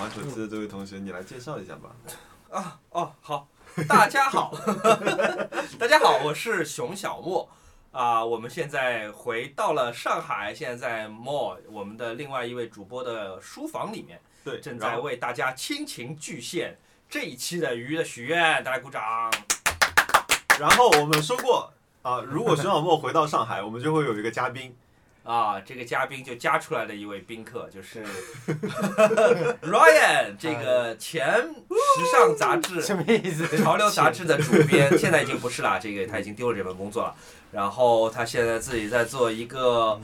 玩手机的这位同学，你来介绍一下吧。啊哦好，大家好， 大家好，我是熊小莫啊、我们现在回到了上海，现在在 mall 我们的另外一位主播的书房里面，对，正然在后为大家亲情巨献这一期的鱼的许愿，大家鼓掌。然后我们说过啊，如果熊小莫回到上海，我们就会有一个嘉宾。啊，这个嘉宾就加出来了一位宾客，就是 Ryan，这哎个前时尚杂 志什么意思？潮流杂志的主编，现在已经不是啦，这个他已经丢了这份工作了。然后他现在自己在做一个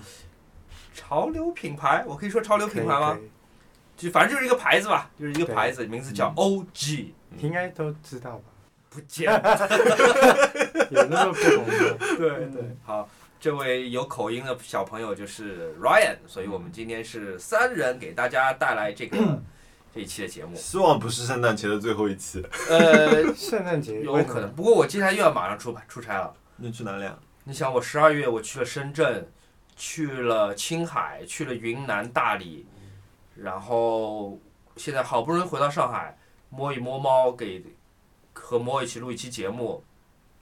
潮流品牌，我可以说潮流品牌吗可？以？就反正就是一个牌子吧，就是一个对牌子，名字叫嗯 OG。可以应该都知道吧？不见，有那么不红吗？对对。嗯好，这位有口音的小朋友就是 Ryan，所以我们今天是三人给大家带来这个这一期的节目。希望不是圣诞节的最后一期。呃，圣诞节有可能，不过我接下来又要马上出出差了。你去哪里啊？你想，我十二月我去了深圳，去了青海，去了云南大理，然后现在好不容易回到上海，摸一摸猫，给和猫一起录一期节目。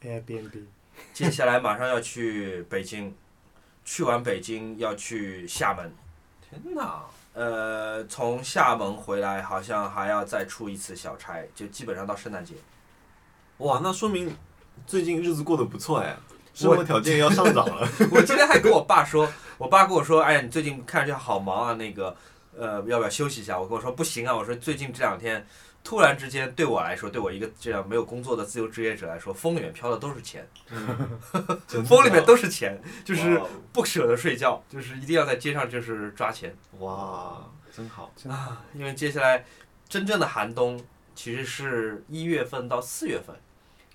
Airbnb 接下来马上要去北京，去完北京要去厦门，天哪！呃，从厦门回来好像还要再出一次小差，就基本上到圣诞节。哇，那说明最近日子过得不错哎，生活条件要上涨 了。我今天还跟我爸说，我爸跟我说，哎呀，你最近看上去好忙啊，那个，呃，要不要休息一下？我跟我说不行啊，我说最近这两天，突然之间对我来说，对我一个这样没有工作的自由职业者来说，风里面飘的都是钱，真的嗯风里面都是钱，就是哇不舍得睡觉，就是一定要在街上就是抓钱哇，真好。真的啊，因为接下来真正的寒冬其实是一月份到四月份。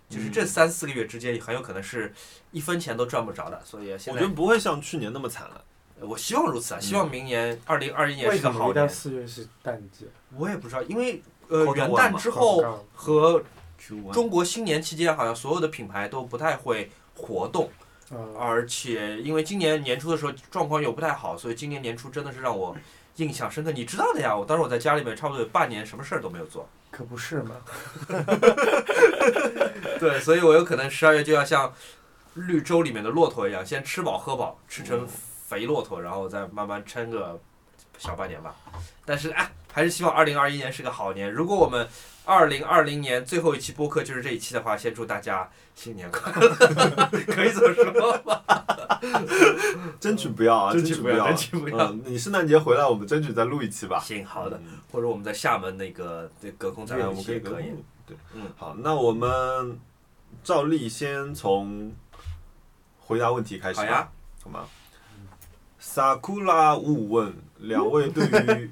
就是这嗯三四个月之间，很有可能是一分钱都赚不着的，所以现我在觉得不会像去年那么惨了。我希望如此啊！希望明年二零二一年为是个什么好一到年。四月是淡季？我也不知道，因为呃口罩元完旦嘛之广后告和 Q one 中国新年期间，好像所有的品牌都不太会活动，呃，而且因为今年年初的时候状况又不太好，所以今年年初真的是让我印象深刻。你知道的呀，我当时我在家里面差不多有半年什么事儿都没有做。可不是嘛？对，所以我有可能十二月就要像绿洲里面的骆驼一样，先吃饱喝饱，吃成肥骆驼，然后再慢慢撑个小半年吧。但是啊，还是希望二零二一年是个好年。如果我们二零二零年最后一期播客就是这一期的话，先祝大家新年快乐， 可以这么说吧？争取不要啊，争争取取不不要要，争取不要嗯，你圣诞节回来，我们争取再录一期吧。 行，好的。嗯，或者我们在厦门那个那隔空再当然聊我一们可以期也隔可以。幕对，嗯好，那我们照例先从回答问题开始好吧，呀，好吗？萨库拉勿问两位对于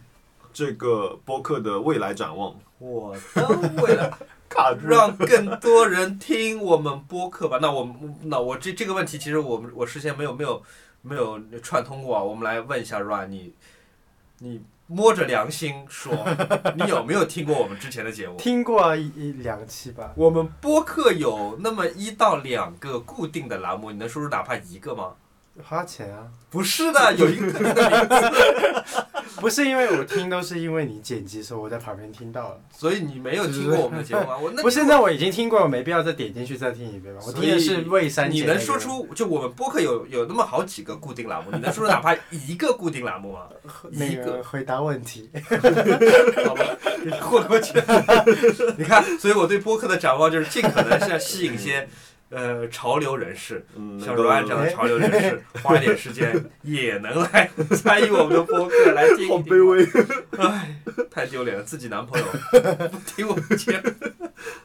这个播客的未来展望，我的未来卡让更多人听我们播客吧。那我们那我这这个问题，其实我们我事先没有没有没有串通过啊。我们来问一下 Run，你你摸着良心说，你有没有听过我们之前的节目？ 听过一一两期吧，我们播客有那么一到两个固定的栏目，你能说出哪怕一个吗？花钱啊，不是的，有一个特 定的名字，不是因为我听，都是因为你剪辑的时候我在旁边听到了。所以你没有听过我们的节目啊？我那不是，那我已经听过，我没必要再点进去再听一遍吧。我所听的以是魏三你姐那个。能说出就我们播客有有那么好几个固定栏目，你能说出哪怕一个固定栏目吗？一那个个回答问题？好吧，混过去。 你看，所以我对播客的展望就是尽可能是要吸引一些呃潮流人士，嗯，像那罗安这样个的潮流人士，花一点时间也能来参与我们的播客，来听。好卑，微，太丢脸了，自己男朋友不听我们节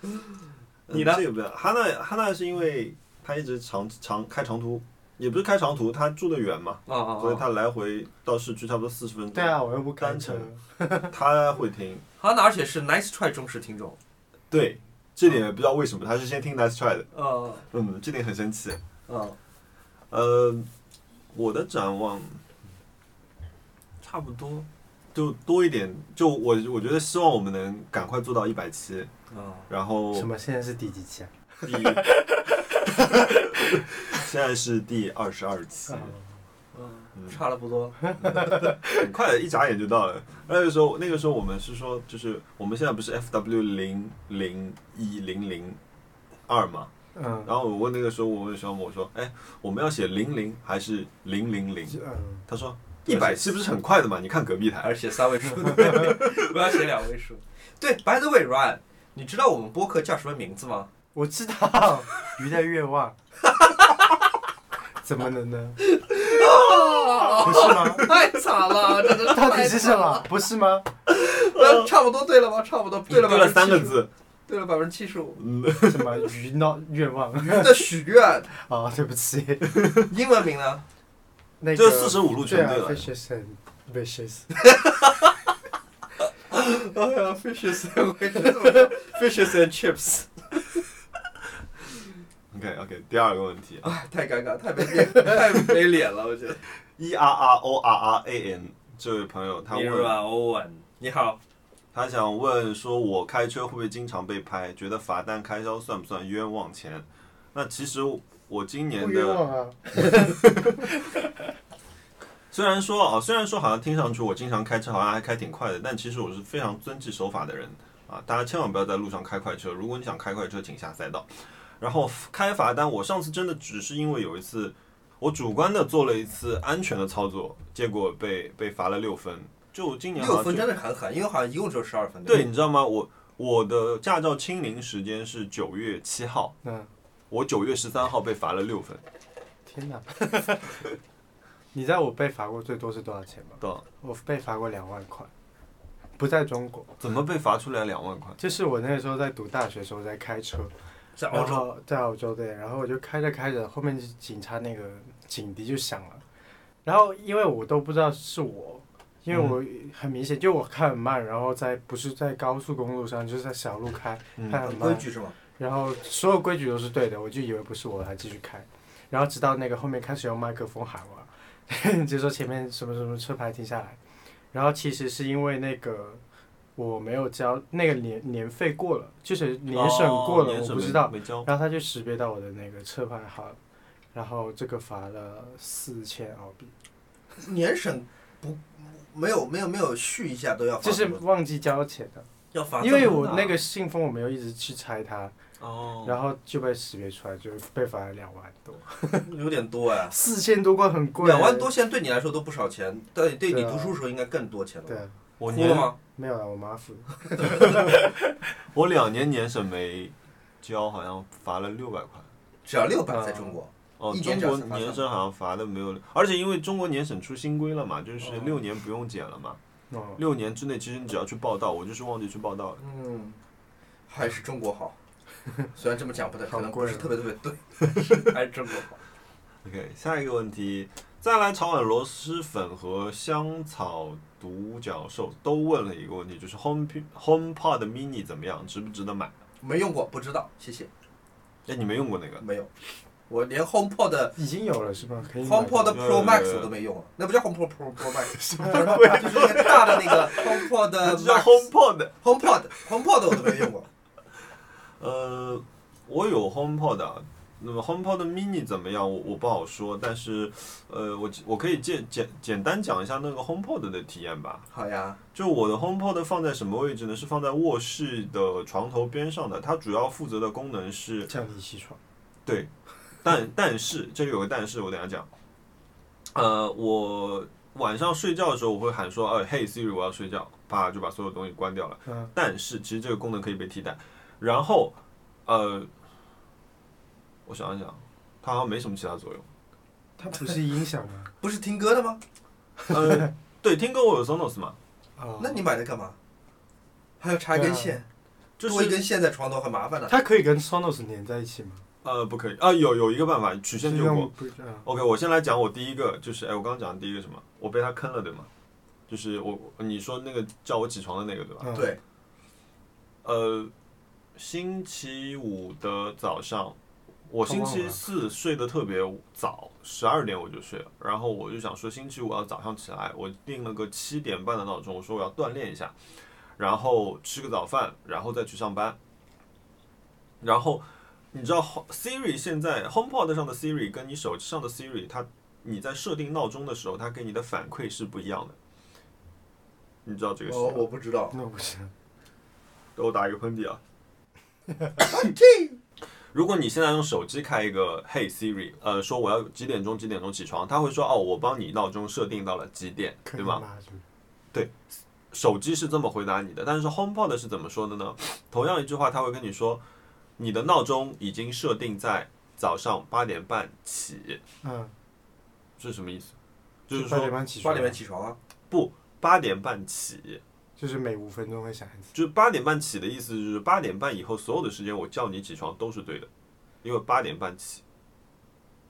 目。 你呢嗯这个不要，哈娜哈娜是因为她一直长长开长途，也不是开长途，她住得远嘛，啊啊所以啊！她来回到市区差不多四十分钟。对啊，我又不开车单。他会听，好，那而且是 Nice Try 忠实听众。对，这点也不知道为什么，他是先听 Nice Try 的，呃嗯，这点很神奇。呃，呃，我的展望差不多。就多一点，就我我觉得希望我们能赶快做到一百期，啊，然后什么？现在是第几期啊？第 现在是第二十二期，啊嗯，嗯差的不多。很快的一眨眼就到了。那个时候，那个时候我们是说，就是我们现在不是 FW 零零一零零二嘛？嗯，然后我问那个时候，我问小某说，哎，我们要写零零还是零零零？嗯，他说一百七不是很快的嘛？你看隔壁台，而且三位数， 不要写两位数。对，By the way，Ryan，你知道我们播客叫什么名字吗？我知道，鱼的愿望，怎么能呢？不是吗？ 太惨了，真的到底是什么？不是吗？呃，差不多对了吗？差不多对了，对了三个，字，对了百分之七十五。嗯，什么鱼闹愿望？ 鱼的许愿，哦，对不起，英文名呢？那个这四十五路对全啊对了。 ，fishes and vicious，哎呀，fishes and，fishes and chips， OK OK，第二个问题啊哎，太尴尬，太没脸，太没脸了，我觉 得。 ，E R R O R R A N 这位朋友他问，欧文，你好，他想问说，我开车会不会经常被拍？觉得罚单开销算不算冤枉钱？那其实我今不年冤的枉啊，虽然说啊，虽然说好像听上去我经常开车好像还开挺快的，但其实我是非常遵纪守法的人啊！大家千万不要在路上开快车，如果你想开快车，请下赛道。然后开罚单，我上次真的只是因为有一次我主观的做了一次安全的操作，结果被被罚了六分。就今年好六像分就真的很狠，因为好像一共只有十二分。吧对，你知道吗？我我的驾照清零时间是九月七号，嗯，我九月十三号被罚了六分，天哪！ 你知道我被罚过最多是多少钱吗？到我被罚过两万块，不在中国，怎么被罚出来两万块？就是我那个时候在读大学的时候在开车，在然澳洲，后在澳洲对，然后我就开着开着，后面警察那个警笛就响了，然后因为我都不知道是我，因为我很明显就我开很慢，然后在不是在高速公路上，就是在小路开，嗯开很很规慢，矩是吗？然后所有规矩都是对的，我就以为不是我，还继续开，然后直到那个后面开始用麦克风喊我， 就说前面什么什么车牌停下来，然后其实是因为那个。我没有交那个年年费过了，就是年审过哦了，年我审不没知道。没交。然后他就识别到我的那个车牌号，然后这个罚了四千澳币，年审不没有没有没有续一下都要罚就这么多，是忘记交钱的，要罚这因么多为呢，我那个信封我没有一直去拆它，哦，然后就被识别出来，就被罚了两万多， 有点多呀。四千多块很贵，啊两万，多，现在对你来说都不少钱，对对你对啊读书时候应该更多钱了。对，我哭了年吗？没有了，我妈付的，我两年年审没交，好像罚了六百块。只要六百，在中国。哦，一中年国只要罚年300审好像罚的没有，而且因为中国年审出新规了嘛，就是哦六年不用检了嘛，哦，六年之内其实你只要去报道，我就是忘记去报啊道了。嗯，还是中国好。虽然这么讲不太，可能好不贵啊是特别特别 对，还是中国好。 OK，下一个问题，再来炒碗螺蛳粉和香草独角兽都问了一个问题，就是 Home P- HomePod Mini 怎么样，值不值得买？没用过，不知道，谢谢。哎，你没用过那个？没有，我连 HomePod 的已经有了是吗？可以买呃到 HomePod 有有 Pro 有 Max 我都没用啊，那不叫 HomePod Pro Pro Max，就是那个大的那个 HomePod 这叫 Max。 HomePod。 HomePod HomePod 我都没用过， 呃，我有 HomePod，啊那么 HomePod Mini 怎么样？我我不好说，但是呃，我我可以简简简单讲一下那个 HomePod 的体验吧。好呀，就我的 HomePod 放在什么位置呢？是放在卧室的床头边上的。它主要负责的功能是叫你起床，对， 但但是这里有个但是，我等一下讲。呃，我晚上睡觉的时候，我会喊说，呃，嘿 Siri，我要睡觉，啪就把所有东西关掉了。嗯，但是其实这个功能可以被替代。然后，呃，我想一想，它好像没什么其他作用。它不是音响 吗？不是听歌的吗？呃，对，听歌我有 Sonos 嘛，哦，啊那你买它干嘛？还要插一根线，就多一是根线在床头很麻烦的。它可以跟 Sonos 连在一起吗？呃不可以啊、有有一个办法，曲线就救让国我。不，嗯 OK，我先来讲我第一个，就是哎，我刚刚讲的第一个什么？我被他坑了，对吗？就是我你说那个叫我起床的那个，对吧？嗯对，呃，星期五的早上，我星期四睡得特别早，十二点我就睡了。然后我就想说，星期五要早上起来，我定了个七点半的闹钟，我说我要锻炼一下，然后吃个早饭，然后再去上班。然后你知道 Ho- Siri 现在 HomePod 上的 Siri 跟你手机上的 Siri，它你在设定闹钟的时候，它给你的反馈是不一样的。你知道这个事哦，吗？我不知道。那我不知道。给我打一个喷 嚏啊！如果你现在用手机开一个 Hey Siri，呃，说我要几点钟几点钟起床，它会说哦，我帮你闹钟设定到了几点，可以对吗？吗？是吗手机是这么回答你的，但是 HomePod 是怎么说的呢？同样一句话，它会跟你说，你的闹钟已经设定在早上八点半起，嗯，是什么意思？就是八点说半起八床，点半起床啊，八点半起，就是每五分钟会响一次。就是八点半起的意思，就是八点半以后所有的时间我叫你起床都是对的，因为八点半起。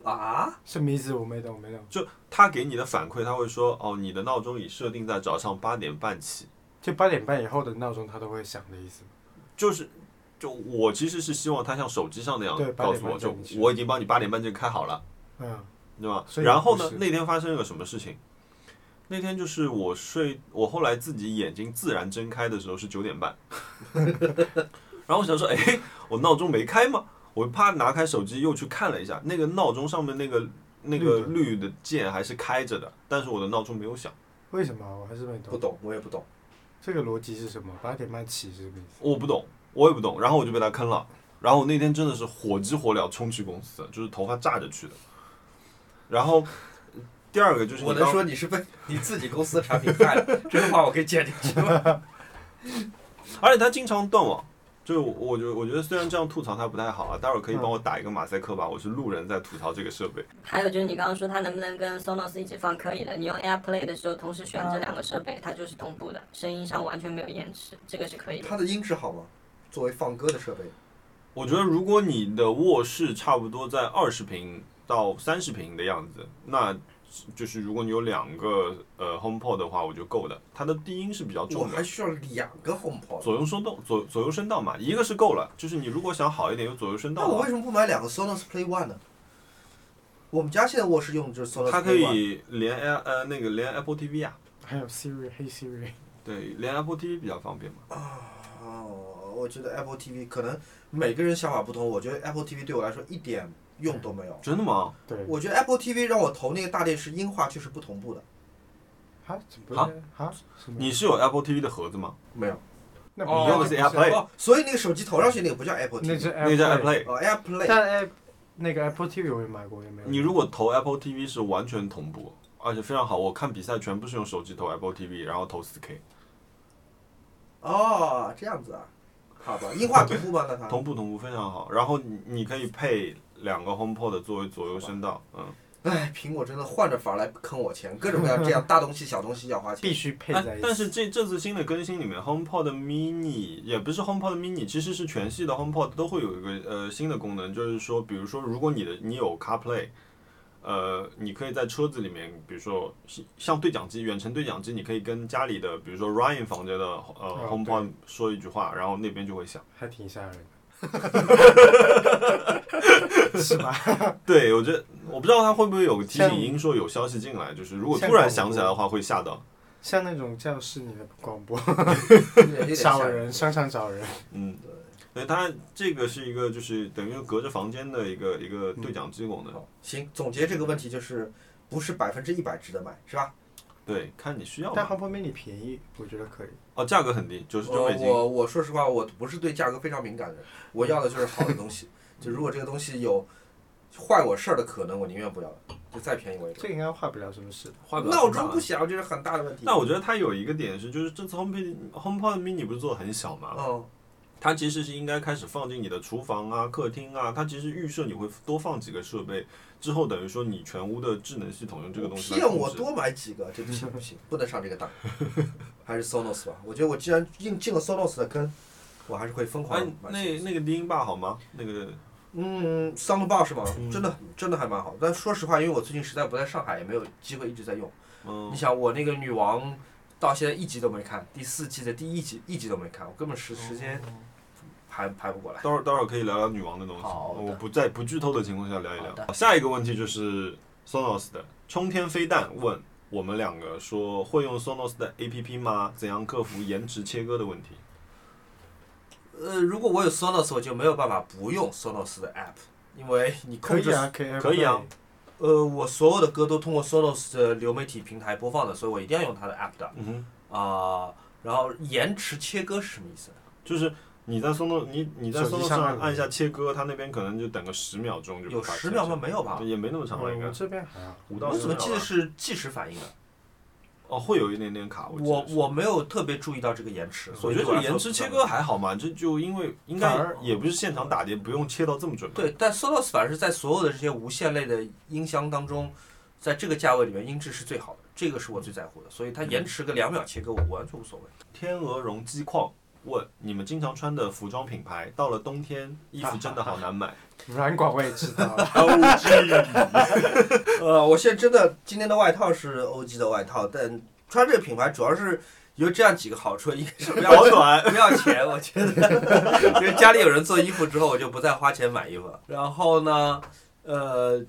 啊，什么意思？我没懂，我没懂。就他给你的反馈，他会说哦，你的闹钟已设定在早上八点半起，就八点半以后的闹钟它都会响的意思吗？就是。就我其实是希望他像手机上那样对告诉我， 8:30就你去我已经帮你八点半就开好了，嗯对吧？所以然后呢不是，那天发生了个什么事情？那天就是我睡，我后来自己眼睛自然睁开的时候是九点半， 然后我想说，哎，我闹钟没开吗？我啪拿开手机又去看了一下，那个闹钟上面那个那个绿的键还是开着的，但是我的闹钟没有响，为什么？我还是没不懂。懂，我也不懂。这个逻辑是什么？八点半起是什么意思？我不懂，我也不懂，然后我就被他坑了，然后我那天真的是火急火燎冲去公司，就是头发炸着去的，然后第二个就是你我能刚说你是被 你自己公司的产品害了，这个话我可以剪进去吗？而且他经常断网，就是我我觉得我觉得虽然这样吐槽他不太好啊，待会儿可以帮我打一嗯个马赛克吧，我是路人在吐槽这个设备。还有就是你刚刚说它能不能跟 Sonos 一起放，可以的。你用 AirPlay 的时候同时选这两个设备，它就是同步的，声音上完全没有延迟，这个是可以 的。它的音质好吗？作为放歌的设备，我觉得如果你的卧室差不多在二十平到三十平的样子，那就是如果你有两个呃 HomePod 的话，我就够的。它的低音是比较我重还的，需要两个 HomePod。左右声道左左右声道嘛，一个是够了，就是你如果想好一点有左右声那道的我为话，什么不买两个 Sonos Play One 呢？我们家现在卧室用的就是 Sonos 它可 Play One。以连 Air 呃那个连 Apple TV 啊，还有 Siri，黑 Siri，对，连 Apple TV 比较方便嘛。哦，我觉得 Apple TV 可能每个人想法不同，我觉得 Apple TV 对我来说一点用都没有。真的吗？对。我觉得 Apple TV 让我投那个大电视音画确实不同步的。哈？怎么啊不是？哈？什么？你是有 Apple TV 的盒子吗？没有，那不你哦用的是 AirPlay。哦，所以那个手机投上去那个不叫 Apple 啊那 TV，只那叫 Apple， AirPlay。哦 AirPlay。但 App 那个 Apple TV 我也买过，也没有。你如果投 Apple TV 是完全同步，而且非常好。我看比赛全部是用手机投 Apple TV，然后投 4K，哦，这样子啊，好吧，音画同步吗？那它同步同步非常好。然后你你可以配两个 HomePod 作为左右声道，嗯。哎，苹果真的换着法儿来坑我钱，各种各样这样大东西小东西要 花必钱。须配在哎一起。，但是这这次新的更新里面，HomePod Mini 也不是 HomePod Mini，其实是全系的 HomePod 都会有一个呃新的功能，就是说，比如说，如果你的你有 CarPlay，呃，你可以在车子里面，比如说像像对讲机、远程对讲机，你可以跟家里的，比如说 Ryan 房间的呃啊 HomePod 说一句话，然后那边就会响。还挺吓人的， 是吧？对，我觉得我不知道它会不会有个提醒音说有消息进来，就是如果突然响起来的话会吓到。像那种教室里的广播，有点吓找人，商场找人，嗯，对，它这个是一个就是等于隔着房间的一个一个对讲机功能。好哦行，总结这个问题就是，不是百分之一百值得买，是吧？对，看你需要但吧。 HomePod mini 便宜，我觉得可以。哦，价格很低，九十九哦我美金。呃我我说实话，我不是对价格非常敏感的人，我要的就是好的东西。就如果这个东西有坏我事儿的可能，我宁愿不要了，就再便宜我也不这个应该坏不了什么事。换要。个闹啊钟不响，这是很大的问题。但我觉得它有一个点是，就是这次 HomePod HomePod Mini 不是做的很小嘛，嗯，它其实是应该开始放进你的厨房啊、客厅啊，它其实预设你会多放几个设备，之后等于说你全屋的智能系统用这个东西来骗我控制。多买几个，这不行不行，不能上这个当。 还是 Sonos 吧，我觉得我既然进进了 Sonos 的坑，我还是会疯狂哎地，买。那那个低音坝好吗？那个嗯，Sound Bar 是吗？嗯真的真的还蛮好，但说实话，因为我最近实在不在上海，也没有机会一直在用。嗯你，想我那个女王到现在一集都没看，第四季的第一集一集都没看，我根本时哦时间排排不过来。待会儿待会儿可以聊聊女王的东西。好的我不在不剧透的情况下聊一好聊。的下一个问题就是 Sonos 的冲天飞弹问我们两个说会用 Sonos 的 APP 吗？怎样克服延迟切割的问题？呃，如果我有 Sonos，我就没有办法不用 Sonos 的 app，因为你可控制以啊，可以，可以啊。呃，我所有的歌都通过 Sonos 的流媒体平台播放的，所以我一定要用它的 app 的嗯哼，啊、然后延迟切割是什么意思？就是你在松动，你你在手松动机上上按按一下切割，它那边可能就等个十秒钟就有把它十切秒出吗？来没有吧？也没那么长吧，应该我这边还好，五到我十怎么秒记得吧是计时反应的？啊哦，会有一点点卡，我记得是我没有特别注意到这个延迟，所我以觉对我得来说延迟切不知道割还好嘛，这就因为应反该而也不是现场打碟，不用切到这么准吧？对，但 Sonos 反而是在所有的这些无线类的音箱当中，在这个价位里面音质是最好的，这个是我最在乎的，所以它延迟个两秒切割我完全无所谓。天鹅绒机矿问你们经常穿的服装品牌，到了冬天衣服真的好难 买。软管我也知道 了，呃，我现在真的今天的外套是 OG 的外套，但穿这个品牌主要是有这样几个好处，一个是不要保暖，不要钱，我觉得，因为家里有人做衣服之后，我就不再花钱买衣服了。然后呢，呃，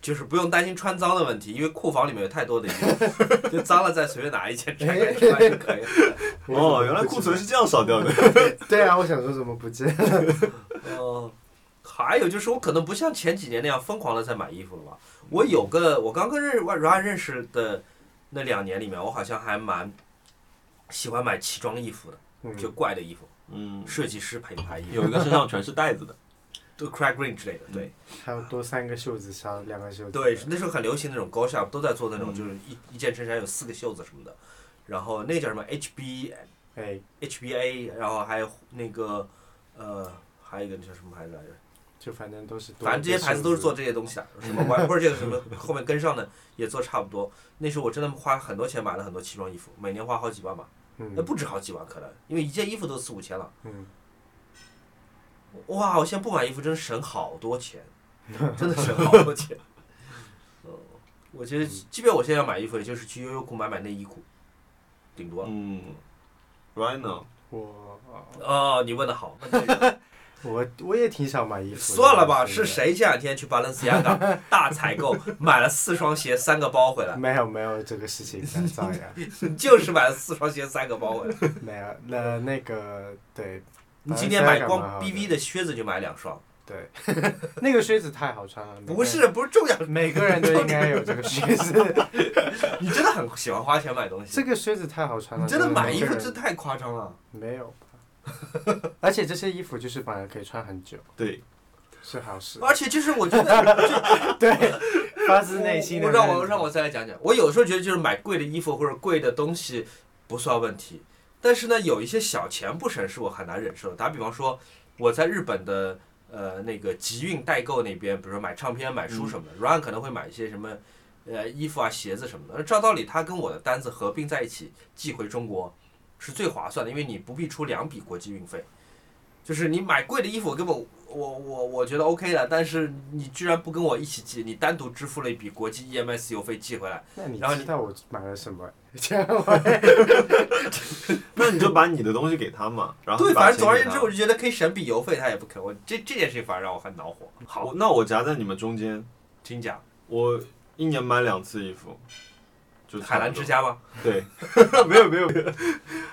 就是不用担心穿脏的问题，因为库房里面有太多的衣服，就脏了再随便拿一件 穿穿就可以了。哦，原来库存是这样少掉 的。对啊，我想说怎么不见？嗯，还有就是我可能不像前几年那样疯狂的在买衣服了吧。我有个我刚跟认软软认识的那两年里面，我好像还蛮喜欢买奇装异服的，嗯就怪的衣服，嗯，设计师品牌衣服，有一个身上全是带子的，对 Craig Green 之类嗯的，对。还有多三个袖子，少两个袖子。对，那时候很流行那种高下，都在做那种，嗯就是一一件衬衫有四个袖子什么的。然后那叫什么 HB 哎， HBA，然后还有那个呃，还有一个叫什么牌子来着？就反正都是多。反正这些牌子都是做这些东西的，什么 Y 或者这个什么后面跟上的也做差不多。那时候我真的花很多钱买了很多奇装异服，每年花好几万吧，那嗯不止好几万可能，因为一件衣服都四五千了。嗯，哇，我现在不买衣服真省好多钱，真的省好多钱。嗯，我觉得即便我现在要买衣服，也就是去优衣库买买内衣裤，顶多了。 嗯，Rhino，我哦，你问的好，问对人我我也挺想买衣服的。算了吧，真是的？谁这两天去 Balenciaga 大采购买了四双鞋、三个包回来？没有没有这个事情，造 谣。就是买了四双鞋、三个包回来。没有，那那个对你今天买 Balenciaga 蛮光好的 BV 的靴子就买两双，对， 那个靴子太好穿了。每个人不，是不是重要，每个人都应该有这个靴子。你真的很喜欢花钱买东西。这个靴子太好穿了。你真的每个买衣服人这太夸张了。没有 吧而且这些衣服就是反而可以穿很久，对，是好事。而且就是我觉得对，发 自内心的。我让我让我再来讲讲，我有时候觉得就是买贵的衣服或者贵的东西不算问题，但是呢，有一些小钱不省是我很难忍受的。打比方说，我在日本的呃那个集运代购那边，比如说买唱片、买嗯书什么的，Ryan 可能会买一些什么呃衣服啊、鞋子什么的。那照道理，他跟我的单子合并在一起寄回中国是最划算的，因为你不必出两笔国际运费。就是你买贵的衣服，我根本我我我觉得 OK 的，但是你居然不跟我一起寄，你单独支付了一笔国际 EMS 邮费寄回来，那你然后你知道我买了什么？这样我那你就把你的东西给他 嘛，然后对，你把反正钱总而给言之，他我就觉得可以省笔邮费，他也不肯。我这这件事情反而让我很恼火。好我，那我夹在你们中间，请讲，我一年买两次衣服，就海澜之家吗？ 对，没有没有，没有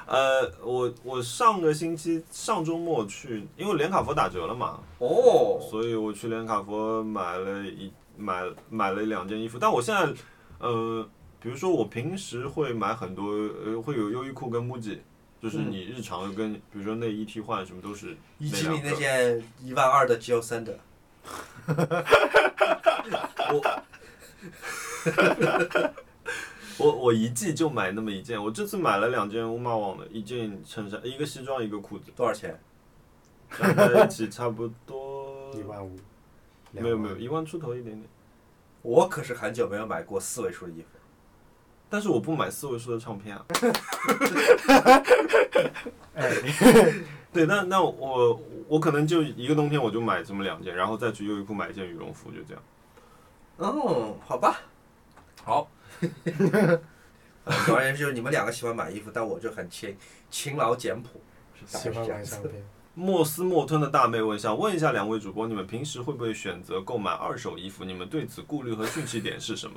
呃，我我上个星期上周末去，因为连卡佛打折了嘛，哦，所以我去连卡佛买了一买买了两件衣服，但我现在呃，比如说我平时会买很多，呃，会有优衣库跟 MUJI，就是嗯你日常跟、比如说内衣替换什么都是以那及两你那个件一万二的 Gio Sander，我我我一季就买那么一件，我这次买了两件乌马网的，一件衬衫，一个西装，一个裤子，多少钱？加在一起差不 多一万五，两没有没万有，一万出头一点点。我可是很久没有买过四位数的衣服。但是我不买四位数的 唱片啊。哎， 对，那那我我可能就一个冬天我就买这么两件，然后再去优衣库买一件羽绒服，就这样。哦，好吧，好。 呃总而言之，就是你们两个喜欢买衣服，但我就很勤勤劳简朴，是大喜概是欢这样买子唱。片，莫斯莫吞的大妹问一下，问一下两位主播，你们平时会不会选择购买二手衣服？你们对此顾虑和讯息点是什么？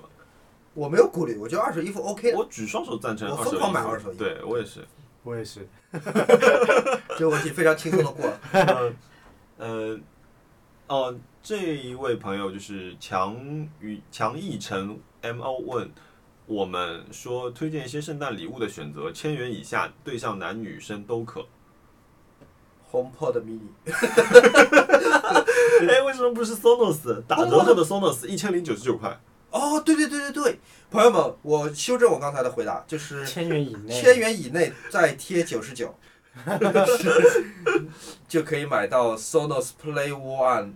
我没有顾虑，我觉得二手衣服 OK 的，我举双手赞成我二手衣疯服。狂买二手衣服对我也是。我也是。 这个问题非常轻松的过了。呃，呃哦，这一位朋友就是强与强义成 M O 问我们说，推荐一些圣诞礼物的选择，千元以下，对象男女生都可。 HomePod mini，哎，为什么不是 Sonos 打折后的 Sonos 一千零九十九块？哦，对对对对对，朋友们，我修正我刚才的回答，就是千元以内，千元以内再贴九十九，就可以买到 Sonos Play One，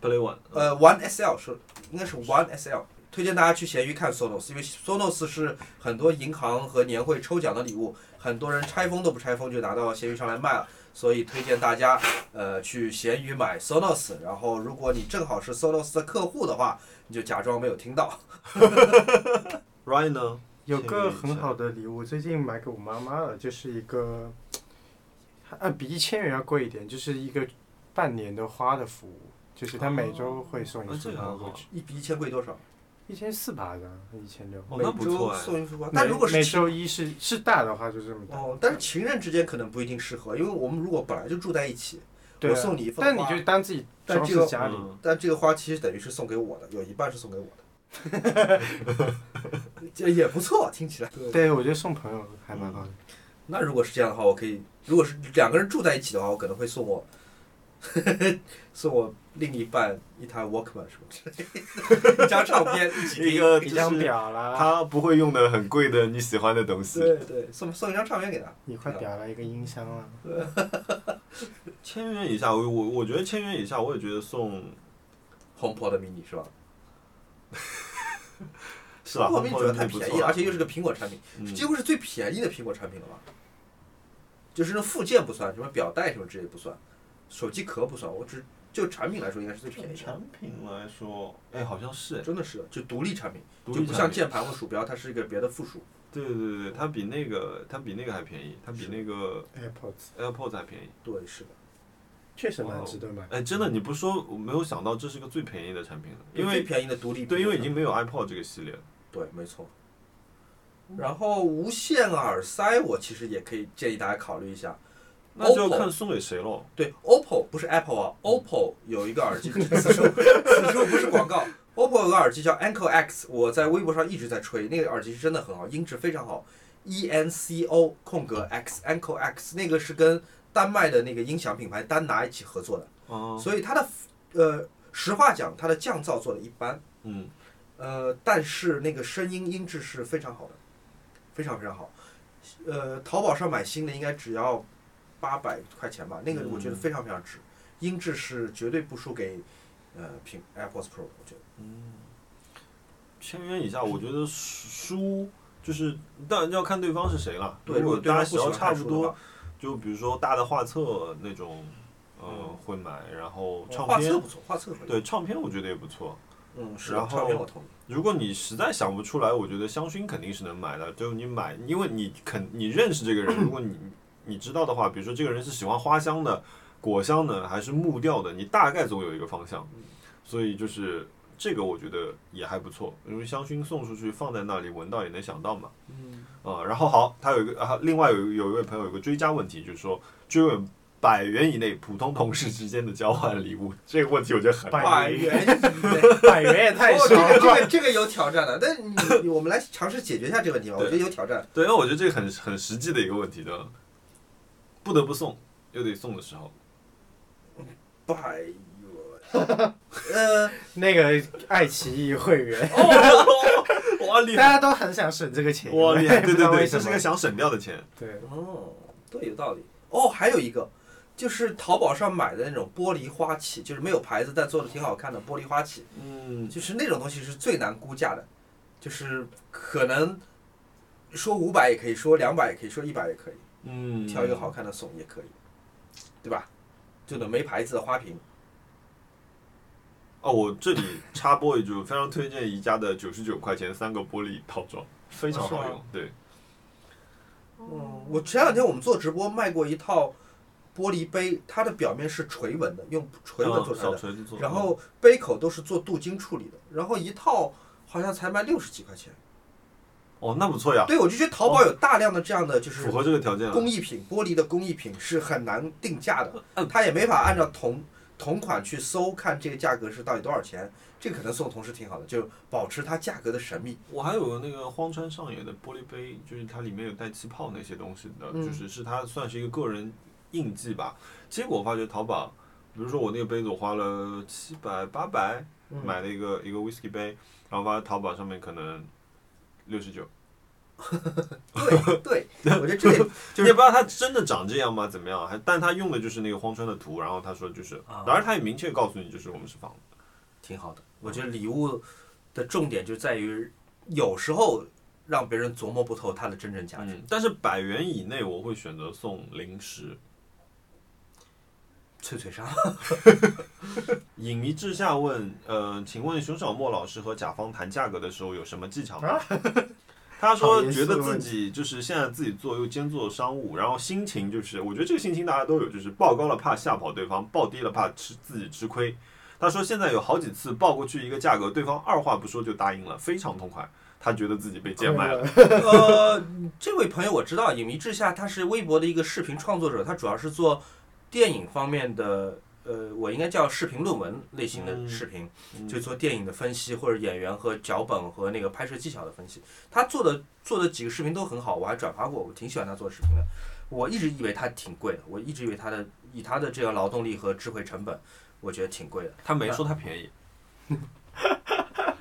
Play One，呃，One SL 是应该是 One SL。推荐大家去闲鱼看 Sonos，因为 Sonos 是很多银行和年会抽奖的礼物，很多人拆封都不拆封就拿到闲鱼上来卖了，所以推荐大家呃去闲鱼买 Sonos。然后如果你正好是 Sonos 的客户的话，你就假装没有听到。 Ryan 呢？有个很好的礼物，最近买给我妈妈了，就是一个，呃，比一千元要贵一点，就是一个半年的花的服务，就是她每周会送哦一这束个花很过好去，一比一千贵多少？一千四吧，的，一千六。哦，每那不周错哎。送一束花。每啊但如果是每情周一是是大的话，就这么大。哦，但是情人之间可能不一定适合，因为我们如果本来就住在一起，对啊我送你一份但你花就当自己但装这饰个家里，嗯但这个花其实等于是送给我的， 有一半是送给我的，这也不错，听起来。对我觉得送朋友还蛮好的。那如果是这样的话，我可以，如果是两个人住在一起的话，我可能会送我， 送我另一半一台 Walkman 什么之类的，一张唱片，一起一听。个 一嗯就张是表啦，他不会用的很贵的你喜欢的东西。对对，送送一张唱片给他。啊一块表啦，一个音箱啦。千元以下，我我我觉得千元以下，我也觉得送 HomePod mini 是吧？是吧？我没觉得太不便错啊宜了，啦而且又是个苹果产品，嗯几乎是最便宜的苹果产品了吧？就是那附件不算，什么表带什么之类不算，手机壳不算，我只就产品来说应该是最便宜的，产品来说，哎，好像是哎，真的是就独立产品，独就立不产像品键盘或鼠标，它是一个别的附属。对对对对，它比那个它比那个还便宜，它比那个 AirPods AirPods 还便宜。对，是的，确实蛮值得买。哎，真的，你不说，我没有想到这是个最便宜的产品了，因最为便宜的独立苹果对，因为已产经品没有 iPod 这个系列了。对，没错。然后无线耳塞，我其实也可以建议大家考虑一下。那就要 OPPO 看送给谁喽。对，OPPO 不是 Apple 啊，OPPO 有一个耳机，此处 此处不是广告。OPPO 有个耳机叫 Anco X，我在微博上一直在吹，那个耳机是真的很好，音质非常好。E N C O 空格 X Anco X 那个是跟丹麦的那个音响品牌丹拿一起合作的，哦，所以它的呃，实话讲，它的降噪做的一般，嗯，呃，但是那个声音音质是非常好的，非常非常好。呃，淘宝上买新的应该只要八百块钱吧，那个我觉得嗯非常非常值，音质是绝对不输给呃苹 AirPods Pro，我觉得。千元以下，我觉得书就是，当然要看对方是谁了。对，如如果果对大家方喜不喜好欢差看不书的多话，，就比如说大的画册那种，呃嗯，会买。然后唱哦画册片不，错，画册可以。，对，唱片我觉得也不错。嗯，是然的，后唱片我同意。如果你实在想不出来，我觉得香薰肯定是能买的。就是你买，因为你肯你认识这个人，如果你你知道的话，比如说这个人是喜欢花香的、果香的，还是木调的，你大概总有一个方向。所以就是这个，我觉得也还不错，因为香薰送出去放在那里，闻到也能想到嘛。嗯，啊、然后好，他有一个啊，另外有有一位朋友有个追加问题，就是说追问百元以内普通同事之间的交换礼物这个问题，我觉得很百百元元以内。百元也 太哦，少这哎个这了。个这个有挑战的，但你你我们来尝试解决一下这个问题吧，我觉得有挑战。对，因为我觉得这个很很实际的一个问题，对吧？不得不送，又得送的时候，百元， 呃，哦那个爱奇艺会员，哦哇厉大害，家都很想省这个钱。哇厉害，对不知对道为对，什这么是个想省掉的钱，对哦，对，有道理。哦，还有一个就是淘宝上买的那种玻璃花器，就是没有牌子但做的挺好看的玻璃花器，嗯，就是那种东西是最难估价的，就是可能说五百也可以，说两百也可以，说一百也可以，嗯，挑一个好，看的送也可以，对吧？这种没牌子的花瓶，哦，我这里插播一句，我非常推荐宜家的九十九块钱三个玻璃套装，非常哦是吗好用，对，嗯，我前两天我们做直播卖过一套玻璃杯，它的表面是锤纹的，用锤纹嗯做出来小的，锤子做的，然后杯口都是做镀金处理的，然后一套好像才卖六十几块钱。哦，那不错呀，对，我就觉得淘宝有大量的这样的就是哦符合这啊个条件了，嗯工艺品，玻璃的工艺品是很难定价的，它也没法按照同同款去搜看这个价格是到底多少钱，这个可能送同事挺好的，就保持它价格的神 秘。我还有个那个荒川上野的玻璃杯，就是它里面有带气泡那些东西的，嗯就是是它算是一个个人印记吧。结果我发觉淘宝，比如说我那个杯子，我花了七百八百嗯嗯买了一个、一个 whisky 杯，然后发现淘宝上面可能六十九，对对，我觉得这也你也不知道它真的长这样吗？怎么样？还但他用的就是那个荒川的图，然后他说就是，啊当然他也明确告诉你，就是我们是仿的。 挺好的。我我觉觉得礼物的重点就在于，有时候让别人琢磨不透它的真正价值。嗯，但是百元以内我会选择送零食。嗯脆脆鲨，影迷志下问，呃，请问熊小莫老师和甲方谈价格的时候有什么技巧吗？ 他说觉得自己就是现在自己做又兼做商务，然后心情就是，我觉得这个心情大家都有，就是报高了怕吓跑对方，报低了怕吃自己吃亏。他说现在有好几次报过去一个价格，对方二话不说就答应了，非常痛快。他觉得自己被贱卖了，了。呃，这位朋友我知道，影迷志下他是微博的一个视频创作者，他主要是做电影方面的，呃，我应该叫视频论文类型的嗯视频，嗯就做电影的分析或者演员和脚本和那个拍摄技巧的分析。他做的做的几个视频都很好，我还转发过，我挺喜欢他做的视频的。我一直以为他挺贵的，我一直以为他的以他的这个劳动力和智慧成本，我觉得挺贵的。他没说他便宜，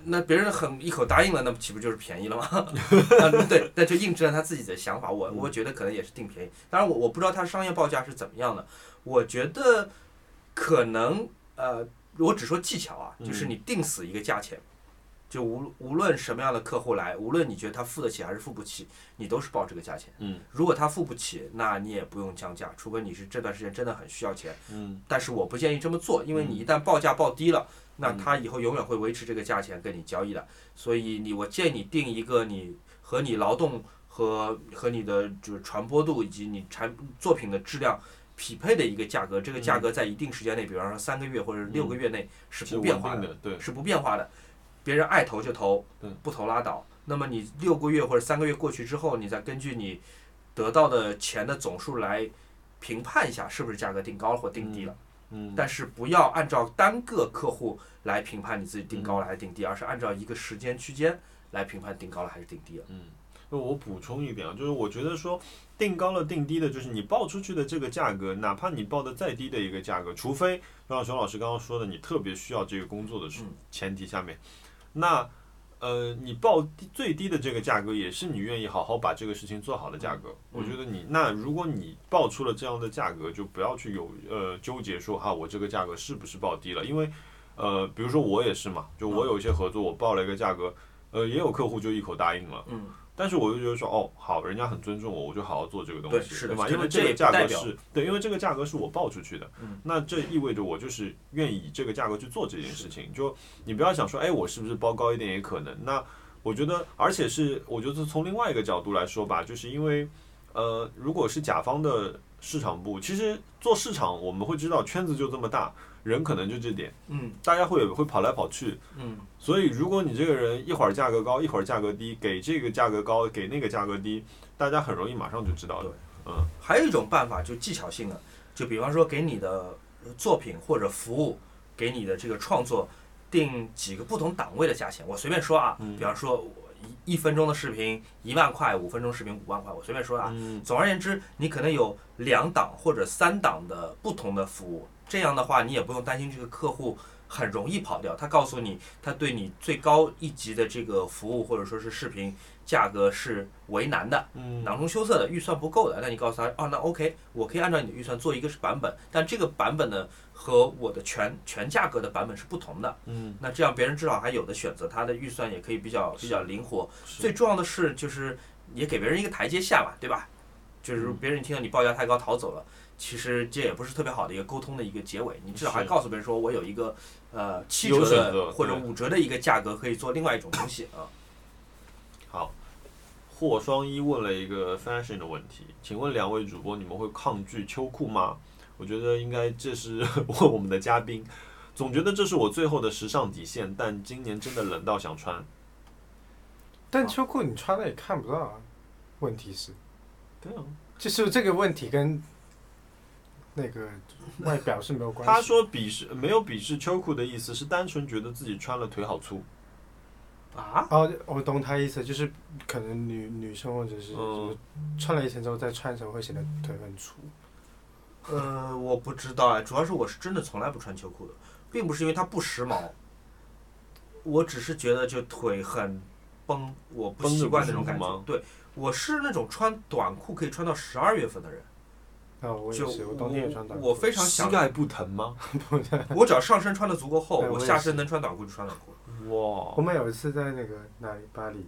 那别人很一口答应了，那不岂不就是便宜了吗？ 啊对，那就印证了他自己的想法。我我觉得可能也是定便宜，当然我我不知道他商业报价是怎么样的。我觉得可能呃，我只说技巧啊，就是你定死一个价钱，就无无论什么样的客户来，无论你觉得他付得起还是付不起，你都是报这个价钱。嗯，如果他付不起，那你也不用降价，除非你是这段时间真的很需要钱。嗯，但是我不建议这么做，因为你一旦报价报低了，嗯那他以后永远会维持这个价钱跟你交易的。所以你我建议你定一个你和你劳动和和你的就是传播度以及你产作品的质量匹配的一个价格，这个价格在一定时间内，比方说三个月或者六个月内是嗯是不稳变化定的，的，对，是不变化的。别人爱投就投对，不投拉倒。那么你六个月或者三个月过去之后，你再根据你得到的钱的总数来评判一下是不是价格定高了或定低了。嗯，但是不要按照单个客户来评判你自己定高了还是定低，而是按照一个时间区间来评判定高了还是定低了。那我补充一点啊，就是我觉得说定高了定低的，就是你报出去的这个价格，哪怕你报的再低的一个价格，除非就像熊老师刚刚说的，你特别需要这个工作的时候前提下面，那呃，你报低最低的这个价格，也是你愿意好好把这个事情做好的价格。我觉得你那如果你报出了这样的价格，就不要去有呃纠结说哈、我这个价格是不是报低了，因为呃，比如说我也是嘛，就我有一些合作，我报了一个价格，呃，也有客户就一口答应了。嗯。但是我就觉得说，哦，好，人家很尊重我，我就好好做这个东西，对是的吧？这个因为这个也不价代格表嗯是对，因为这个价格是我报出去的，那这意味着我就是愿意以这个价格去做这件事情。就你不要想说，哎，我是不是包高一点也可能？那我觉得，而且是我觉得从另外一个角度来说吧，就是因为，呃，如果是甲方的市场部，其实做市场我们会知道圈子就这么大，人可能就这点，嗯大家会会跑来跑去，嗯，所以，如果你这个人一会儿价格高，一会儿价格低，给这个价格高，给那个价格低，大家很容易马上就知道的。还有一种办法就技巧性的，就比方说给你的呃作品或者服务，给你的这个创作定几个不同档位的价钱。我随便说啊，嗯比方说我一一分钟的视频一万块，五分钟视频五万块，我随便说啊。嗯总而言之，你可能有两档或者三档的不同的服务，这样的话你也不用担心这个客户很容易跑掉。他告诉你，他对你最高一级的这个服务或者说是视频价格是为难的，嗯囊中羞涩的，预算不够的，那你告诉他，哦，那 OK，我可以按照你的预算做一个是版本，但这个版本呢和我的全全价格的版本是不同的。嗯，那这样别人至少还有的选择，他的预算也可以比较比较灵活。是最重要的是就是也给别人一个台阶下吧，对吧？就是嗯别人听到你报价太高逃走了，其实这也不是特别好的一个沟通的一个结尾。你至少还是告诉别人说我有一个呃七有折选择的或者对五折的一个价格可以做另外一种东西啊。好。霍双一问了一个 fashion 的问题，请问两位主播，你们会抗拒秋裤吗？我觉得应该这是 问我们的嘉宾，总觉得这是我最后的时尚底线，但今年真的冷到想穿。但秋裤你穿了也看不到啊，问题是，对啊，就是这个问题跟那个外表是没有关系。他说鄙视没有鄙视秋裤的意思，是单纯觉得自己穿了腿好粗。啊，哦，我懂他意思，就是可能女女生或者是什么嗯穿了一层之后再穿的时候会显得腿很粗。呃，我不知道哎，主要是我是真的从来不穿秋裤的，并不是因为它不时髦，我只是觉得就腿很绷，我不绷着习不惯那舒种服感觉吗。对，我是那种穿短裤可以穿到十二月份的人，那啊我也，就是我冬天也穿短裤。我非常膝想，盖不疼吗？我只要上身穿的足够 厚，哎我我也下是身能穿短裤就穿短裤了。我哇，们有一次在那个哪里巴黎，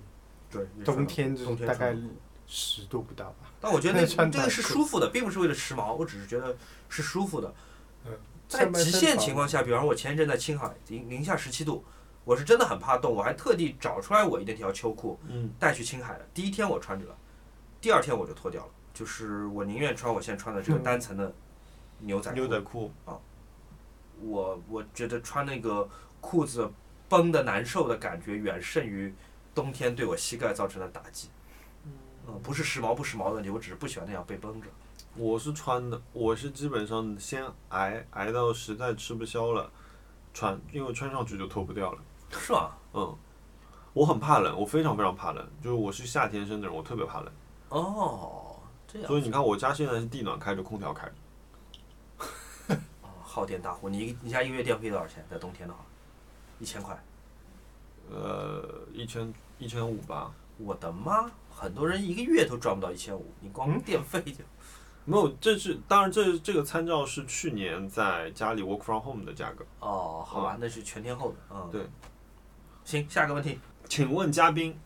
对，你穿冬短天裤就冬是天大穿概短裤十度不到吧。 但我觉 得那穿这个短是裤舒服的，并不是为了时髦，我只是觉得是舒服的嗯。在上半极身限薄情况下，比方说我前一阵在青海零零下十七度，我是真的很怕冻，我还特地找出来我一那条秋裤嗯，带去青海了。第一天我穿着了，第二天我就脱掉了，就是我宁愿穿我现在穿的这个嗯单层的牛仔裤。牛仔裤，我我觉得穿那个裤子绷的难受的感觉，远胜于冬天对我膝盖造成的打击。嗯，不是时髦不时髦的问题，我只是不喜欢那样被绷着。我是穿的，我是基本上先挨挨到实在吃不消了，穿，因为穿上去就脱不掉了。是吗？嗯，我很怕冷，我非常非常怕冷，就是我是夏天生的人，我特别怕冷，哦，这样所以你看我家现在是地暖开着，空调开着，哦耗电大户，你你家一个月电费多少钱？在冬天的话，一千块。呃，一千一千五吧。我的妈！很多人一个月都赚不到一千五，你光嗯电费就……没有，这是当然这，这个参照是去年在家里 work from home 的价格。哦，好吧，那是全天候的。嗯，对。行，下个问题，请问嘉宾，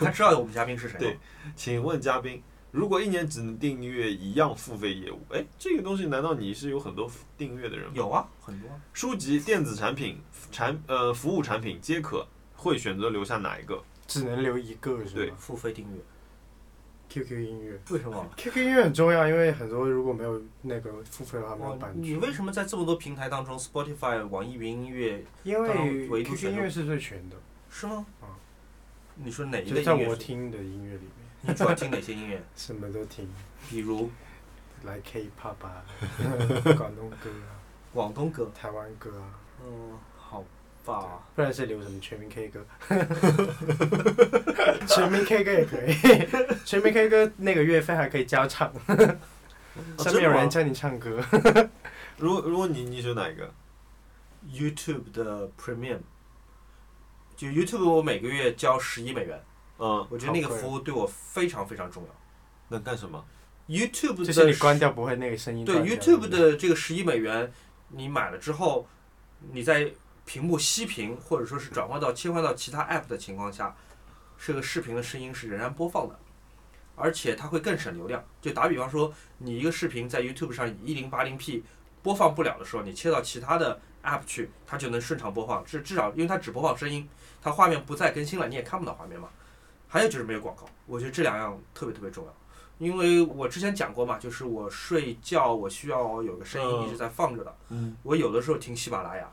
他知道我们嘉宾是谁吗？对请问嘉宾，如果一年只能订阅一样付费业务，哎，这个东西难道你是有很多订阅的人吗？有啊，很多啊。书籍、电子产品、产呃服务产品皆可，会选择留下哪一个？只能留一个是对吗付费订阅， ？QQ 音乐为什么？ ，QQ 音乐很重要，因为很多如果没有那个付费的话没有哦版，权。你为什么在这么多平台当中，Spotify、网易云音乐因当然唯为独 QQ 选音中乐是最全的，是吗？嗯你说哪一就类在音乐我是？听的音乐里面，你主要听哪些音乐？什么都听，比如来 K-pop 啊，广东歌啊，广东歌。台湾歌啊，嗯，好吧。不然是留什么全民 K 歌？全民 K 歌也可以，全民 K 歌那个月份还可以交唱，哦上面有人教你唱歌。如果如果你你选哪一个？ YouTube 的 Premium，就 YouTube 我每个月交十一美元，嗯，我觉得那个好贵啊服务对我非常非常重要。能干什么？ YouTube 的 就是你关掉不会那个声音对断掉。 YouTube 的这个十一美元，你买了之后，你在屏幕熄屏或者说是转换到切换到其他 App 的情况下，这个视频的声音是仍然播放的，而且它会更省流量。就打比方说，你一个视频在 YouTube 上以一零八零 P 播放不了的时候，你切到其他的 App 去，它就能顺畅播放。至至少因为它只播放声音，它画面不再更新了，你也看不到画面嘛。还有就是没有广告，我觉得这两样特别特别重要。因为我之前讲过嘛，就是我睡觉我需要有个声音嗯一直在放着的。嗯，我有的时候听喜马拉雅，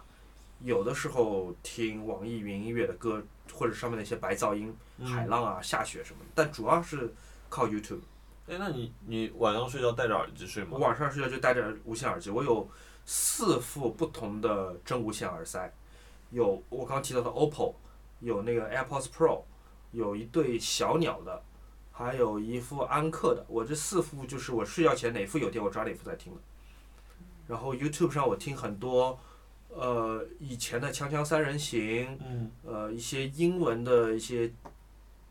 有的时候听网易云音乐的歌，或者上面的一些白噪音、嗯海浪啊、下雪什么的。但主要是靠 YouTube。哎，那你你晚上睡觉戴着耳机睡我吗？晚上睡觉就戴着无线耳机，我有四副不同的真无线耳塞，有我刚刚提到的 OPPO，有那个 AirPods Pro，有一对小鸟的，还有一副安克的。我这四副就是我睡觉前哪副有电我抓哪副在听的。然后 YouTube 上我听很多，呃，以前的《锵锵三人行》，嗯，呃一些英文的一些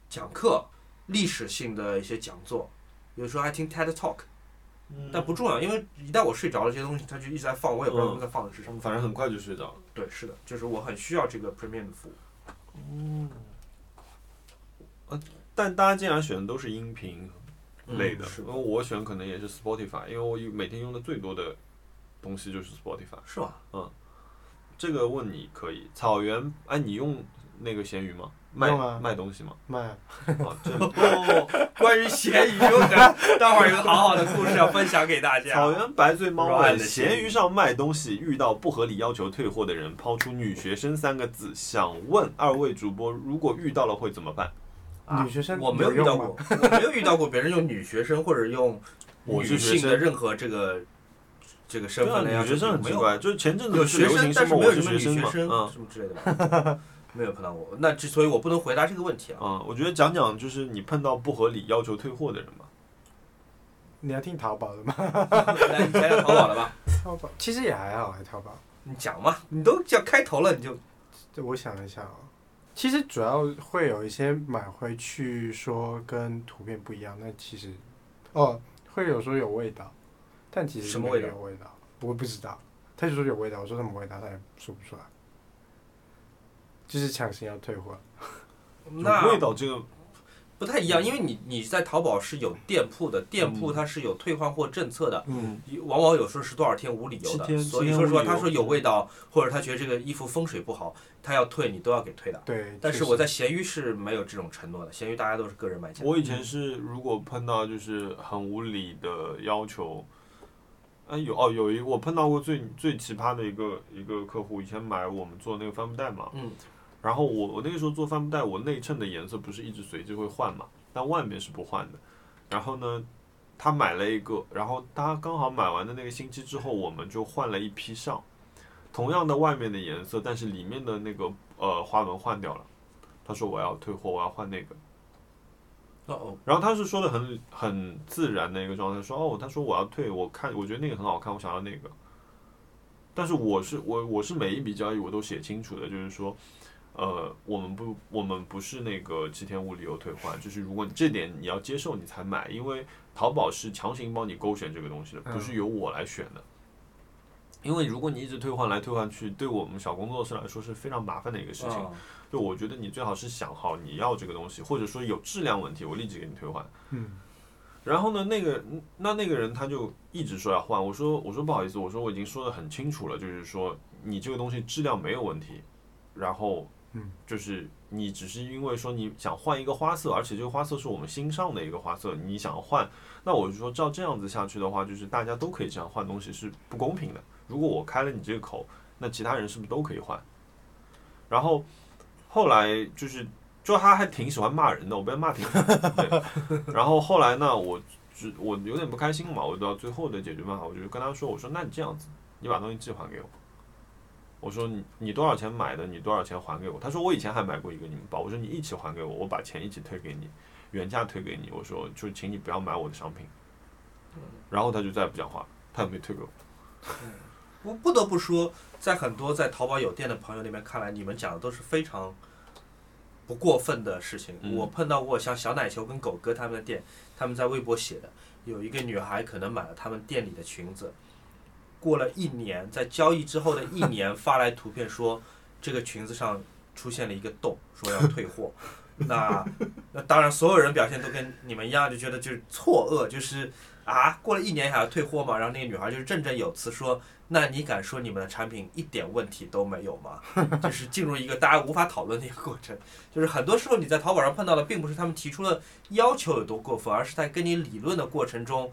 讲课，历史性的一些讲座，有时候还听 TED Talk，但不重要，因为一旦我睡着了，这些东西它就一直在放，我也不嗯知道他们在放的是什么。反正很快就睡着了。对，是的，就是我很需要这个 Premium 的服务。但大家竟然选的都是音频类的，嗯是因的为我选可能也是 Spotify，因为我每天用的最多的东西就是 Spotify。是吧？这个问你可以，草原，哎，你用那个闲鱼吗？卖用啊卖东西 吗？慢，啊，这哦，关于咸鱼，我感待会儿有个好好的故事要分享给大家。草原白醉猫问： Run 的闲鱼闲鱼上卖东西遇到不合理要求退货的人，抛出“女学生”三个字，想问二位主播，如果遇到了会怎么办？啊女学生我没有遇有到用吗过，我没有遇到过别人用女学生或者用我是女学性的生，任何这个这个身对啊，份的要女求学生很没奇有怪，就是前阵子有不是学流生行，但什是么没我有是什么学女学生嘛，生嗯什么之类的吧， 没有碰到过。那之所以我不能回答这个问题啊，嗯，我觉得讲讲就是你碰到不合理要求退货的人嘛，你要听淘宝的吗？来你讲讲淘宝了吧？淘宝其实也还好，淘宝。你讲嘛，你都讲开头了，你就对，我想一下哦，其实主要会有一些买回去说跟图片不一样，那其实哦会有说有味道，但其实什么没味道有味道，我不知道。他就说有味道，我说什么味道他也说不出来，就是强行要退货。那味道这个不太一样，因为你你在淘宝是有店铺的，店嗯铺它是有退换货政策的，嗯，往往有时候是多少天无理由七天的，所七以天说实话，无理由嗯他说有味道，或者他觉得这个衣服风水不好，他要退你都要给退的。嗯对。但是确我实在闲鱼是没有这种承诺的，闲鱼大家都是个人买家。我以前是如果碰到就是很无理的要求，哎有哦有一个我碰到过最最奇葩的一个一个客户，以前买我们做那个帆布袋嘛，嗯，然后我我那个时候做帆布袋，我内衬的颜色不是一直随机会换嘛，但外面是不换的。然后呢，他买了一个，然后他刚好买完的那个星期之后，我们就换了一批上，同样的外面的颜色，但是里面的那个呃花纹换掉了。他说我要退货，我要换那个。哦哦，然后他是说的很很自然的一个状态，说哦，他说我要退，我看我觉得那个很好看，我想要那个。但是我是我我是每一笔交易我都写清楚的，就是说，呃，我们不我们不是那个七天无理由退换，就是如果你这点你要接受你才买，因为淘宝是强行帮你勾选这个东西的，嗯不是由我来选的。因为如果你一直退换来退换去，对我们小工作室来说是非常麻烦的一个事情。哦就我觉得你最好是想好你要这个东西，或者说有质量问题，我立即给你退换。嗯，然后呢，那个那那个人他就一直说要换，我说我说不好意思，我说我已经说的很清楚了，就是说你这个东西质量没有问题，然后嗯，就是你只是因为说你想换一个花色，而且这个花色是我们新上的一个花色，你想要换，那我就说照这样子下去的话，就是大家都可以这样换东西是不公平的。如果我开了你这个口，那其他人是不是都可以换？然后后来就是。就他还挺喜欢骂人的，我被他骂挺 惨的。对然后后来呢，我只我有点不开心嘛，我到最后的解决办法，我就跟他说，我说那你这样子，你把东西寄还给我。我说你你多少钱买的，你多少钱还给我。他说我以前还买过一个你们包，我说你一起还给我，我把钱一起退给你，原价退给你。我说就请你不要买我的商品。然后他就再也不讲话，他也没退给我。我不得不说，在很多在淘宝有店的朋友那边看来，你们讲的都是非常不过分的事情。嗯我碰到过像小奶球跟狗哥他们的店，他们在微博写的，有一个女孩可能买了他们店里的裙子，过了一年，在交易之后的一年发来图片说这个裙子上出现了一个洞，说要退货。 那 那当然，所有人表现都跟你们一样，就觉得就是错愕，就是啊，过了一年还要退货吗？然后那个女孩就是振振有词说。那你敢说你们的产品一点问题都没有吗？ 就是进入一个大家无法讨论的一个过程。就是很多时候你在淘宝上碰到的，并不是他们提出了要求有多过分，而是在跟你理论的过程中，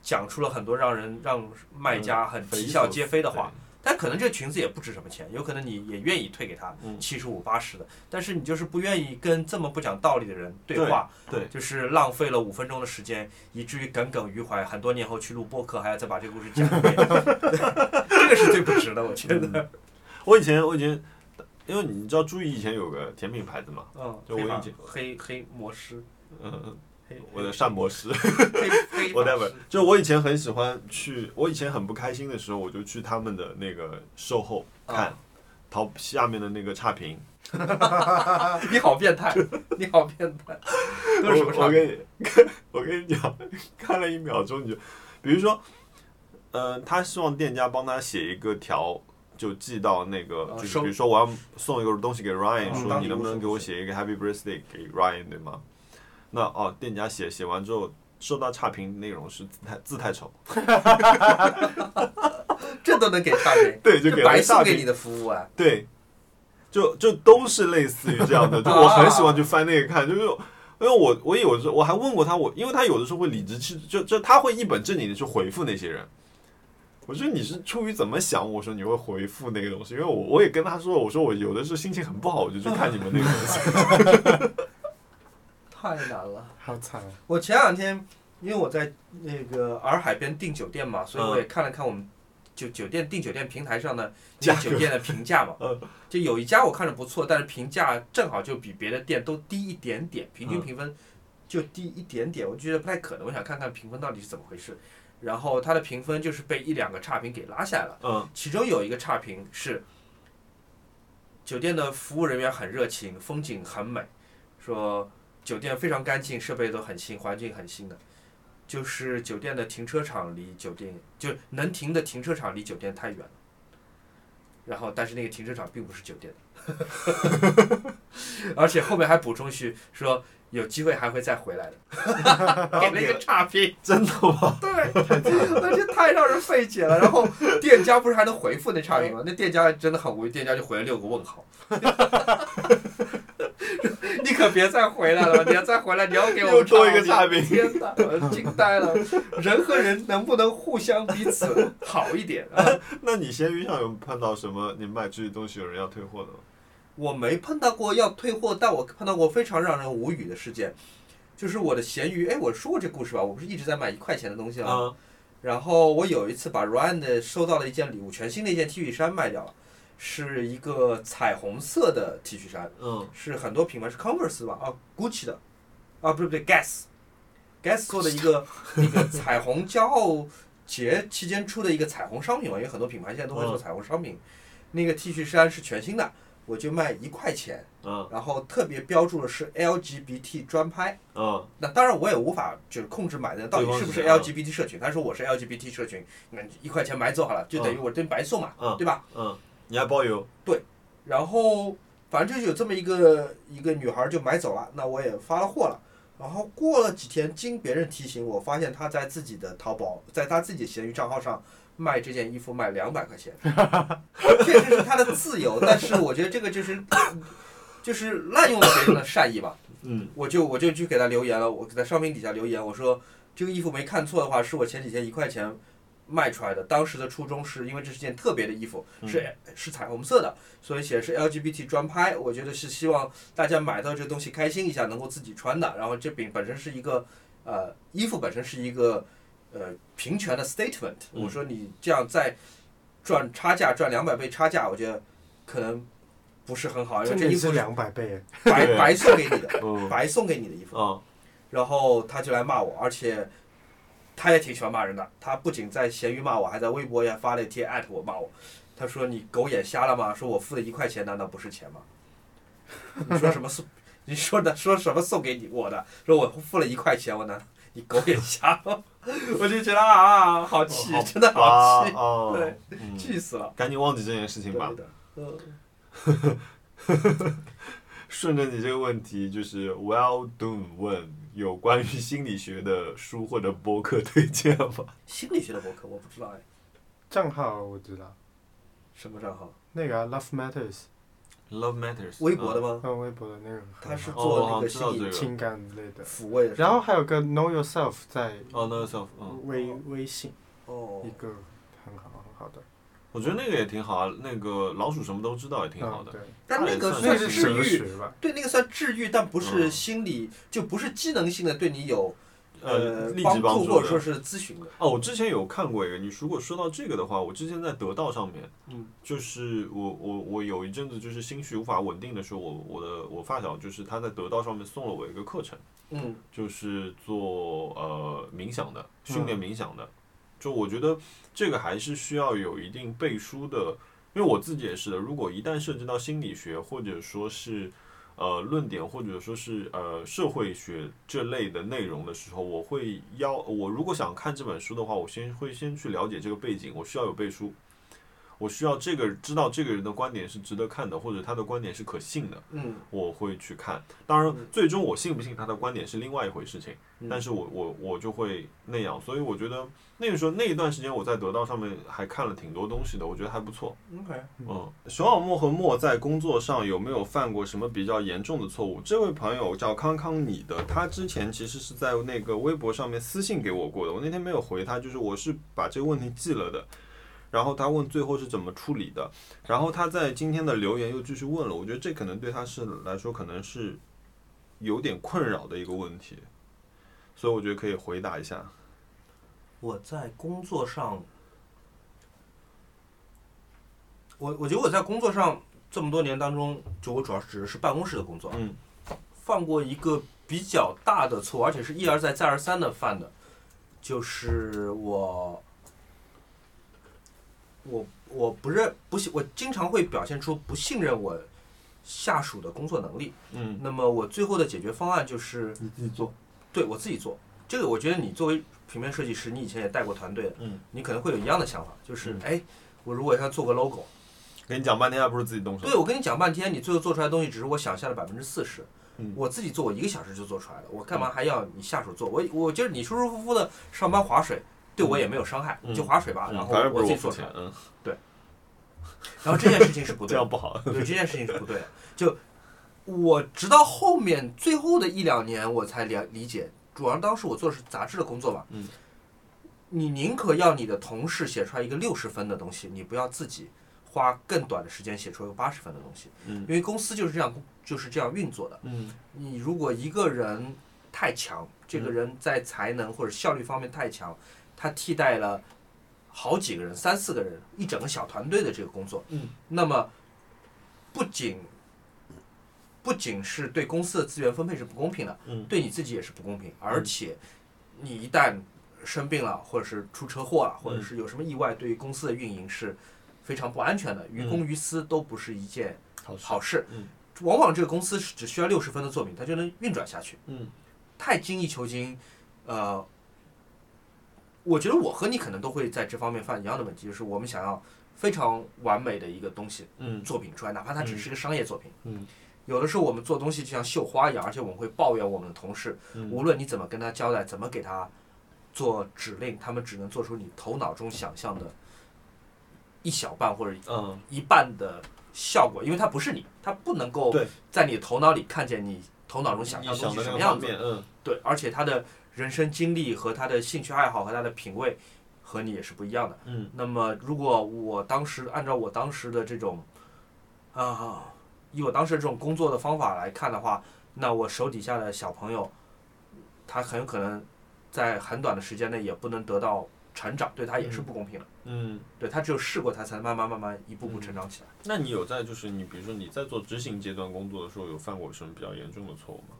讲出了很多让人让卖家很匪夷啼笑所皆非的思话。但可能这个裙子也不值什么钱，有可能你也愿意退给他嗯七十五八十的，但是你就是不愿意跟这么不讲道理的人对对话，对，就是浪费了五分钟的时间，以至于耿耿于怀。很多年后去录播客，还要再把这个故事 讲一遍，这个是最不值的，我觉得。我以前我以前，因为你知道朱毅以前有个甜品牌子嘛，嗯，就我理解黑黑魔师，嗯， 黑我的膳魔师。黑黑我法待师会儿，就我以前很喜欢去，我以前很不开心的时候，我就去他们的那个售后看啊，淘下面的那个差评。啊你好 变态，你好变态，都我是什么我差跟别？你 我跟你讲，看了一秒钟你就，比如说，呃，他希望店家帮他写一个条。就寄到那个啊，就是收比如说我要送一个东西给 Ryan，、啊说当你礼能物不能收给我信写一个 Happy Birthday 给 Ryan，对吗？那哦，店家写写完之后，收到差评内容是字太字太丑，这都能给差评？ 对，就这给了白个送差给评你。的服务啊！对，就就都是类似于这样的，就我很喜欢去翻那个看，就是因为我我有时候我还问过他，我因为他有的时候会理直气，就就他会一本正经的去回复那些人。我说你是出于怎么想？我说你会回复那个东西，因为我我也跟他说，我说我有的时候心情很不好，我就去看你们那个 东西。太难了。好惨啊！我前两天因为我在那个洱海边订酒店嘛，所以我也看了看我们酒酒店订酒店平台上的价格那个酒店的评价嘛 嗯，就有一家我看着不错，但是评价正好就比别的店都低一点点，平嗯均评分就低一点点，我就觉得不太可能，我想看看评分到底是怎么回事。然后它的评分就是被一两个差评给拉下来了。嗯其中有一个差评是，酒店的服务人员很热情，风景很美，说酒店非常干净，设备都很新，环境很新的。就是酒店的停车场离酒店就能停的停车场离酒店太远了，然后但是那个停车场并不是酒店 的，而且后面还补充一句说有机会还会再回来的，给了一个差评。 真的吗？对，那这太让人费解了。然后店家不是还能回复那差评吗？那店家真的很无语，店家就回了六个问号。 你可别再回来了，你要再回来，你要给我又们多一个差评天哪，我惊呆了！人和人能不能互相彼此好一点 啊？那你闲鱼上有碰到什么你买这些东西有人要退货的吗？我没碰到过要退货，但我碰到过非常让人无语的事件，就是我的闲鱼，哎，我说过这故事吧？我不是一直在买一块钱的东西吗？啊，然后我有一次把 Ryan 的收到了一件礼物，全新的一件 T 恤衫卖掉了，是一个彩虹色的 T 恤衫，嗯是很多品牌是 Converse 吧？啊，Gucci 的，啊，不对不对，Guess，Guess 做的 一个那个彩虹骄傲节期间出的一个彩虹商品嘛，因为很多品牌现在都会做嗯彩虹商品。那个 T 恤衫是全新的，我就卖一块钱，嗯然后特别标注的是 LGBT 专拍。嗯那当然，我也无法就是控制买的到底是不是对方是 LGBT 社群。他说我是 LGBT 社群，那你一块钱买走好了，就等于我真白送嘛，嗯对吧？嗯，你还包邮？然后反正就有这么一个一个女孩就买走了，那我也发了货了。然后过了几天，经别人提醒我，发现她在自己的淘宝，在她自己的闲鱼账号上卖这件衣服卖两百块钱，确实是她的自由，但是我觉得这个就是就是滥用了别人的善意吧。嗯我就我就去给他留言了，我在商品底下留言，我说这个衣服没看错的话，是我前几天一块钱卖出来的。当时的初衷是因为这是件特别的衣服，嗯是是彩虹色的，所以写的是 LGBT 专拍。我觉得是希望大家买到这个东西开心一下，能够自己穿的。然后这饼本身是一个呃衣服本身是一个呃平权的 statement。嗯我说你这样再赚差价赚两百倍差价，我觉得可能不是很好，因为真这的衣服是是两百倍，白对白送给你的， 嗯白送给你的衣服。嗯然后他就来骂我，而且他也挺喜欢骂人的。他不仅在闲鱼骂我，还在微博也发了一贴艾特我骂我。他说：“你狗眼瞎了吗？说我付的一块钱难道不是钱吗？你说什么送？你说的说什么送给你我的？说我付了一块钱，我难道你狗眼瞎了吗？” 我就觉得啊，好气，哦 真的好气，哦，对嗯气死了。赶紧忘记这件事情对吧。的，嗯，顺着你这个问题，就是 Well Done 问有关于心理学的书或者播客推荐吗？心理学的博客我不知道哎，账号我知道，什么账嗯号？那个、啊、Love Matters， Love Matters，微博的吗？看微博的那个他是哦我做好那像知个心道理这个情感类的，抚慰的是吧，然后还有个 Know Yourself 在哦、那 self，嗯，微微信哦一，个很好很好的，我觉得那个也挺好啊，那个老鼠什么都知道也挺好嗯的。对，但那个那算那是治哲愈，学吧？对，那个算治愈，但不是嗯心理，就不是机能性的对你有呃，立即帮帮助或者说的。是咨询的。哦，我之前有看过一个，你如果说到这个的话，我之前在得到上面，嗯，就是我我我有一阵子就是心绪无法稳定的时候，我我的我发小就是他在得到上面送了我一个课程。嗯，就是做呃冥想的训练冥想的，就我觉得这个还是需要有一定背书的，因为我自己也是的。如果一旦涉及到心理学或者说是呃论点或者说是呃社会学这类的内容的时候，我会要我如果想看这本书的话，我先会先去了解这个背景，我需要有背书。我需要这个知道这个人的观点是值得看的，或者他的观点是可信的。嗯，我会去看。当然，最终我信不信他的观点是另外一回事情，嗯但是我我我就会那样。所以我觉得那个时候那一段时间我在得到上面还看了挺多东西的，我觉得还不错。 OK，嗯，熊小莫和莫在工作上有没有犯过什么比较严重的错误？这位朋友叫康康，你的他之前其实是在那个微博上面私信给我过的，我那天没有回他，就是我是把这个问题记了的。然后他问最后是怎么处理的，然后他在今天的留言又继续问了，我觉得这可能对他是来说可能是有点困扰的一个问题，所以我觉得可以回答一下。我在工作上我我觉得我在工作上这么多年当中，就我主要指的是办公室的工作，啊嗯，犯过一个比较大的错误，而且是一而再再而三的犯的，就是我，我我不认不信，我经常会表现出不信任我下属的工作能力。嗯，那么我最后的解决方案就是你自己做，对我自己做。这个我觉得你作为平面设计师，你以前也带过团队的，嗯，你可能会有一样的想法，就是嗯哎，我如果要做个 logo，跟你讲半天还不如自己动手。对我跟你讲半天，你最后做出来的东西只是我想象的百分之四十嗯。我自己做，我一个小时就做出来了，我干嘛还要你下属做？我我就是你舒舒服服的上班划水，对我也没有伤害，嗯你就划水吧。嗯然后反正不我是自己付做出钱来，，嗯，然后这件事情是 不这对的样，不好。 对这件事情是不对的。 就我直到后面最后的一两年，我才了理解，主要当时我做的是杂志的工作嘛，嗯，你宁可要你的同事写出来一个六十分的东西，你不要自己花更短的时间写出一个八十分的东西，嗯因为公司就是这样就是这样运作的。嗯你如果一个人太强，这个嗯人在才能或者效率方面太强，他替代了好几个人、三四个人、一整个小团队的这个工作，嗯，那么不仅不仅是对公司的资源分配是不公平的，嗯对你自己也是不公平，而且你一旦生病了，或者是出车祸嗯了，或者是有什么意外，对于公司的运营是非常不安全的，嗯于公于私都不是一件好事好事。嗯往往这个公司是只需要六十分的作品，它就能运转下去。嗯，太精益求精，呃，我觉得我和你可能都会在这方面犯一样的问题，就是我们想要非常完美的一个东西嗯作品出来，哪怕它只是个商业作品。嗯，有的时候我们做东西就像绣花一样，而且我们会抱怨我们的同事，嗯无论你怎么跟他交代，怎么给他做指令，他们只能做出你头脑中想象的一小半或者嗯，一半的效果，因为它不是你，它不能够对在你的头脑里看见你头脑中想象你的东想西的是那什么个画样子。面，嗯对，而且他的人生经历和他的兴趣爱好和他的品味和你也是不一样的。嗯那么，如果我当时按照我当时的这种啊，以我当时这种工作的方法来看的话，那我手底下的小朋友，他很有可能在很短的时间内也不能得到成长，对他也是不公平的。嗯。对他只有试过，他才慢慢慢慢一步步成长起来。那你有在就是你比如说你在做执行阶段工作的时候，有犯过什么比较严重的错误吗？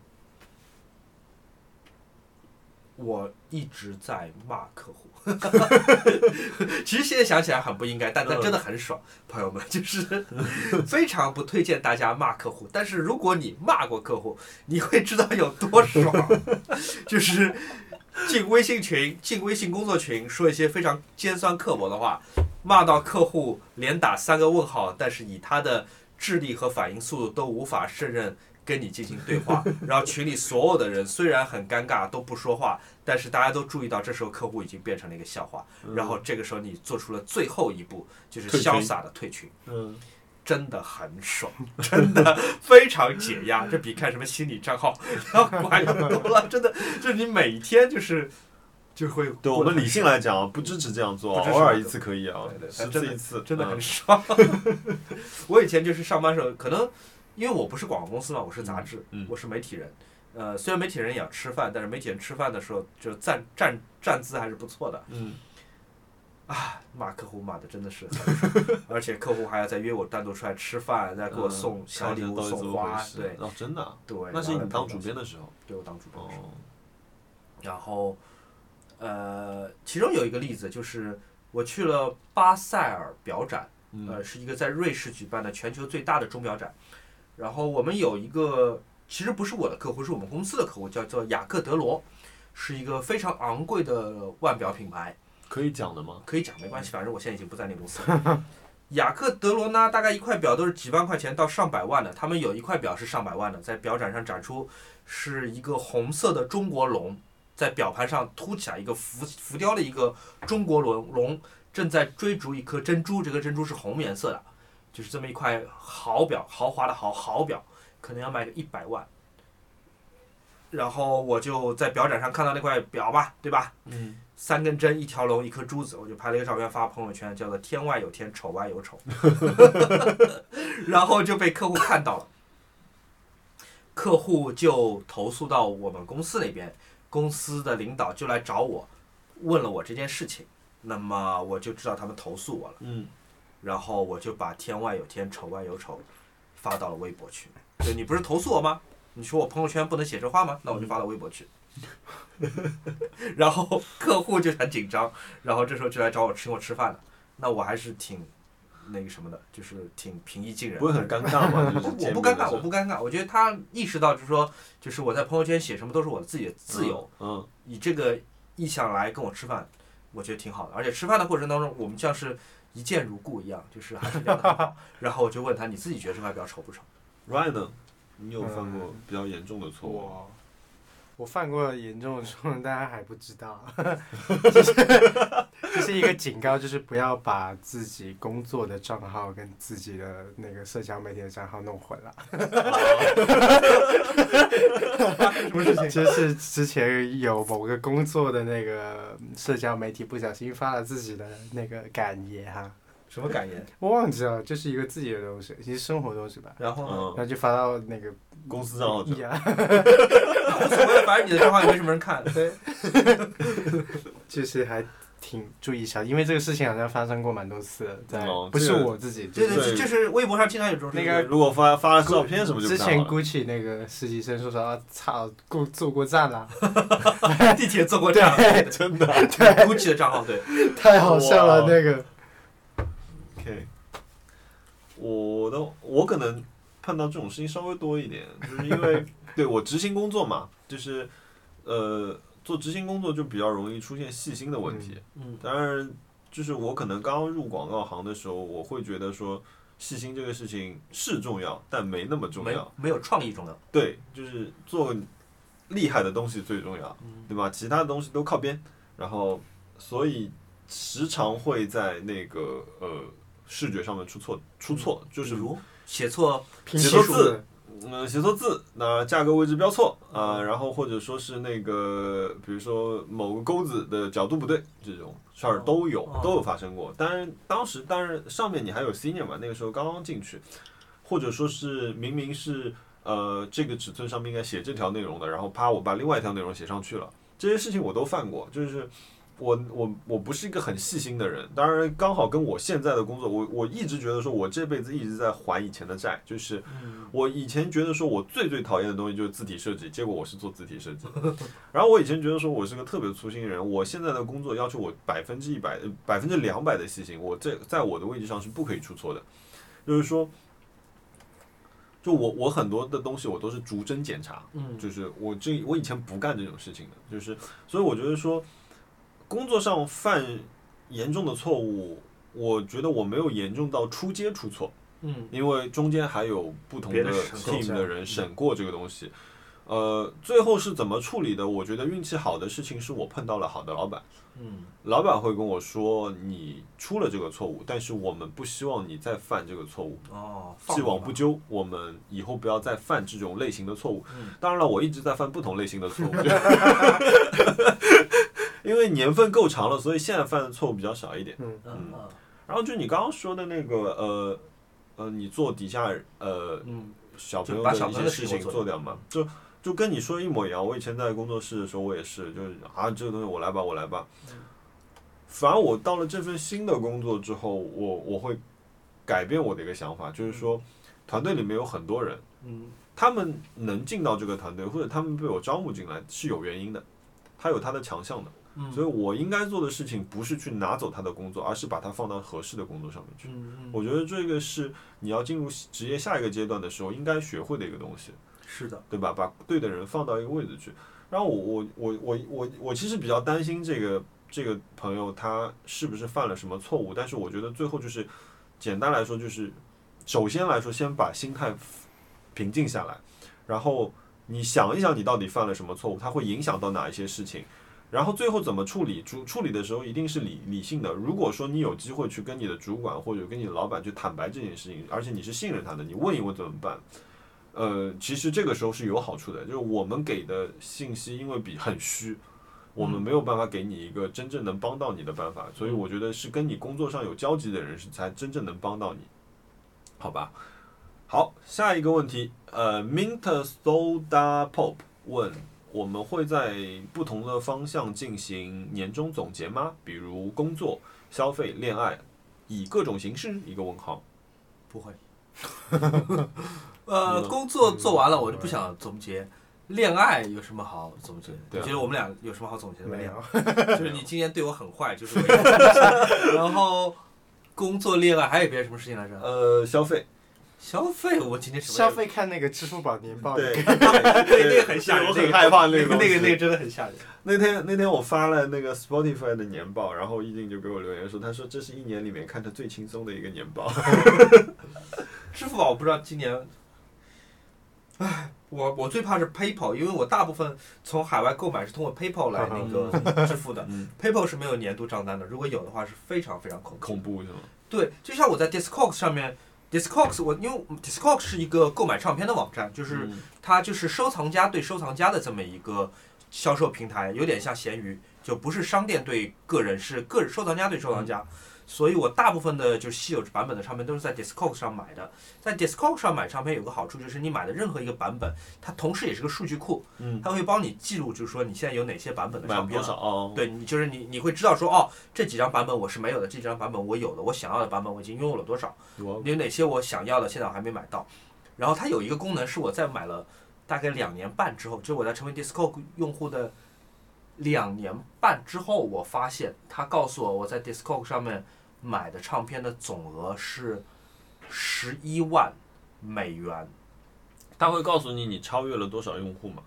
我一直在骂客户， 其实现在想起来很不应该，但但真的很爽，朋友们， 就是非常不推荐大家骂客户。但是如果你骂过客户，你会知道有多爽， 就是进微信群、进微信工作群，说一些非常尖酸刻薄的话，骂到客户连打三个问号，但是以他的智力和反应速度都无法胜任。跟你进行对话，然后群里所有的人虽然很尴尬都不说话，但是大家都注意到，这时候客户已经变成了一个笑话。嗯然后这个时候你做出了最后一步，就是退群潇洒的退群，嗯，真的很爽， 真的非常解 压，这比看什么心理账号要管得多了。真的，就是你每天就是就会对我过得们理性来讲，啊不支持这样做，不支持偶尔一次可以啊对，对十真次的一次真的很嗯爽。 我以前就是上班时候，可能因为我不是广告公司嘛，我是杂志，嗯嗯我是媒体人。呃，虽然媒体人也要吃饭，但是媒体人吃饭的时候就站站站姿还是不错的。嗯啊，骂客户骂的真的是很爽，而且客户还要再约我单独出来吃饭，再给嗯我送小礼物、送花，对哦，真的啊，对。那是你然后再当给主我编的时候对我当主编的时候哦，然后，呃，其中有一个例子就是我去了巴塞尔表展，嗯呃，是一个在瑞士举办的全球最大的钟表展。然后我们有一个，其实不是我的客户，是我们公司的客户，叫做雅克德罗，是一个非常昂贵的腕表品牌。可以讲的吗？可以讲，没关系，反正我现在已经不在那公司了。 雅克德罗呢，大概一块表都是几万块钱到上百万的，他们有一块表是上百万的，在表展上展出是一个红色的中国龙，在表盘上凸起来一个浮浮雕的一个中国龙龙正在追逐一颗珍珠，这颗珍珠是红颜色的，就是这么一块好表，豪华的豪好表，可能要卖个一百万。然后我就在表展上看到那块表吧，对吧？嗯，三根针，一条龙，一颗珠子，我就拍了一个照片发朋友圈，叫做“天外有天，丑外有丑”， 然后就被客户看到了，客户就投诉到我们公司那边，公司的领导就来找我，问了我这件事情，那么我就知道他们投诉我了。嗯然后我就把“天外有天，丑外有丑”发到了微博去。就你不是投诉我吗？你说我朋友圈不能写这话吗？那我就发到微博去。 然后客户就很紧张，然后这时候就来找我请我吃饭了。那我还是挺那个什么的，就是挺平易近人的。不会很尴尬吗？就是我见不面尴的尬，时我候不尴尬。我觉得他意识到，就是说，就是我在朋友圈写什么都是我自己的自由，，嗯，以这个意向来跟我吃饭，我觉得挺好的。而且吃饭的过程当中，我们像是一见如故一样，就是还是聊得很 好。然后我就问他，你自己觉得这外表丑不丑？嗯 Ryan 呢？你有犯过比较严重的错误吗？我我犯过严重的错误，大家还不知 道，这、是这是一个警告，就是不要把自己工作的账号跟自己的那个社交媒体的账号弄混了。什么事情？就是之前有某个工作的那个社交媒体不小心发了自己的那个感言哈， 什么感言？我忘记了，就是一个自己的东西，其实生活东西吧，然后呢？嗯然，后就发到那个公司账号这样呀。 无所谓，反正你的账号也没什么人看。对，就是还挺注意小心，因为这个事情好像发生过蛮多次了，在、哦不这是个我自己，对就对，是就是微博上经常有这种事那情个如果发发了照片什么就不之太前好了 GUCCI 那个实习生说说啊，操，过坐过站啊 啦，地铁坐过站，哦真的啊 GUCCI 的账号对。 太好笑了哇那个。 OK。我的我可能碰到这种事情稍微多一点，就是因 为对我执行工作嘛，就是呃做执行工作就比较容易出现细心的问题。嗯，当然，就是我可能刚入广告行的时候，我会觉得说细心这个事情是重要，但没那么重没要。没有创意重要。对，就是做厉害的东西最重要，对吧？其他的东西都靠边。然后，所以时常会在那个呃视觉上面出错，出错就是嗯比如写错拼写数错字嗯、写错字，那价格位置标错啊、然后或者说是那个，比如说某个钩子的角度不对，这种事儿都有、哦都有发生过。当然当时当然上面你还有 senior 嘛，那个时候刚刚进去，或者说是明明是呃这个尺寸上面应该写这条内容的，然后啪我把另外一条内容写上去了，这些事情我都犯过，就是。我我我不是一个很细心的人，当然刚好跟我现在的工作，我我一直觉得说，我这辈子一直在还以前的债，就是我以前觉得说我最最讨厌的东西就是字体设计，结果我是做字体设计。然后我以前觉得说我是个特别粗心人，我现在的工作要求我百分之一百、呃百分之两百的细心，我这在我的位置上是不可以出错的。就是说，就我我很多的东西我都是逐帧检查，嗯就是我这我以前不干这种事情的，就是所以我觉得说，工作上犯严重的错误，我觉得我没有严重到出街出错。嗯因为中间还有不同别的人审过嗯 team 的人审过这个东西，呃，最后是怎么处理的？我觉得运气好的事情是我碰到了好的老板，嗯老板会跟我说你出了这个错误，但是我们不希望你再犯这个错误，哦，放既往吧不咎，我们以后不要再犯这种类型的错误。嗯当然了，我一直在犯不同类型 的错误，就因为年份够长了，所以现在犯的错误比较少一点。嗯嗯然后就你刚刚说的那个呃呃，你做底下呃嗯小朋友就把小一朋友的些事事情情做做掉嘛，就就跟你说一模一样。我以前在工作室的时候，我也是，就是啊，这个东西我来吧，我来吧。嗯反而我到了这份新的工作之后，我我会改变我的一个想法，就是说，团队里面有很多人，嗯他们能进到这个团队，或者他们被我招募进来是有原因的，他有他的强项的，嗯所以我应该做的事情不是去拿走他的工作，而是把它放到合适的工作上面去。嗯我觉得这个是你要进入职业下一个阶段的时候应该学会的一个东西，是的，对吧？把对的人放到一个位置去。然后我我我我我我其实比较担心这个这个朋友他是不是犯了什么错误，但是我觉得最后就是简单来说就是，首先来说先把心态平静下来，然后你想一想你到底犯了什么错误，它会影响到哪一些事情。然后最后怎么处理？处处理的时候一定是理理性的。如果说你有机会去跟你的主管或者跟你的老板去坦白这件事情，而且你是信任他的，你问一问怎么办？呃，其实这个时候是有好处的，就是我们给的信息因为比很虚，我们没有办法给你一个真正能帮到你的办法，所以我觉得是跟你工作上有交集的人是才真正能帮到你，好吧？好，下一个问题，呃，Mint Soda Pop 问。我们会在不同的方向进行年终总结吗？比如工作、消费、恋爱、以各种形式一个问号。不会。呃，工作做完了，我就不想总结。恋爱有什么好总结？对啊你觉得我们俩有什么好总结的？没有，就是你今年对我很坏，就是 没有。然后工作、恋爱还有别的什么事情来着？呃，消费，消费，我今天什么消费看那个支付宝年 报，对，对那对个很吓人，我那很个害怕啊那那个个那个那那个真的很吓人。那天那天我发了那个 Spotify 的年报，然后易静就给我留言说，他说这是一年里面看的最轻松的一个年报。支付宝我不知道今年，唉，我我最怕是 PayPal，因为我大部分从海外购买是通过 PayPal 来那个支付的 嗯，PayPal 是没有年度账单的，如果有的话是非常非常恐怖。恐怖是吗？对，就像我在 Discogs 上面，Discogs 我因为 Discogs 是一个购买唱片的网站，就是嗯它就是收藏家对收藏家的这么一个销售平台，有点像闲鱼，就不是商店对个人，是个人收藏家对收藏家。嗯所以我大部分的就是稀有版本的唱片都是在 Discogs 上买的，在 Discogs 上买唱片有个好处就是你买的任何一个版本，它同时也是个数据库，嗯，它会帮你记录，就是说你现在有哪些版本的买唱多片了少？哦，对你就是你，你会知道说哦，这几张版本我是没有的，这几张版本我有的，我想要的版本我已经拥有了多少，我有哪些我想要的现在我还没买到。然后它有一个功能是我在买了大概两年半之后，就是我在成为 Discog 用户的两年半之后，我发现它告诉我我在 Discog 上面买的唱片的总额是十一万美元。他会告诉你你超越了多少用户嘛？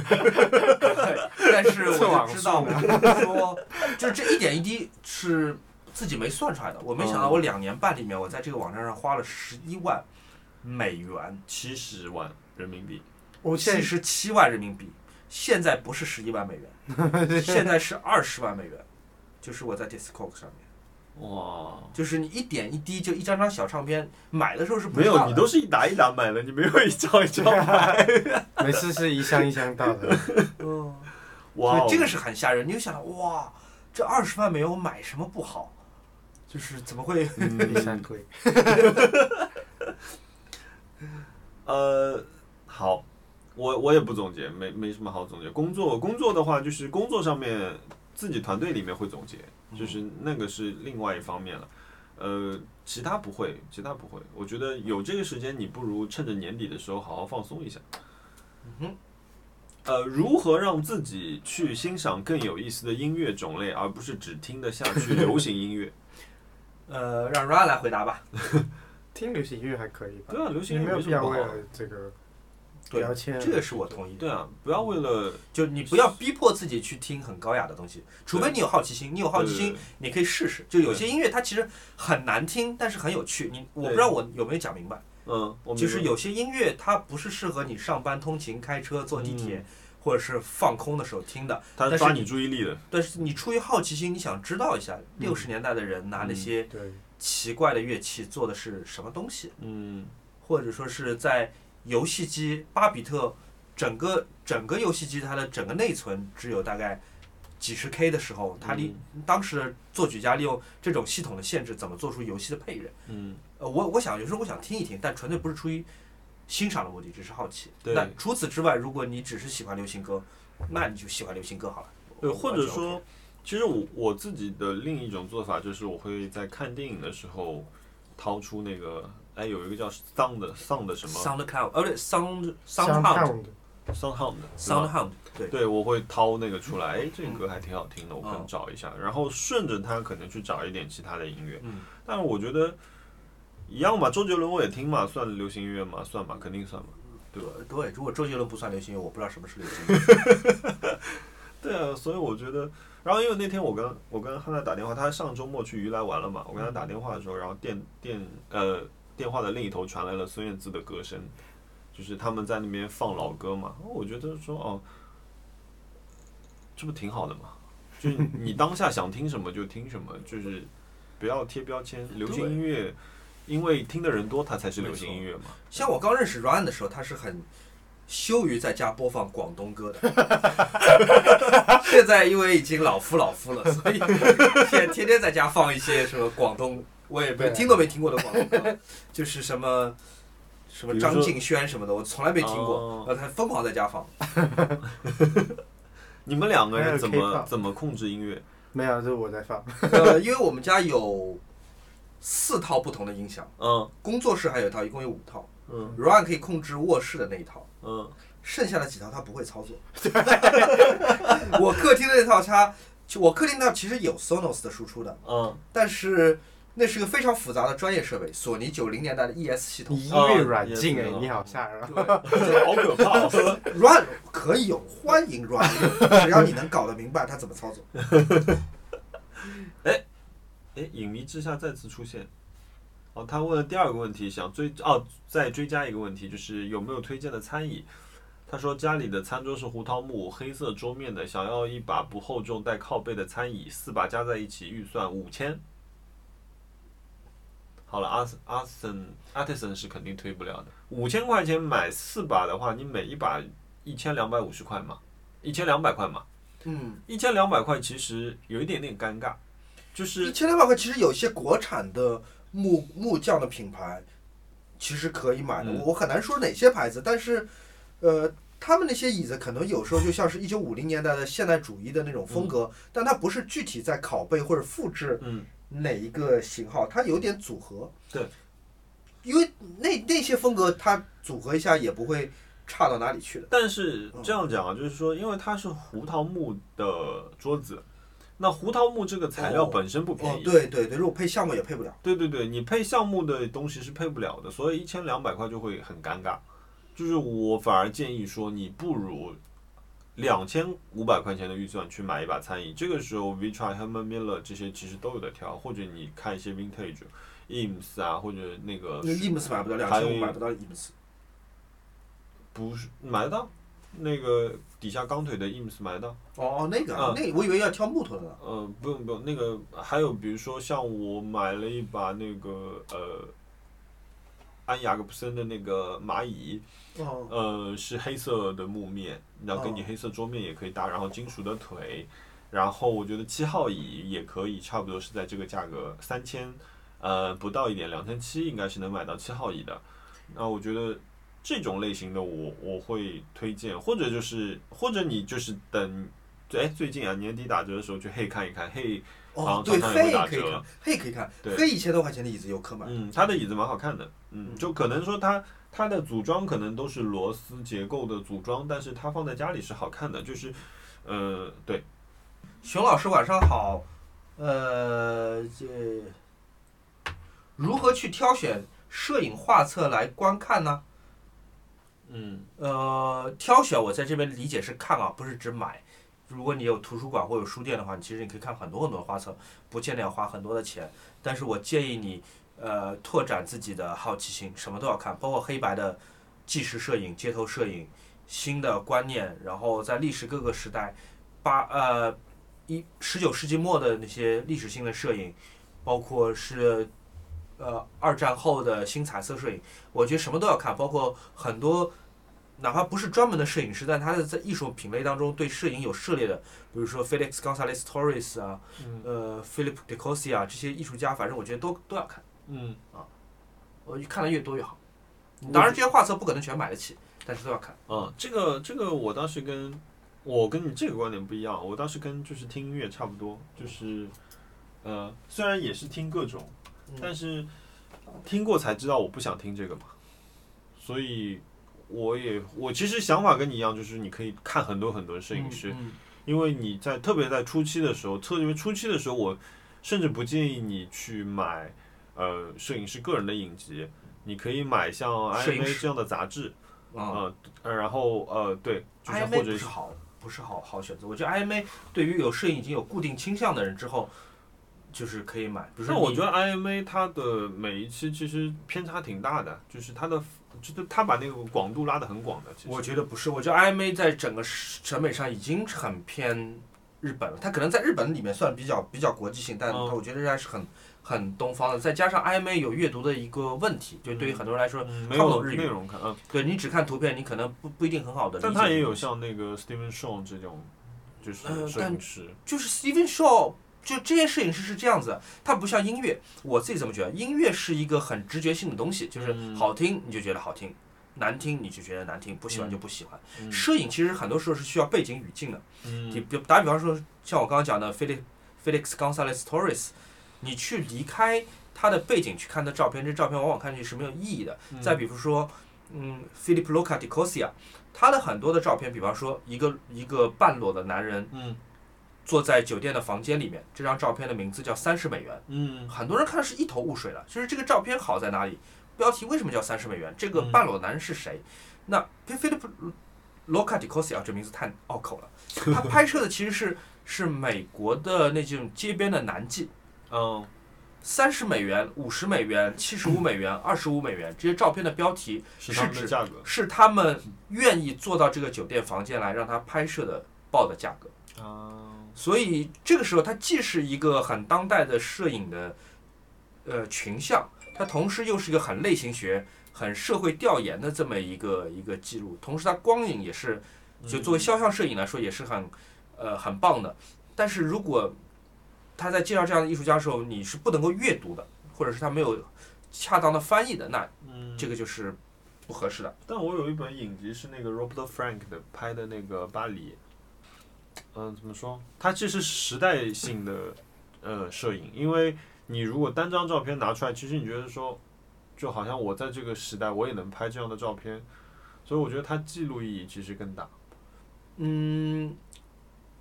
对，但是我就知道，我就说，就是这一点一滴是自己没算出来的。我没想嗯到，我两年半里面，我在这个网站上花了十一万美元，七十万人民币。我现七在十七万人民币。现在不是十一万美 元，现在是二十万美元，就是我在 Discog 上面，哇，就是你一点一滴，就一张张小唱片，买的时候是不没知道有，的你都是一打一打买的，你没有一张一张 买。每次是一箱一箱到 的，嗯哇哦，所以这个是很吓人。你就想，哇，这二十万美元我买什么不好？就是怎么会？一箱嗯贵。呃，好，我我也不总结，没没什么好总结。工作工作的话，就是工作上面自己团队里面会总结，嗯就是那个是另外一方面了。呃，其他不会，其他不会。我觉得有这个时间，你不如趁着年底的时候好好放松一下。嗯呃，如何让自己去欣赏更有意思的音乐种类，而不是只听得下 去流行音乐？呃，让 Ryan 来回答吧。听流行音乐还可以吧？对啊，流行你音没乐没有什必么要不为好了。这个对标签，这个是我同意的，对啊，不要为了就你不要逼迫自己去听很高雅的东西，除非你有好奇心。你有好奇心，你可以试试。就有些音乐它其实很难听，但是很有趣。你我不知道我有没有讲明白，嗯，我就是明白有些音乐它不是适合你上班、通勤、开车、坐地嗯铁。或者是放空的时候听的，他但抓是你注意力的，但是你出于好奇心，你想知道一下六嗯十年代的人拿那些对，奇怪的乐器做的是什么东西。嗯，或者说是在游戏机巴比特整个整个游戏机它的整个内存只有大概几十 K 的时候，它利、嗯当时的作曲家利用这种系统的限制，怎么做出游戏的配乐？嗯，呃，我我想有时候我想听一听，但纯粹不是出于欣赏的目的，只是好奇。对那除此之外，如果你只是喜欢流行歌，那你就喜欢流行歌好了。对，我或者，我说，其实我我自己的另一种做法就是，我会在看电影的时候掏出那个，哎，有一个叫 sound 的 sound 什么 SoundCloud，呃，不对，Sound 香 SoundHound Hound soundhound 是吧 SoundHound，对，对，我会掏那个出来，哎，这嗯个歌还挺好听的，我哦可能找一下，然后顺着它可能去找一点其他的音乐。嗯，但是我觉得一样嘛，周杰伦我也听嘛，算流行音乐嘛，算嘛，肯定算嘛。对对，如果周杰伦不算流行乐，我不知道什么是流行乐。对啊，所以我觉得，然后因为那天我跟我跟汉娜打电话，他上周末去宜兰玩了嘛，我跟他嗯打电话的时候，然后电电呃电话的另一头传来了孙燕姿的歌声，就是他们在那边放老歌嘛，我觉得说哦，这不挺好的嘛，就是你你当下想听什么就听什么，就是不要贴标签，流行音乐。因为听的人多，它才是流行音乐嘛。像我刚认识 Ryan 的时候，他是很羞于在家播放广东歌的。 现在因为已经老夫老夫了，所以现在天天在家放一些什么广东，我也没对听都没听过的广东歌，就是什么什么比如说张敬轩什么的，我从来没听过哦。然后他疯狂在 家放，你们两个还人有怎么 K-pop 怎么控制音乐？没有，这是我在放。呃，因为我们家有四套不同的音响，嗯工作室还有一套，一共有五套。嗯 r o n 可以控制卧室的那一套，嗯剩下的几套他不会操作。 我客厅的那套他，我客厅那套其实有 Sonos 的输出的，嗯， 但是那是个非常复杂的专业设备，索尼九零年代的 ES 系统。你音乐软哦禁也哎是，你好吓人啊！ 好可怕！哦 Run 可以有，欢迎 Run，只要你能搞得明白它怎么操作。哎，影迷之下再次出现。哦，他问了第二个问题，想追哦，再追加一个问题，就是有没有推荐的餐椅？他说家里的餐桌是胡桃木，黑色桌面的，想要一把不厚重带靠背的餐椅，四把加在一起预算五千。好了，阿阿森阿特森是肯定推不了的。五千块钱买四把的话，你每一把一千两百五十块嘛，一千两百块嘛，嗯，一千两百块其实有一点点尴尬，就是一千两百块其实有些国产的木木匠的品牌其实可以买的，嗯我很难说哪些牌子，但是呃，他们那些椅子可能有时候就像是一九五零年代的现代主义的那种风格，但它不是具体在拷贝或者复制嗯哪一个型号，它有点组合。对，因为那那些风格它组合一下也不会差到哪里去的。但是这样讲啊，就是说，因为它是胡桃木的桌子，那胡桃木这个材料哦本身不哦便，宜，对对对，如果配项目也配不了。对对对，你配橡木的东西是配不了的，所以一千两百块就会很尴尬。就是我反而建议说，你不如两千五百块钱的预算去买一把餐椅，这个时候 Vitra、Herman Miller 这些其实都有的挑，或者你看一些 Vintage、Eames 啊，或者那个那 Eames 买不到，两还有千五买不到 Eames。不是买得到，那个底下钢腿的 Eames 买得到。哦哦，那个嗯啊，那个我以为要挑木头的呢。呃，不用不用，那个还有比如说像我买了一把那个呃，安雅各布森的那个蚂蚁，哦，呃，是黑色的木面，然后跟你哦黑色桌面也可以搭，然后金属的腿，然后我觉得七号椅也可以，差不多是在这个价格三千，呃，不到一点，两千七应该是能买到七号椅的。那我觉得这种类型的我我会推荐，或者就是或者你就是等。哎，最近啊，年底打折的时候去黑看一看，黑哦好，对，常常也会黑打可以折看，黑可以看，对黑一千多块钱的椅子有可买。嗯，它的椅子蛮好看的，嗯，就可能说它它的组装可能都是螺丝结构的组装，但是它放在家里是好看的，就是，呃，对，熊老师晚上好，呃，这如何去挑选摄影画册来观看呢？嗯呃，挑选我在这边理解是看啊，不是指买。如果你有图书馆或有书店的话，你其实你可以看很多很多的画册，不见得要花很多的钱。但是我建议你，呃，拓展自己的好奇心，什么都要看，包括黑白的纪实摄影、街头摄影、新的观念，然后在历史各个时代，八呃一十九世纪末的那些历史性的摄影，包括是呃二战后的新彩色摄影，我觉得什么都要看，包括很多哪怕不是专门的摄影师，但他的在艺术品类当中对摄影有涉猎的，比如说 Felix Gonzalez Torres 啊，嗯呃，Philip d e c o s i 啊，这些艺术家，反正我觉得都都要看，嗯，我看的越多越好。当然，这些画册不可能全买得起，但是都要看。嗯，这个这个我当时跟我跟你这个观点不一样，我当时跟就是听音乐差不多，就是呃，虽然也是听各种，但是听过才知道我不想听这个嘛，所以我也我其实想法跟你一样，就是你可以看很多很多摄影师，嗯因为你在特别在初期的时候，特别初期的时候，我甚至不建议你去买呃摄影师个人的影集，你可以买像摄影 IMA 师这样的杂志。啊、呃呃，然后呃，对，就是 IMA 或不者是好，不是好好选择。我觉得 IMA 对于有摄影已经有固定倾向的人之后，就是可以买。比如但说，我觉得 IMA 它的每一期其实偏差挺大的，就是它的，就是它把那个广度拉得很广的。其实我觉得不是，我觉得 IMA 在整个审美上已经很偏日本了，它可能在日本里面算比较比较国际性，但它嗯我觉得还是很很东方的。再加上 IMA 有阅读的一个问题，就对于很多人来说，嗯没看不有懂日内语，容看，嗯，对你只看图片，你可能不不一定很好的理解。但它也有，像那个 Steven Shaw 这种，就是呃摄但影师，就是 Steven Shaw。就这些摄影师是这样子，他不像音乐，我自己这么觉得，音乐是一个很直觉性的东西，就是嗯好听你就觉得好听，难听你就觉得难听，不喜欢就不喜欢。嗯摄影其实很多时候是需要背景语境的。嗯你比打比方说，像我刚刚讲的 Felix Felix Gonzalez Torres，你去离开它的背景去看它照片，这照片往往看上去是没有意义的。嗯再比如说，嗯，Philip Loca di Cosia，他的很多的照片，比方说一个一个半裸的男人嗯坐在酒店的房间里面，这张照片的名字叫《三十美元》。嗯很多人看的是一头雾水了。就是这个照片好在哪里？标题为什么叫三十美元？这个嗯半裸男人是谁？那 Philip Loca di Cosia 啊这名字太拗口了。他拍摄的其实是是美国的那种街边的男妓，嗯三十美元、五十美元、七十五美元、二十五美元这些照片的标题是他们是的指价格是他们愿意坐到这个酒店房间来让他拍摄的报的价格。啊，所以这个时候，它既是一个很当代的摄影的呃群像，它同时又是一个很类型学、很社会调研的这么一个一个记录。同时，它光影也是，嗯就作为肖像摄影来说，也是很呃很棒的。但是如果他在介绍这样的艺术家的时候，你是不能够阅读的，或者是他没有恰当的翻译的，那嗯这个就是不合适的。但我有一本影集是那个 Robert Frank 的拍的那个巴黎，嗯、怎么说？它这是时代性的呃摄影，因为你如果单张照片拿出来，其实你觉得说，就好像我在这个时代我也能拍这样的照片，所以我觉得它记录意义其实更大。嗯，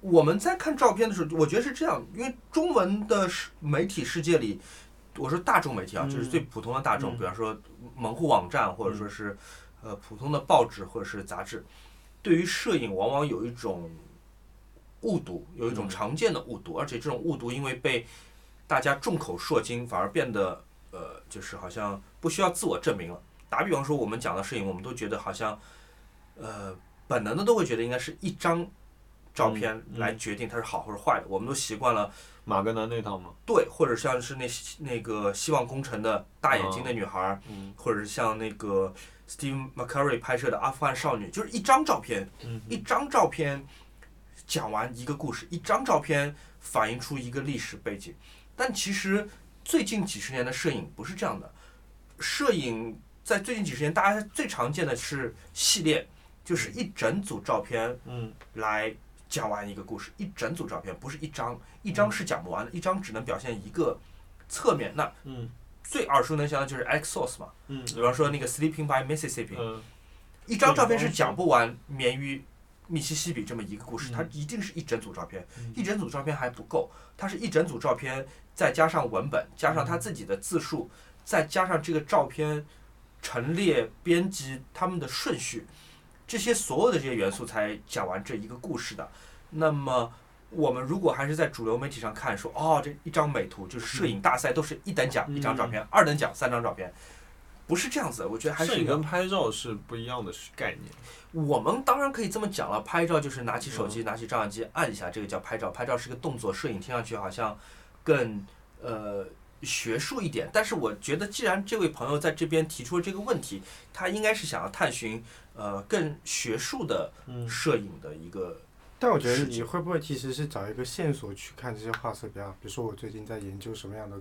我们在看照片的时候，我觉得是这样，因为中文的世媒体世界里，我说大众媒体啊，嗯就是最普通的大众，嗯比方说门户网站，或者说是呃普通的报纸或者是杂志，对于摄影往往有一种误读，有一种嗯常见的误读，而且这种误读因为被大家众口铄金，反而变得呃，就是好像不需要自我证明了。打比方说，我们讲到摄影，我们都觉得好像呃本能的都会觉得应该是一张照片嗯嗯来决定它是好或者坏的，我们都习惯了马格南那套吗？对，或者像是那那个希望工程的大眼睛的女孩儿，嗯或者是像那个 Steve McCurry 拍摄的《阿富汗少女》，就是一张照片，嗯一张照片讲完一个故事，一张照片反映出一个历史背景。但其实最近几十年的摄影不是这样的，摄影在最近几十年大家最常见的是系列，就是一整组照片嗯来讲完一个故事，一整组照片，不是一张，一张是讲不完的，一张只能表现一个侧面。那嗯最耳熟能详的就是 X Source 嘛，嗯比方说那个 Sleeping by Mississippi，、嗯一张照片是讲不完绵于密西西比这么一个故事，它嗯一定是一整组照片，一整组照片还不够，它是一整组照片再加上文本，加上嗯他自己的自述，再加上这个照片陈列、编辑他们的顺序，这些所有的这些元素才讲完这一个故事的。那么。我们如果还是在主流媒体上看说，哦，这一张美图就是摄影大赛，都是一等嗯奖一张照片，二等奖三张照片，不是这样子的。我觉得还摄是影一个跟拍照是不一样的概念。我们当然可以这么讲了，拍照就是拿起手机，拿起照相机按一下，这个叫拍照。拍照是个动作，摄影听上去好像更呃学术一点。但是我觉得，既然这位朋友在这边提出了这个问题，他应该是想要探寻呃更学术的嗯摄影的一个但我觉得是你会不会其实是找一个线索去看这些画册比较，比如说我最近在研究什么样的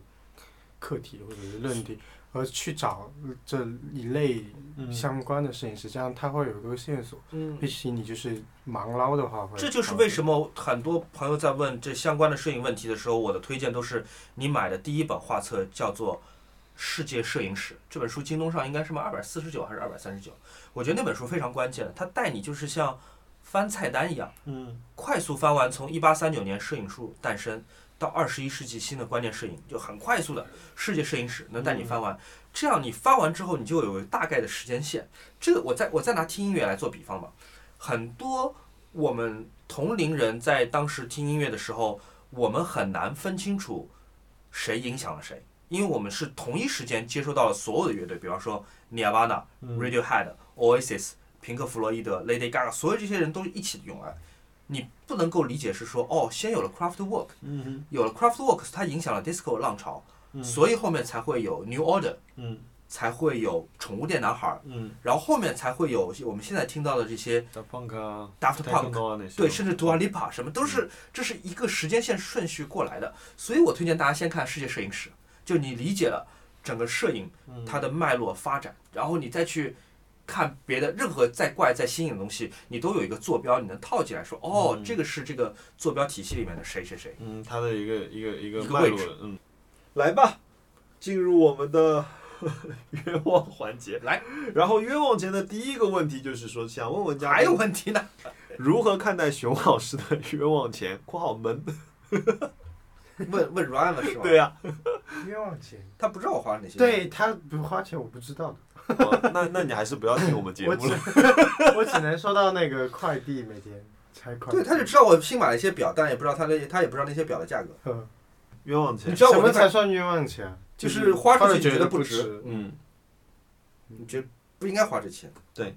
课题或者是论题，而去找这一类嗯相关的摄影师，这样他会有一个线索。嗯毕竟你就是盲捞的话，会这就是为么什么很多朋友在问这相关的摄影问题的时候，我的推荐都是你买的第一本画册叫做《世界摄影史》这本书，京东上应该是卖二百四十九还是二百三十九？我觉得那本书非常关键的，它带你就是像翻菜单一样，嗯快速翻完从一八三九年摄影术诞生到二十一世纪新的观念摄影，就很快速的世界摄影史能带你翻完。这样你翻完之后，你就有大概的时间线。这个我再我再拿听音乐来做比方吧，很多我们同龄人在当时听音乐的时候，我们很难分清楚谁影响了谁，因为我们是同一时间接收到了所有的乐队，比方说 Nirvana、Radiohead、Oasis、平克·弗洛伊德、Lady Gaga，所有这些人都是一起涌来。你不能够理解是说，哦，先有了 Craftwork，嗯有了 Craftwork，它影响了 disco 浪潮，所以后面才会有 New Order，嗯才会有宠物店男孩，嗯，然后后面才会有我们现在听到的这些大 punk 啊 Daft Punk， Techno 啊那些，对，甚至 Dua Lipa 什么都是，这是一个时间线顺序过来的。所以我推荐大家先看《世界摄影史》，就你理解了整个摄影嗯它的脉络发展，然后你再去看别的任何再怪再新颖的东西，你都有一个坐标，你能套进来说，哦，这个是这个坐标体系里面的谁谁谁。嗯嗯，它的一个一个一个一个脉位络置的，嗯，来吧，进入我们 的冤枉环节。来，然后冤枉节的第一个问题就是说，想问啊问嘉还有宾问题呢？如何看待熊老师的冤枉钱（括号门问问 Ryan 了是）？吧？对，呀、冤枉钱，他不知道我花了哪些。对，他不花钱我不知道的，哦那那你还是不要听我们节我目只了。我只能收到那个快递每天拆快递。对，他就知道我新买了一些表，但也不知道他那他也不知道那些表的价格。嗯冤枉你钱，知道什我么那才款算冤枉钱啊？就是花出去了你觉得得不值值，嗯，你觉得不应该花这钱？对。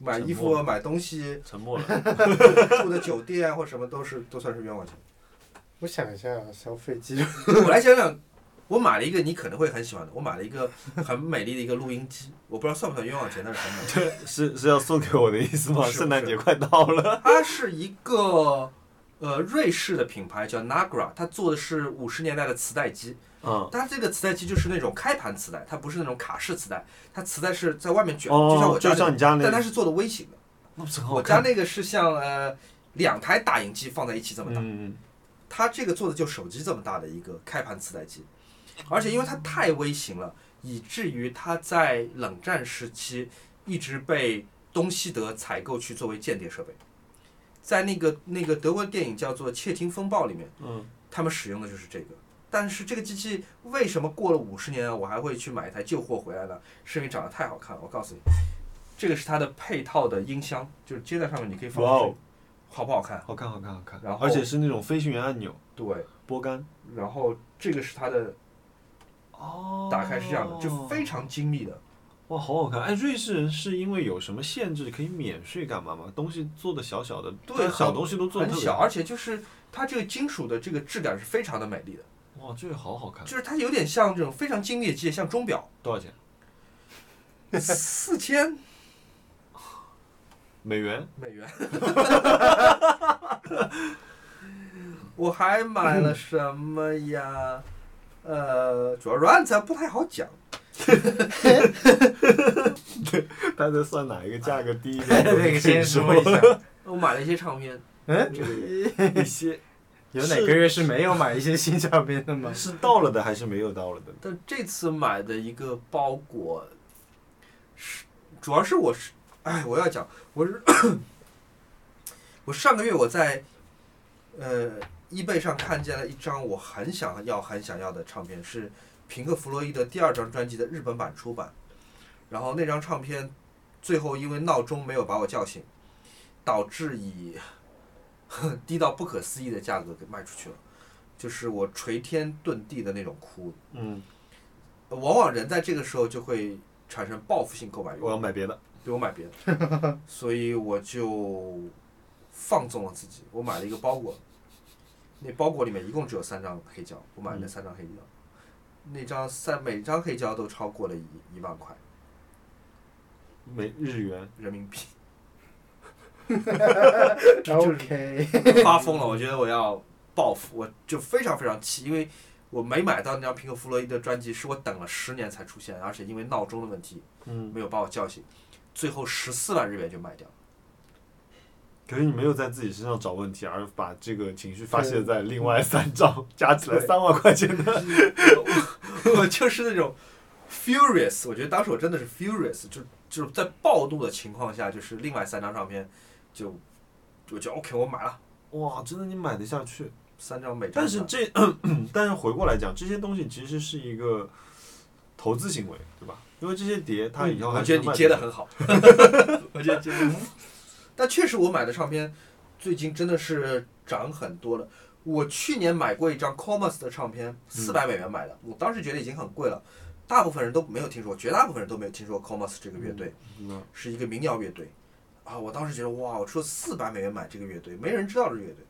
买衣沉默服、买东西、沉默了。住的酒店或什么都是都算是冤枉钱。我想一下啊，消费记录， 我来讲讲，我买了一个你可能会很喜欢的，我买了一个 很美丽的一个录音机，我不知道算不算冤枉钱，但是很美。 是是要送给我的意思吗？是不是圣诞节快到了，它是一个呃瑞士的品牌叫 Nagra，它做的是五十年代的磁带机。嗯，它这个磁带机就是那种开盘磁带，它不是那种卡式磁带，它磁带是在外面卷，就像哦我，家像那你家种，那但它个，是做的微型的。那不是很我好家看。那个是像呃两台打印机放在一起这么大，嗯，它这个做的就手机这么大的一个开盘磁带机，而且因为它太微型了，以至于它在冷战时期一直被东西德采购去作为间谍设备。在那个那个德国电影叫做《窃听风暴》里面，嗯，他们使用的就是这个。但是这个机器为什么过了五十年啊我还会去买一台旧货回来呢？是因为长得太好看了。我告诉你，这个是它的配套的音箱，就是接在上面你可以放哇哦水，好不好看？好看，好看，好看。然后而且是那种飞行员按钮，对，拨杆。然后这个是它的哦打开是这样的，就非常精密的。哇，好好看！哎，瑞士人是因为有什么限制可以免税干嘛吗？东西做的小小的，对但很小东西都做的很特别小，。而且就是它这个金属的这个质感是非常的美丽的，哇，这个好好看！就是它有点像这种非常精密的机械，像钟 表，多少钱？四千美元？ 美元。我还 买了什么呀？呃，主要软材不太好讲，他在算哪一个价格低 一点？那个先说一下，我买了一些唱片，嗯， 一 些有哪个月是没有买一些新唱片的 吗？是到了的还是没有到了的？但这次买的一个包裹是，主要是我是，哎，我要讲，我是我上个月我在呃 eBay 上看见了一张我很想要、很想要的唱片，是平克·弗洛伊德第二张专辑的日本版出版。然后那张唱片最后因为闹钟没有把我叫醒，导致以 低到不可思议的价格给卖出去了，就是我垂天遁地的那种哭。嗯，往往人在这个时候就会产生报复性购买欲我，要买别的。对我买别的，所以我就放纵了自己，我买了一个包裹，那包裹里面一共只有三张黑胶，我买了那三张黑胶，那张三每张黑胶都超过了一一万块美日元，人民币， OK， 发疯了， 我觉得我要报复，我就非常非常气，因为我没买到那张平克·弗洛伊德专辑，是我等了十年才出现，而且因为闹钟的问题嗯，没有把我叫醒，最后十四万日元就卖掉了。可是你没有在自己身上找问题，而把这个情绪发泄在另外三张，加起来三万块钱的。我就是那种 furious，我觉得当时我真的是 furious，就就是在暴怒的情况下，就是另外三张唱片就我就 OK，我买了哇，真的你买得下去？三张每张但买，是这， 但是回过来讲，这些东西其实是一个投资行为，对吧？因为这些碟它以后还我是觉得能卖嗯你接的的 很好，我觉得接的很好。但确实我买的唱片最近真的是涨很多了。我去年买过一张 Comas 的唱片，四百美元买的，我当时觉得已经很贵了，大部分人都没有听说，绝大部分人都没有听说 Comas 这个乐队。嗯是一个民谣乐队，啊，我当时觉得哇，我出四百美元买这个乐队，没人知道这个乐队。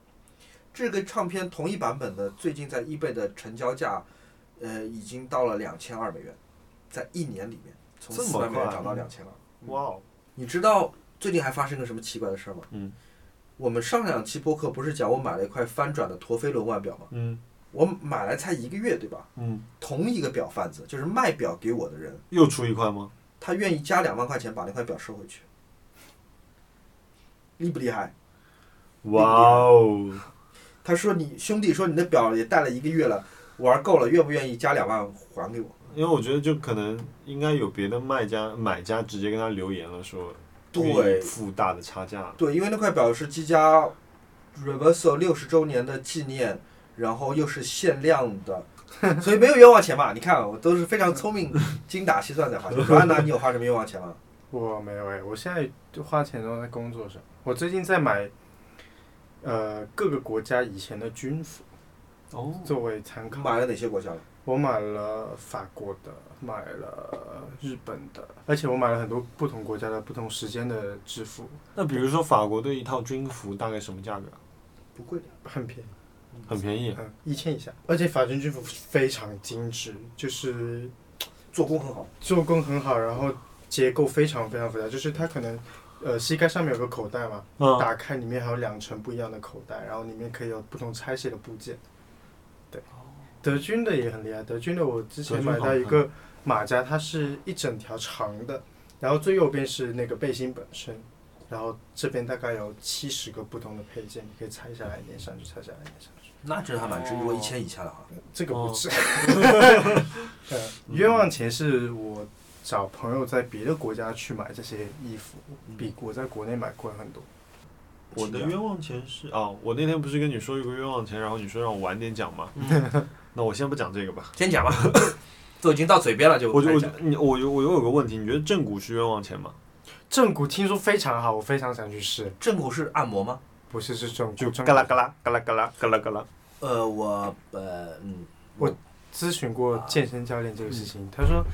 这个唱片同一版本的，最近在 eBay 的成交价，呃，已经到了两千二美元，在一年里面，从这么四百美元快啊涨到两千二。哇哦，你知道最近还发生个什么奇怪的事儿吗？嗯，我们上两期播客不是讲我买了一块翻转的陀飞轮腕表吗？嗯我买来才一个月，对吧？嗯，同一个表贩子，就是卖表给我的人，又出一块 吗？他愿意加两万块钱把那块表收回去，厉不厉害？哇哦，他说你兄弟说你的表也戴了一个月了，玩够了，愿不愿意加两万还给我？因为我觉得就可能应该有别的卖家、买家直接跟他留言了，说愿对意付大的差价。对，因为那块表是积家 Reverso 六十周年的纪念，然后又是限量的。 所以没有冤枉钱嘛？你看我都是非常聪明、精打细算在花钱。安娜，你有花什么冤枉钱吗？我没有哎、我现在就花钱都在工作上。我最近在买，呃，各个国家以前的军服哦，作为参考。买了哪些国家了？我买了法国的，买了日本的，而且我买了很多不同国家的、不同时间的制服，那比如说法国队一套军服大概什么价格？啊不贵的，很便宜。很便宜，啊嗯，一千以下，而且法军军服非常精致，就是做工很好。做工很好，然后结构非常非常复杂，就是它可能。呃，膝盖上面有个口袋嘛，嗯，打开里面还有两层不一样的口袋，然后里面可以有不同拆卸的部件。对，德军的也很厉害，德军的我之前德军买好到一看个马甲，它是一整条长的，然后最右边是那个背心本身，然后这边大概有七十个不同的配件，你可以拆下来粘上去，拆下来粘上去。那真的还蛮值，如果一千以下的话，这个哦嗯不 止。呃，冤枉钱是我找朋友在别的国家去买这些衣服，嗯比我在国内买贵很多。我的冤枉钱是啊，我那天不是跟你说有个冤枉钱，然后你说让我晚点讲嘛，那我先不讲这个吧。先讲吧， 都已经到嘴边了就我就开我始就讲。你我有我有个问题，你觉得正骨是冤枉钱吗？正骨听说非常好，我非常想去试。正骨是按摩吗？不是是正骨，就正嘎啦骨嘎啦嘎啦嘎啦嘎啦嘎啦，呃，我呃嗯，咨询过健身教练这个事情，嗯他说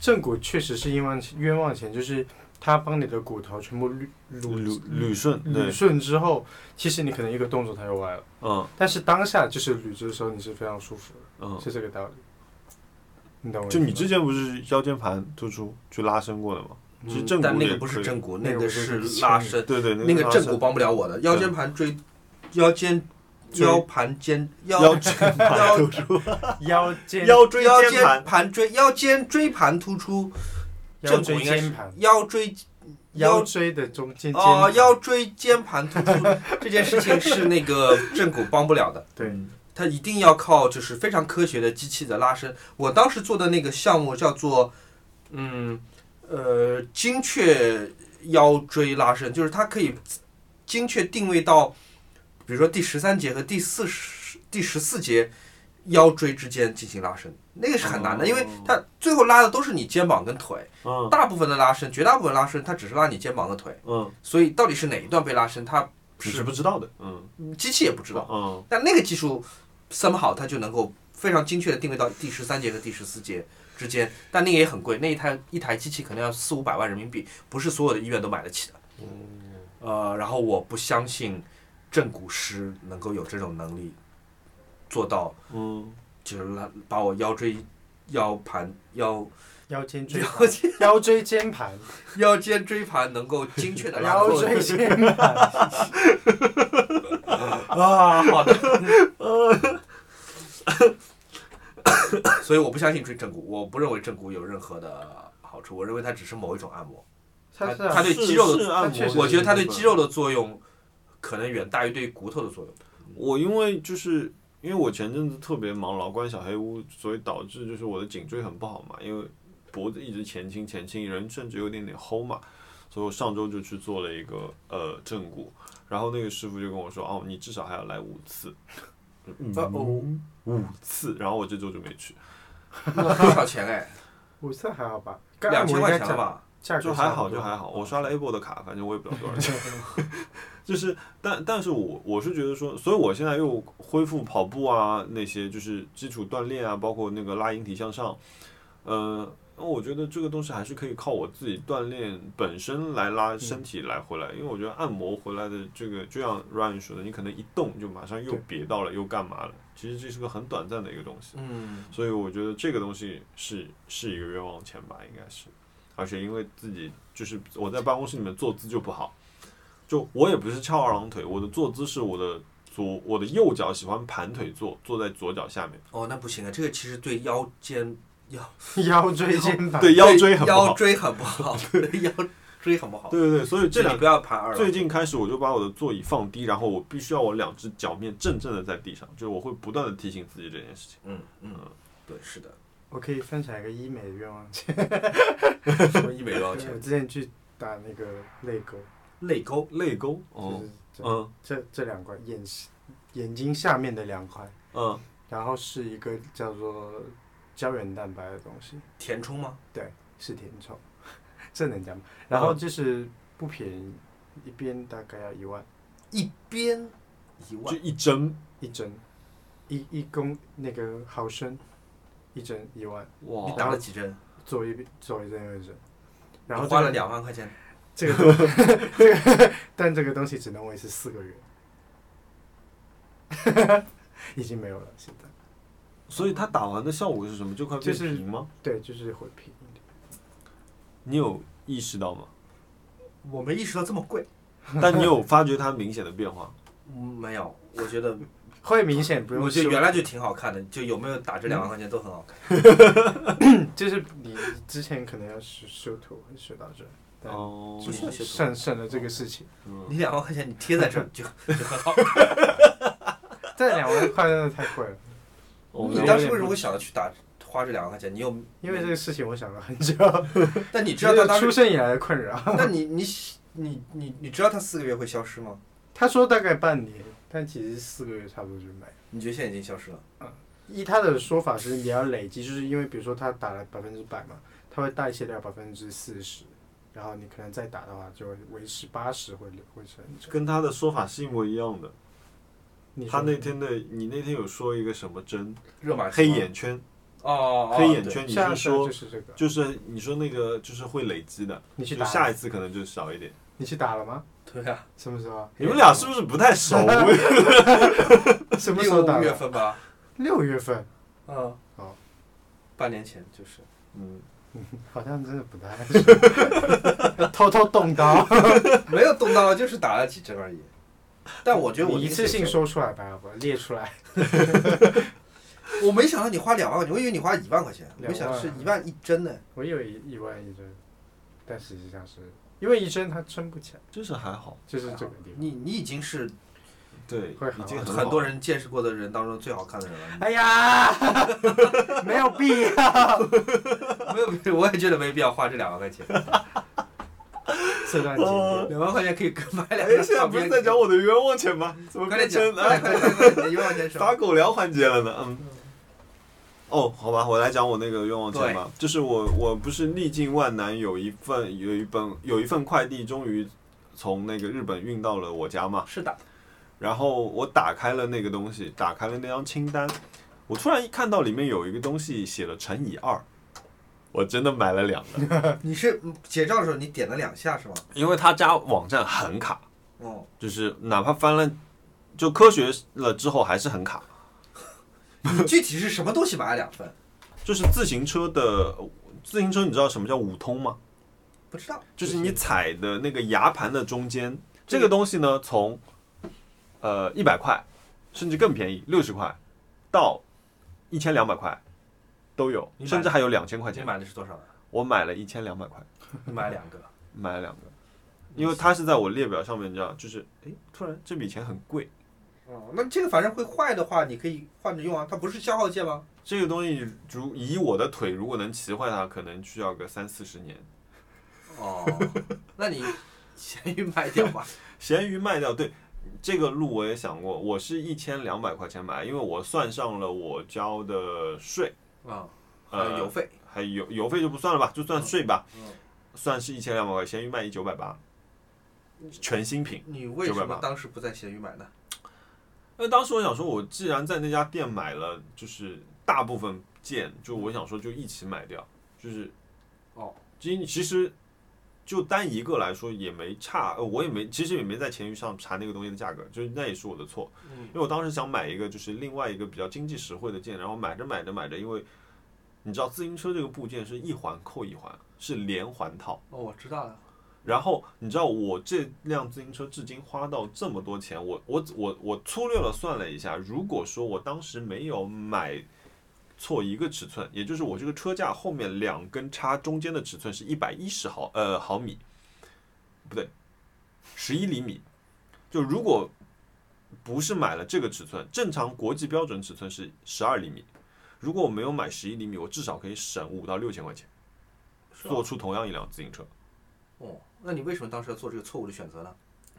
正骨确实是冤枉钱冤枉钱，就是他帮你的骨头全部捋捋捋捋顺，捋对，顺之后，其实你可能一个动作它就歪了，嗯但是当下就是捋着的时候你是非常舒服的，嗯，是这个道理。你懂我意思就吗？你之前不是腰间盘突出去拉伸过的吗？其实嗯正但骨那也个不可是以正骨，那那个个不是是牵拉引伸，对对，那个拉正伸骨帮不了我的，腰间盘椎，腰间椎腰盘肩腰腰间盘突出，腰间 腰椎腰间盘间盘椎腰间椎盘突出，腰正椎骨应该是间盘，腰椎腰腰椎的中间间哦盘腰椎间盘突出这件事情是那个正骨帮不了的，对它一定要靠就是非常科学的机器的拉伸。我当时做的那个项目叫做嗯呃精确腰椎拉伸，就是它可以精确定位到，比如说第十三节和第四十第十四节腰椎之间进行拉伸，那个是很难的，因为它最后拉的都是你肩膀跟腿，嗯大部分的拉伸，绝大部分拉伸它只是拉你肩膀和腿，嗯，所以到底是哪一段被拉伸，它你是是不知道的，嗯机器也不知道。嗯但那个技术 somehow 它就能够非常精确的定位到第十三节和第十四节之间，但那个也很贵，那一台一台机器可能要四五百万人民币，不是所有的医院都买得起的。呃，然后我不相信正骨师能够有这种能力做到，嗯，就是拉把我腰椎、腰盘、腰腰间椎腰盘间腰椎间盘腰间椎盘能够精确的拉 腰过。 椎间盘，啊，好的。所以我不相信椎正骨，我不认为正骨有任何的好处，我认为它只是某一种按摩。它是它啊它对肌肉的是按它确摩实，我觉得它对肌肉的作用可能远大于对骨头的作用。我因为就是因为我前阵子特别忙，老关小黑屋，所以导致就是我的颈椎很不好嘛，因为脖子一直前倾前倾，人甚至有点点齁嘛，所以我上周就去做了一个呃正骨，然后那个师傅就跟我说，哦，你至少还要来五次，嗯，五次，然后我这周就没去，多少钱哎？五色还好吧？刚两按摩千应块该钱了吧？价格就还差不好，多嗯就还好。我刷了 Apple 的卡，反正我也不知道多少 钱。就是，但但是我我是觉得说，所以我现在又恢复跑步啊，那些就是基础锻炼啊，包括那个拉引体向上，呃，那我觉得这个东西还是可以靠我自己锻炼本身来拉嗯身体来回来，因为我觉得按摩回来的这个，就像 Ryan 说的，你可能一动就马上又对瘪到了，又干嘛了，其实这是个很短暂的一个东西。嗯，所以我觉得这个东西是是一个冤枉钱吧，应该是。而且因为自己就是我在办公室里面坐姿就不好，就我也不是翘二郎腿，我的坐姿是我的左我的右脚喜欢盘腿坐，坐在左脚下面，哦，那不行啊，这个其实对腰间腰椎间盘，对腰椎很不腰好。椎很不好，对腰注意很不好。对对对，所以这所以两你不要爬二楼最。近开始，我就把我的座椅放低，然后我必须要我两只脚面正正的在地上，就是我会不断的提醒自己这件事情。嗯嗯，对，是的，我可以分享一个医美的愿望。什么一美多少 我钱？之前去打那个泪沟，泪沟，泪沟，就哦，是这、嗯这这两块眼眼睛下面的两块，嗯，然后是一个叫做胶原蛋白的东西，填充吗？是填充， 这能讲吗？然后就是不便宜，一边大概要一万一边一就万，一针，一针，一一公那个毫升，一针一万，哇你，打了几针？左一左一针右一针，然后我这花个了两万块钱。这个东这个，但这个东西只能维持四个月， 已经没有了。现在所以它打完的效果是什么？就快变就是平吗？对，就是会平一点。你有意识到吗？我没意识到这么贵。 但你有发觉它明显的变化？嗯，没有，我觉得，会明显不用我觉得说原来就挺好看的，就有没有打这两万块钱都很好看。就是你之前可能要修修图，修到这，但哦，不需要修图哦省省了这个事情。嗯你两万块钱你贴在这儿就 就很好。但两万块真的太贵了，哦你当时为什么会想到去打花这两万块钱？你有，因为这个事情我想了很久，但 你知道这他当是出时，生以来的困扰。那你你你你你知道他四个月会消失吗？他说大概半年，但其实四个月差不多就没了。你觉得现在已经消失了？依他的说法是你要累积，就是因为比如说他打了百分之百嘛，他会代谢掉百分之四十，然后你可能再打的话就会维持八十会会生长。跟他的说法是一模一样的。你说他那天的，你那天有说一个什么针？热玛吉黑吗眼圈，哦哦，哦黑眼对圈，你下是说说就是这个，就是你说那个就是会累积的，你去就打了下一次可能就少一点。你去打了吗？对啊，什么时候啊？你们俩是不是不太 熟？什么时候打六的？月份 吧，六月份，嗯，哦，半年前就是。嗯，好像真的不太 偷偷动刀。没有动刀，就是打了几针而已。但我觉得我你一次性，说出来吧，要不列出来。我没想到你花两万块钱，我以为你花一万块钱，两万啊没想到是一万一针呢。我以为一万一针，但实际上是因为一针它撑不起来，就是还好，就是这个地方。你你已经是对，会好已经很很多人人见识过的人当中最好看的人了。哎呀， 没有必要。没有，没有，我也觉得没必要花这两万块钱，这段经历， 两万块钱可以跟买两哎个。，现在不是在讲我的冤枉钱吗？怎么快变点讲，成快哎点快点快点，一万块钱撒狗粮环节了呢？嗯。哦，好吧，我来讲我那个冤枉钱吧。就是我，我不是历尽万难，有一份有一本有一份快递，终于从那个日本运到了我家嘛。啊是的，然后我打开了那个东西，打开了那张清单，我突然一看到里面有一个东西写了乘以二，我真的买了两个， 你是结账的时候你点了两下是吗？因为他家网站很卡，哦，就是哪怕翻了，就科学了之后还是很卡，你具体是什么东西买了两份？就是自行车的自行车，你知道什么叫五通吗？不知道，就是你踩的那个牙盘的中间，这个东西呢，从呃一百块，甚至更便宜六十块，到一千两百块都有，你买甚至还有两千块你钱。买的是多少 啊？我买了一千两百块，你买了两个，买了两个，因为它是在我列表上面，你知道，就是哎，突然这笔钱很贵，哦，那这个反正会坏的话，你可以换着用啊，它不是消耗键吗？这个东西如以我的腿如果能骑坏它，可能需要个三四十年。 哦，那你咸鱼卖掉吧。闲鱼卖掉，对这个路我也想过，我是一千两百块钱买，因为我算上了我交的税， 啊、还有呃，邮费，还有邮邮费就不算了吧，就算税吧，嗯算是一千两百块，闲鱼卖一九百八，嗯全新品。你为什么980当时不在咸鱼买呢？那当时我想说，我既然在那家店买了，就是大部分件，就我想说就一起买掉，就是哦，其其实就单一个来说也没差，呃，我也没其实也没在闲鱼上查那个东西的价格，就是那也是我的错，嗯因为我当时想买一个就是另外一个比较经济实惠的件，然后买着买着买着，因为你知道自行车这个部件是一环扣一环，是连环套。哦，我知道了。然后你知道我这辆自行车至今花到这么多钱，我我我我粗略了算了一下，如果说我当时没有买错一个尺寸，也就是我这个车架后面两根叉中间的尺寸是一百一十毫呃毫米，不对，十一厘米。就如果不是买了这个尺寸，正常国际标准尺寸是十二厘米。如果我没有买十一厘米，我至少可以省五到六千块钱，是吧做出同样一辆自行车。哦，那你为什么当时要做这个错误的选择呢？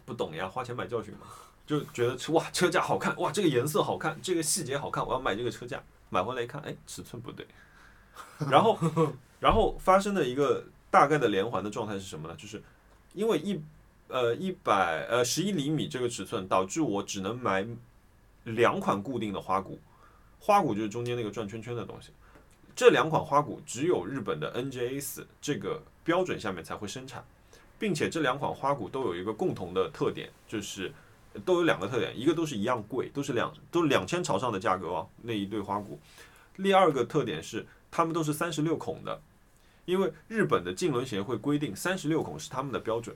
不懂呀，花钱买教训嘛，就觉得哇车架好看，哇这个颜色好看，这个细节好看，我要买这个车架。买回来一看，哎，尺寸不对。然后， 然后发生的一个大概的连环的状态是什么呢？就是因为一呃一百呃十一厘米这个尺寸，导致我只能买两款固定的花鼓，花鼓就是中间那个转圈圈的东西。这两款花鼓只有日本的 NJA 四这个标准下面才会生产。并且这两款花鼓都有一个共同的特点，就是呃都有两个特点，一个都是一样贵，都是两都是两千朝上的价格哦，那一对花鼓。第二个特点是，它们都是三十六孔的，因为日本的竞轮协会规定三十六孔是他们的标准。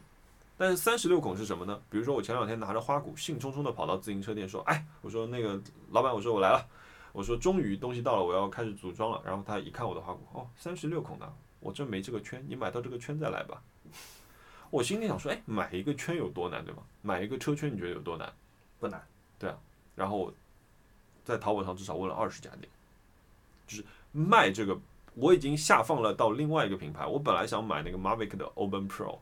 但是三十六孔是什么呢？比如说我前两天拿着花鼓，兴冲冲地跑到自行车店说：“哎，我说那个老板，我说我来了，我说终于东西到了，我要开始组装了。”然后他一看我的花鼓，哦，三十六孔的，我这没这个圈，你买到这个圈再来吧。我心里想说，哎，买一个圈有多难，对吗？买一个车圈你觉得有多难？不难。对啊，然后在淘宝上至少问了二十家店，就是卖这个，我已经下放了到另外一个品牌。我本来想买那个 Mavic 的 Open Pro，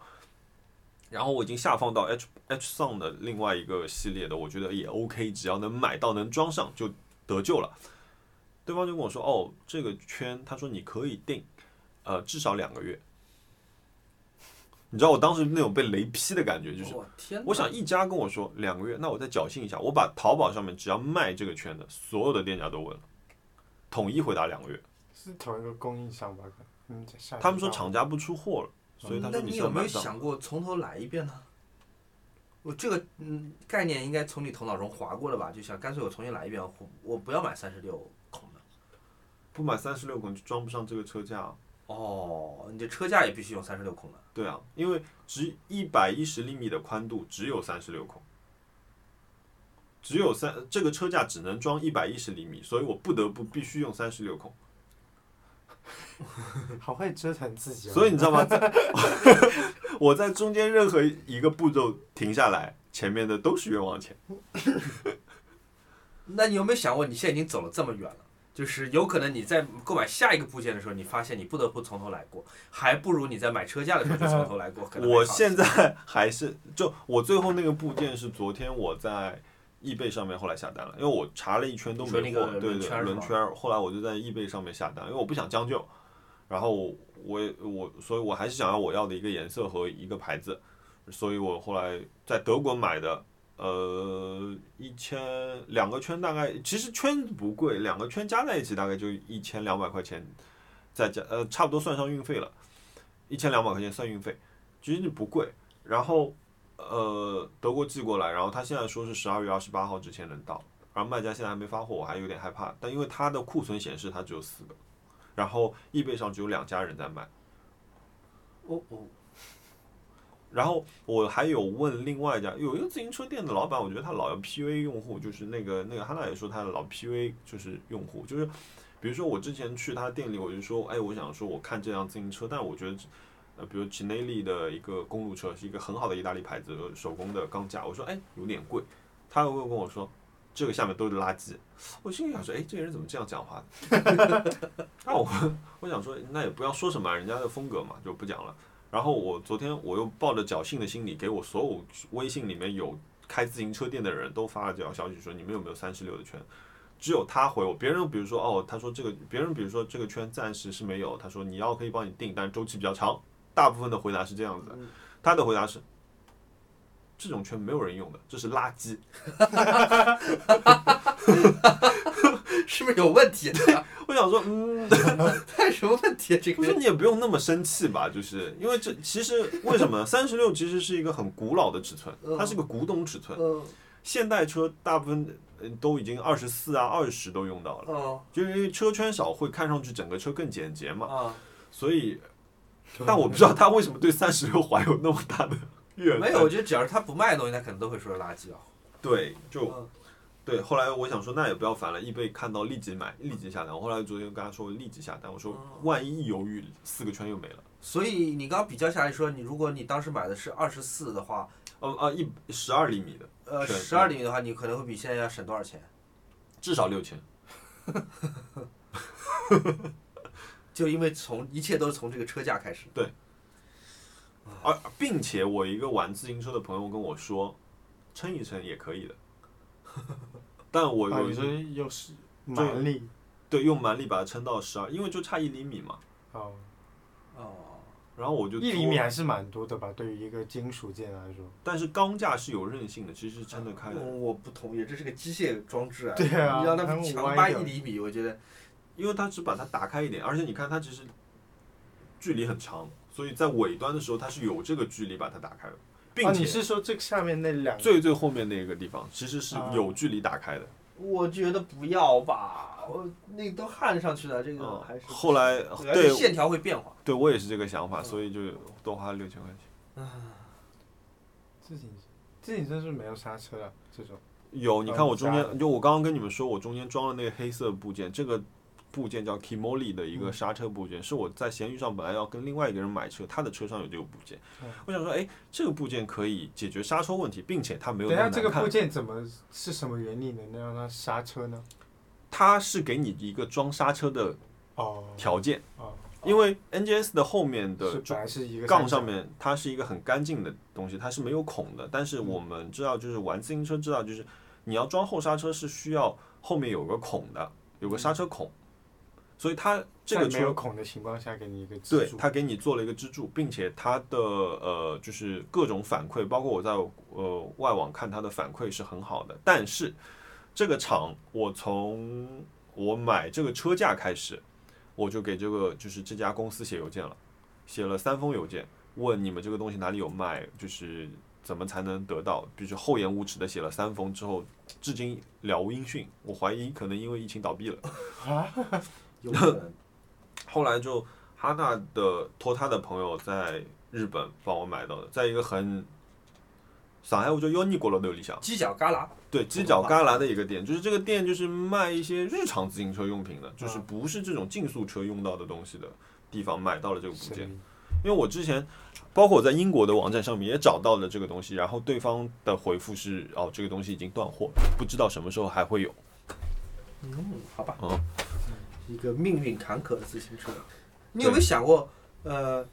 然后我已经下放到 H H Sound 的另外一个系列的，我觉得也 OK，只要能买到能装上就得救了。对方就跟我说，哦，这个圈，他说你可以定，呃，至少两个月。 你知道我当时那种被雷劈的感觉，就是。我哦天哪，我想一家跟我说两个月，那我再侥幸一下，我把淘宝上面只要卖这个圈的所有的店家都问了，统一回答两个月。是同一个供应商吧？嗯，下一个他们说厂家不出货了，所以他那说你是有要没买有账。想过从头来一遍呢？我这个嗯概念应该从你头脑中划过了吧？就想干脆我重新来一遍，我我不要买三十六孔的。不买三十六孔就装不上这个车架啊。哦，你这车架也必须用三十六孔的。对啊，因为只一百一十厘米的宽度只有三十六孔，只有三这个车架只能装一百一十厘米，所以我不得不必须用三十六孔。好会折腾自己哦。所以你知道吗？ 在我在中间任何一个步骤停下来，前面的都是冤枉钱。那你有没有想过，你现在已经走了这么远了，就是有可能你在购买下一个部件的时候，你发现你不得不从头来过，还不如你在买车架的时候就从头来过。可能还我好现在还是就我最后那个部件是昨天我在易贝上面后来下单了，因为我查了一圈都你说没那货个，对轮圈对，是吧轮圈儿。后来我就在易贝上面下单，因为我不想将就，然后我我我所以我还是想要我要的一个颜色和一个牌子，所以我后来在德国买的。呃，一千两个圈大概，其实圈不贵，两个圈加在一起大概就一千两百块钱，再加呃差不多算上运费了，一千两百块钱算运费，其实不贵。然后呃，德国寄过来，然后他现在说是十二月二十八号之前能到，然后卖家现在还没发货，我还有点害怕。但因为它的库存显示它只有四个，然后易贝上只有两家人在卖。哦哦，然后我还有问另外一家有一个自行车店的老板，我觉得他老要 PUA 用户，就是那个那个哈娜也说他老 PUA 就是用户，就是比如说我之前去他店里，我就说，哎，我想说我看这辆自行车，但我觉得。呃，比如 Cinelli 的一个公路车是一个很好的意大利牌子，手工的钢架。我说，哎，有点贵。他又跟我说，这个下面都是垃圾。我心里想说，哎，这个人怎么这样讲话？ 那我我想说，那也不要说什么啊，人家的风格嘛，就不讲了。然后我昨天我又抱着侥幸的心理，给我所有微信里面有开自行车店的人都发了这条消息说，你们有没有三十六的圈？只有他回我，别人比如说哦，他说这个，别人比如说这个圈暂时是没有，他说你要可以帮你定，但周期比较长。大部分的回答是这样子嗯的，他的回答是。这种圈没有人用的，这是垃 圾。是不是有问题？我想说，嗯， 他有什么问题啊？这不个是人你也不用那么生气吧？就是因为这其实为什 么三十六其实是一个很古老的尺寸，它是个古董尺寸。嗯现代车大部分呃都已经二十四啊、二十都用到了，嗯就是因为车圈少，会看上去整个车更简洁嘛。啊，所以，但我不知道他为什么对三十六怀有那么大的怨恨。没有，我觉得只要是他不卖的东西，他可能都会说是垃圾啊。对，就嗯对，后来我想说，那也不要烦了，易贝看到立即买，立即下单。我后来昨天跟他说，我立即下单，我说嗯万一犹豫，四个圈又没了。所以你刚刚比较下来说，你如果你当时买的是二十四的话，呃啊，一十二厘米的，呃，是十二厘米的话，你可能会比现在要省多少钱？至少六千。就因为从一切都是从这个车价开始。嗯而并且我一个玩自行车的朋友跟我说，撑一撑也可 以的。但我啊，有你一说次又是蛮力对用蛮力把它撑到十二，因为就差一厘米嘛。哦，哦，然后我就一厘拖米还是蛮多的吧，对于一个金属件来说。但是钢架是有韧性的，其实是撑得开我的，我不同意，这是个机械装置啊，对啊你让它它会强歪掰掉一厘米，我觉得因为它只把它打开一点，而且你看它其实距离很长，所以在尾端的时候它是有这个距离把它打开的，并啊，你且是说这下面那两个？啊最最后面那个地方其实是有距离打开的。我觉得不要吧，我那都焊上去了，这个还嗯，是后来而且对线条会变化。对我也是这个想法，嗯所以就多花了六千块钱。自行自行车是不是没有刹车了，这种有，你看我中嗯间，就我刚刚跟你们说，我中间装了那个黑色部件，这个部件叫 Kimoli 的一嗯个刹车部件，是我在闲鱼上本来要跟另外一个人买车，他的车上有这个部件，嗯我想说，哎，这个部件可以解决刹车问题，并且它没有等那一么下难这个看部，件怎么是什么原理能让它刹车呢？它是给你一个装刹车的哦，条件，哦，因为 NGS 的后面的是本来是一个杠上上面它是一个很干净的东西，它是没有孔的。但是我嗯们知道，就是玩自行车知道，就是你要装后刹车是需要后面有个孔的，有个刹车孔，所以它这个嗯在没有车孔的情况下给你一个支对柱它给你做了一个支柱，并且它的呃就是各种反馈，包括我在呃外网看它的反馈是很好的。但是这个厂，我从我买这个车架开始，我就给这个就是这家公司写邮件了，写了三封邮件，问你们这个东西哪里有卖，就是怎么才能得到，就是厚颜无耻的写了三封之后，至今了无音讯。我怀疑可能因为疫情倒闭了。有 可能后来就哈娜的托他的朋友在日本帮我买到的，在一个很上海我就要你过了的里向，犄角旮旯，对犄角旮旯的一个店，就是这个店就是卖一些日常自行车用品的，就是不是这种竞速车用到的东西的地方买到了这个部神件。秘因为我之前包括我在英国的网站上面也找到了这个东西，然后对方的回复是哦这个东西已经断货，不知道什么时候还会有。嗯，好吧，嗯一个命运坎坷的自行车，你有没有想过，呃，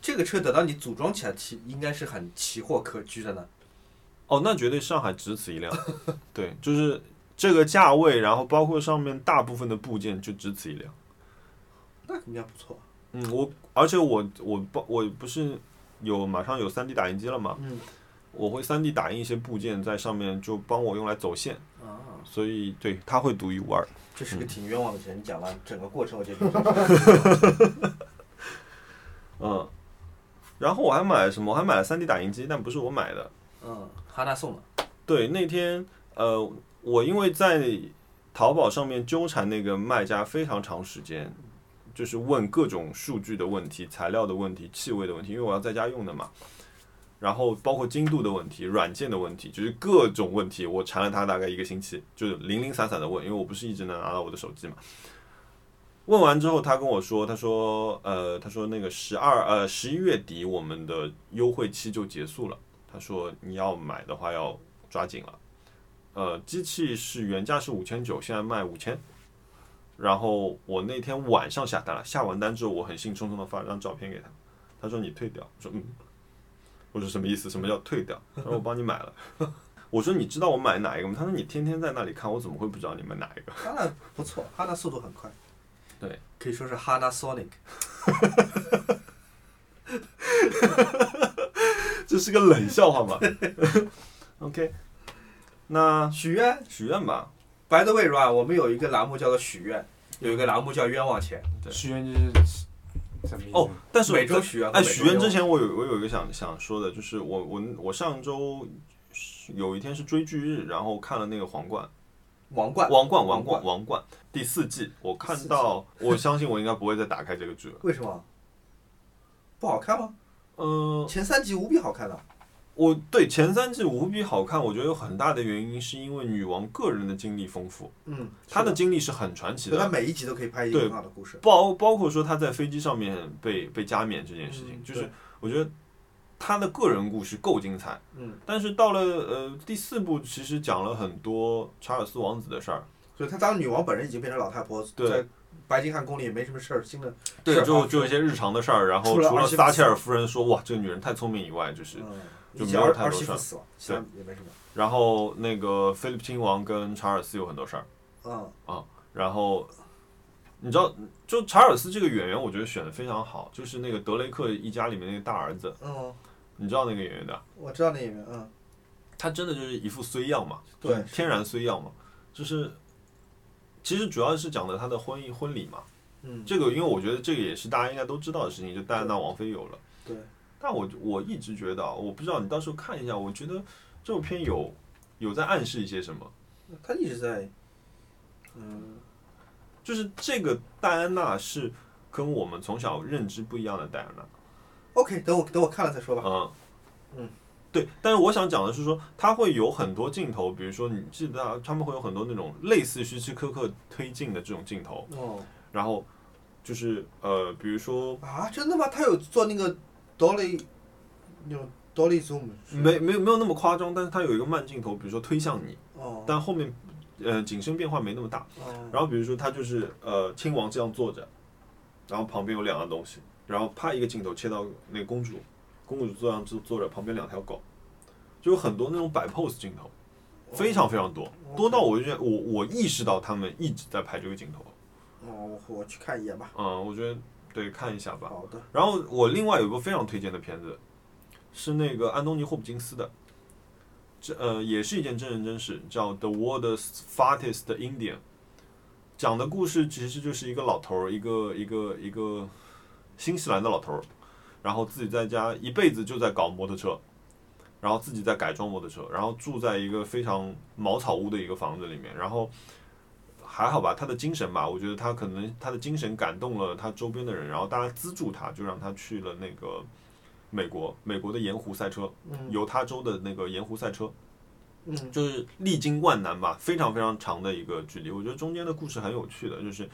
这个车等到你组装起来，其应该是很奇货可居的呢？哦，那绝对上海只此一辆。对，就是这个价位，然后包括上面大部分的部件就只此一辆。那应该不错。嗯，我而且我我不我不是有马上有 3D 打印机了嘛，嗯，我会 3D 打印一些部件在上面，就帮我用来走线，啊，所以对它会独一无二。这是个挺冤枉的事。你讲完整个过程，我就觉得嗯，然后我还买了什么？我还买了 3D 打印机，但不是我买的。嗯，哈娜送的，对，那天呃，我因为在淘宝上面纠缠那个卖家非常长时间，就是问各种数据的问题、材料的问题、气味的问题，因为我要在家用的嘛。然后包括精度的问题、软件的问题，就是各种问题，我缠了他大概一个星期，就是零零散散的问，因为我不是一直能拿到我的手机嘛。问完之后，他跟我说，他说，呃，他说那个十二，呃，十一月底我们的优惠期就结束了。他说你要买的话要抓紧了。呃，机器是原价是五千九，现在卖五千。然后我那天晚上下单了，下完单之后我很兴冲冲的发了张照片给他，他说你退掉，我说嗯，我说什么意思？什么叫退掉？他说我帮你买了。 我说你知道我买哪一个吗？他说你天天在那里看，我怎么会不知道你买哪一个？哈娜不错，哈娜速度很快，对，可以说是哈娜 Sonic。这是个冷笑话嘛 ？OK，那许愿许愿吧， ，By the way, Ryan，我们有一个栏目叫做许愿，有一个栏目叫冤枉钱，对许愿就是怎么意思哦但是我每周许愿。哎，许愿之，前我有我有一个想想说的，就是我我我上周有一天是追剧日，然后看了那个《皇冠》，王冠王冠，王王冠冠，王冠第四季，我看到，我相信我应该不会再打开这个剧了。为什么不好看吗？嗯、前三集无比好看的，我对前三季无比好看，我觉得有很大的原因是因为女王个人的经历丰富，嗯，她的经历是很传奇是的，的他，每一集都可以拍一个对很好的故事。包包括说她在飞机上面被被加冕这件事情，嗯就是对我觉得她的个人故事够精彩，嗯，但是到了呃第四部，其实讲了很多查尔斯王子的事儿，所以她当女王本人已经变成老太婆，对在白金汉宫里也没什么事儿，新的对，是就啊就一些日常的事儿，然后除了除儿了媳妇撒切尔夫人说哇这个女人太聪明以外，就是嗯，就以没及有儿太多儿媳事儿妇死了，其他也没什么。然后那个菲利普亲王跟查尔斯有很多事儿，嗯，然后你知道，就查尔斯这个演员，我觉得选的非常好，就是那个德雷克一家里面那个大儿子，嗯，你知道那个演员的，我知道那演员，嗯，他真的就是一副衰样嘛，对就是天然衰样嘛，就是其实主要是讲的他的婚姻婚礼嘛，嗯，这个因为我觉得这个也是大家应该都知道的事情，就戴安娜王妃有了。对。但我我一直觉得啊，我不知道你到时候看一下，我觉得这部片有有在暗示一些什么。他一直在，嗯，就是这个戴安娜是跟我们从小认知不一样的戴安娜。 OK，等我等我看了再说吧。嗯，嗯，对。但是我想讲的是说，它会有很多镜头，比如说你记得啊他们会有很多那种类似希区柯克推进的这种镜头，哦然后就是呃，比如说啊，真的吗？他有做那个 dolly，那种 dolly zoom 是吧没没有没有那么夸张，但是它有一个慢镜头，比如说推向你，哦但后面呃景深变化没那么大。哦然后比如说他就是呃亲王这样坐着，然后旁边有两样东西，然后啪一个镜头切到那个公主，公主坐上坐坐着，旁边两条狗，就有很多那种摆 pose 镜头，非常非常多，多到我就觉得我我意识到他们一直在拍这个镜头，哦，我我去看一眼吧。嗯，我觉得对看一下吧。好的，然后我另外有一部非常推荐的片子，是那个安东尼·霍普金斯的，这呃也是一件真人真事，叫《The World's Fattest Indian》，讲的故事其实就是一个老头儿，一个一个一个新西兰的老头儿，然后自己在家一辈子就在搞摩托车，然后自己在改装摩托车，然后住在一个非常茅草屋的一个房子里面，然后。还好吧，他的精神吧，我觉得他可能他的精神感动了他周边的人，然后大家资助他，就让他去了那个美国，美国的盐湖赛车，嗯犹他州的那个盐湖赛车，嗯就是历经万难吧，非常非常长的一个距离。我觉得中间的故事很有趣的，就是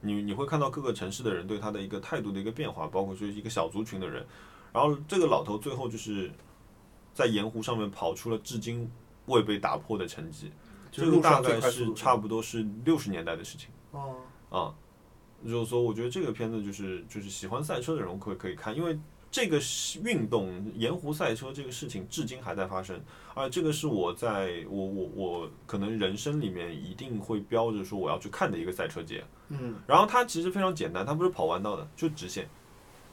你你会看到各个城市的人对他的一个态度的一个变化，包括就是一个小族群的人，然后这个老头最后就是在盐湖上面跑出了至今未被打破的成绩。这就是个路大上概最快速是度差不多是六十年代的事情哦，啊。就是说，我觉得这个片子就是就是喜欢赛车的人可以可以看，因为这个是运动盐湖赛车这个事情至今还在发生，而这个是我在我我我可能人生里面一定会标着说我要去看的一个赛车节。嗯然后它其实非常简单，它不是跑弯道的，就直线。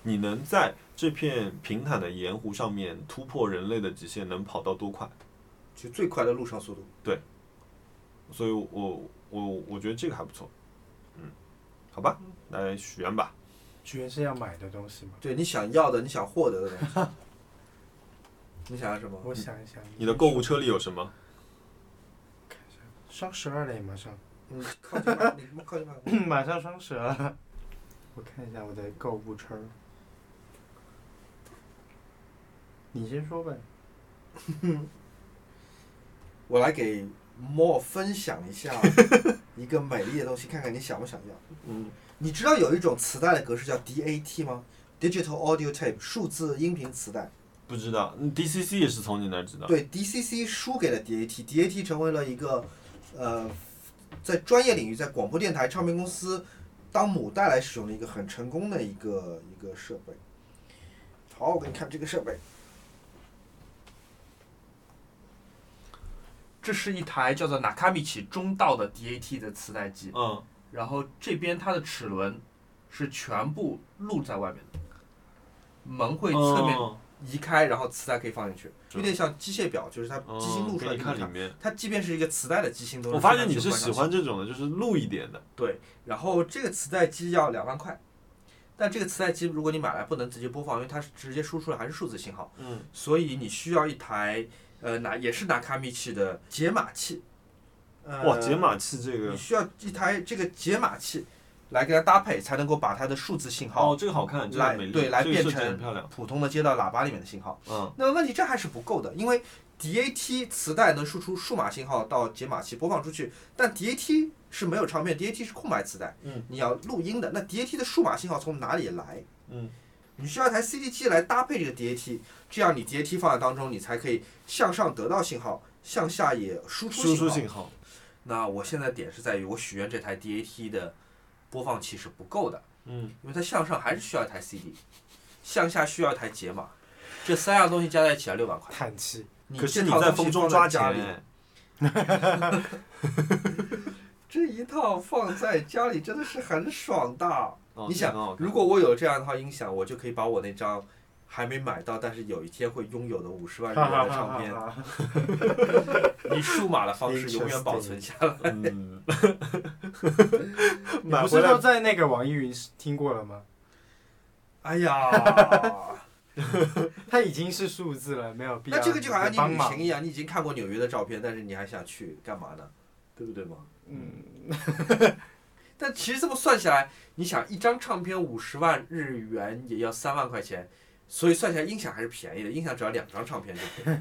你能在这片平坦的盐湖上面突破人类的极限，能跑到多快？就最快的路上速度。所以我，我我我觉得这个还不错。嗯，好吧，来许愿吧。许愿是要买的东西吗？对你想要的，你想获得的东西。你想要什么？我想一想，你的购物车里有什么？双十二嘞，马上，嗯，靠近吧，你他妈靠近吧。马上双十二了，我看一下我的购物车。你先说呗。我来给莫分享一下一个美丽的东西，看看你想不想要。嗯，你知道有一种磁带的格式叫 DAT 吗？Digital Audio Tape，数字音频磁带。不知道。嗯 DCC 也是从你那儿知道。对，DCC 输给了 DAT，DAT 成为了一个呃，在专业领域，在广播电台、唱片公司当母带来使用的一个很成功的一个一个设备。好，我给你看这个设备，这是一台叫做 Nakamichi 中道的 DAT 的磁带机，嗯，然后这边它的齿轮是全部露在外面的，门会侧面嗯移开，然后磁带可以放进去，是有点像机械表，就是它嗯机芯录出来给你给你看看里面。它即便是一个磁带的机芯，都是我发非现常你是具有观赏喜性欢这种的，就是露一点的。对。然后这个磁带机要两万块，但这个磁带机如果你买来不能直接播放，因为它是直接输出的还是数字信号，嗯，所以你需要一台呃拿也是拿卡米器的解码器。呃、哇，解码器这你个，需要一台这个解码器，来给它搭配，才能够把它的数字信号哦，这个好看，这来个美丽，对来这个变设计成很漂亮。普通的接到喇叭里面的信号。嗯，那么问题这还是不够的，因为 DAT 磁带能输出数码信号到解码器播放出去，但 DAT 是没有唱片，DAT 是空白磁带，嗯，你要录音的，那 DAT 的数码信号从哪里来？嗯，你需要一台 CD 机来搭配这个 DAT，这样你 DAT 放在当中，你才可以向上得到信号，向下也输出输信出号。信号，那我现在点是在于，我许愿这台 DAT 的播放器是不够的，嗯，因为它向上还是需要一台 CD，向下需要一台解码，这三样东西加在一起要六万块。 叹气。可是这你套在东风西中放抓在家里，钱，哎这一套放在家里真的是很爽 的。哦你这个很好想，看如果我有这样一套音响，我就可以把我那张还没买到，但是有一天会拥有的五十万日元的唱片，哈哈哈哈以数码的方式永远保存下 来。嗯，你买不回是来都在那个网易云听过了吗？哎 呀，它已经是数字了，没有必要。那这个就好像帮你旅忙行一样，你已经看过纽约的照片，但是你还想去干嘛呢？对不对嘛？嗯， 但其实这么算下来，你想一张唱片五十万日元也要三万块钱，所以算下来音响还是便宜的。音响只要两张唱片就可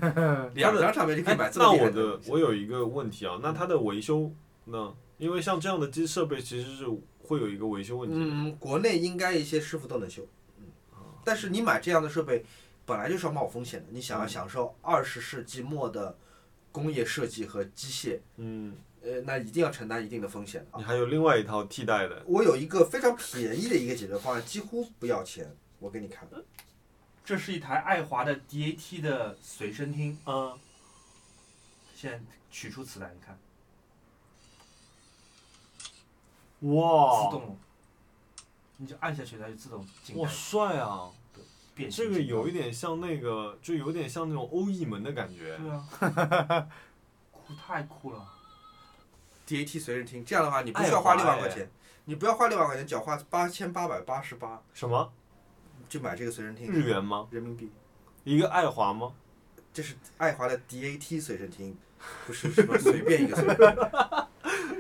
以，两张唱片就可以买这哎那么厉我害东的西我有一个问题啊，那它的维修呢？因为像这样的机设备其实是会有一个维修问题的。嗯，国内应该一些师傅都能修，嗯，哦但是你买这样的设备，本来就是要冒风险的。你想要嗯享受二十世纪末的工业设计和机械，嗯，呃，那一定要承担一定的风险的。你还有另外一套替代的，我有一个非常便宜的一个解决方案，几乎不要钱，我给你看。这是一台爱华的 DAT 的随身听，嗯，现在取出磁带，你看，自哇，动，你就按下去，它就自动进哦哇，开帅啊！变形。这个有一点像那个，就有点像那种欧翼门的感觉。对啊，酷太酷了。 DAT 随身听，这样的话你不需要花爱华六万块哎钱，你不要花六万块钱，只要花八千八百八十八什么就买这个随身听，日元吗？人民币。一个爱华吗？这是爱华的 DAT 随身听，不是什么随便一个随身听。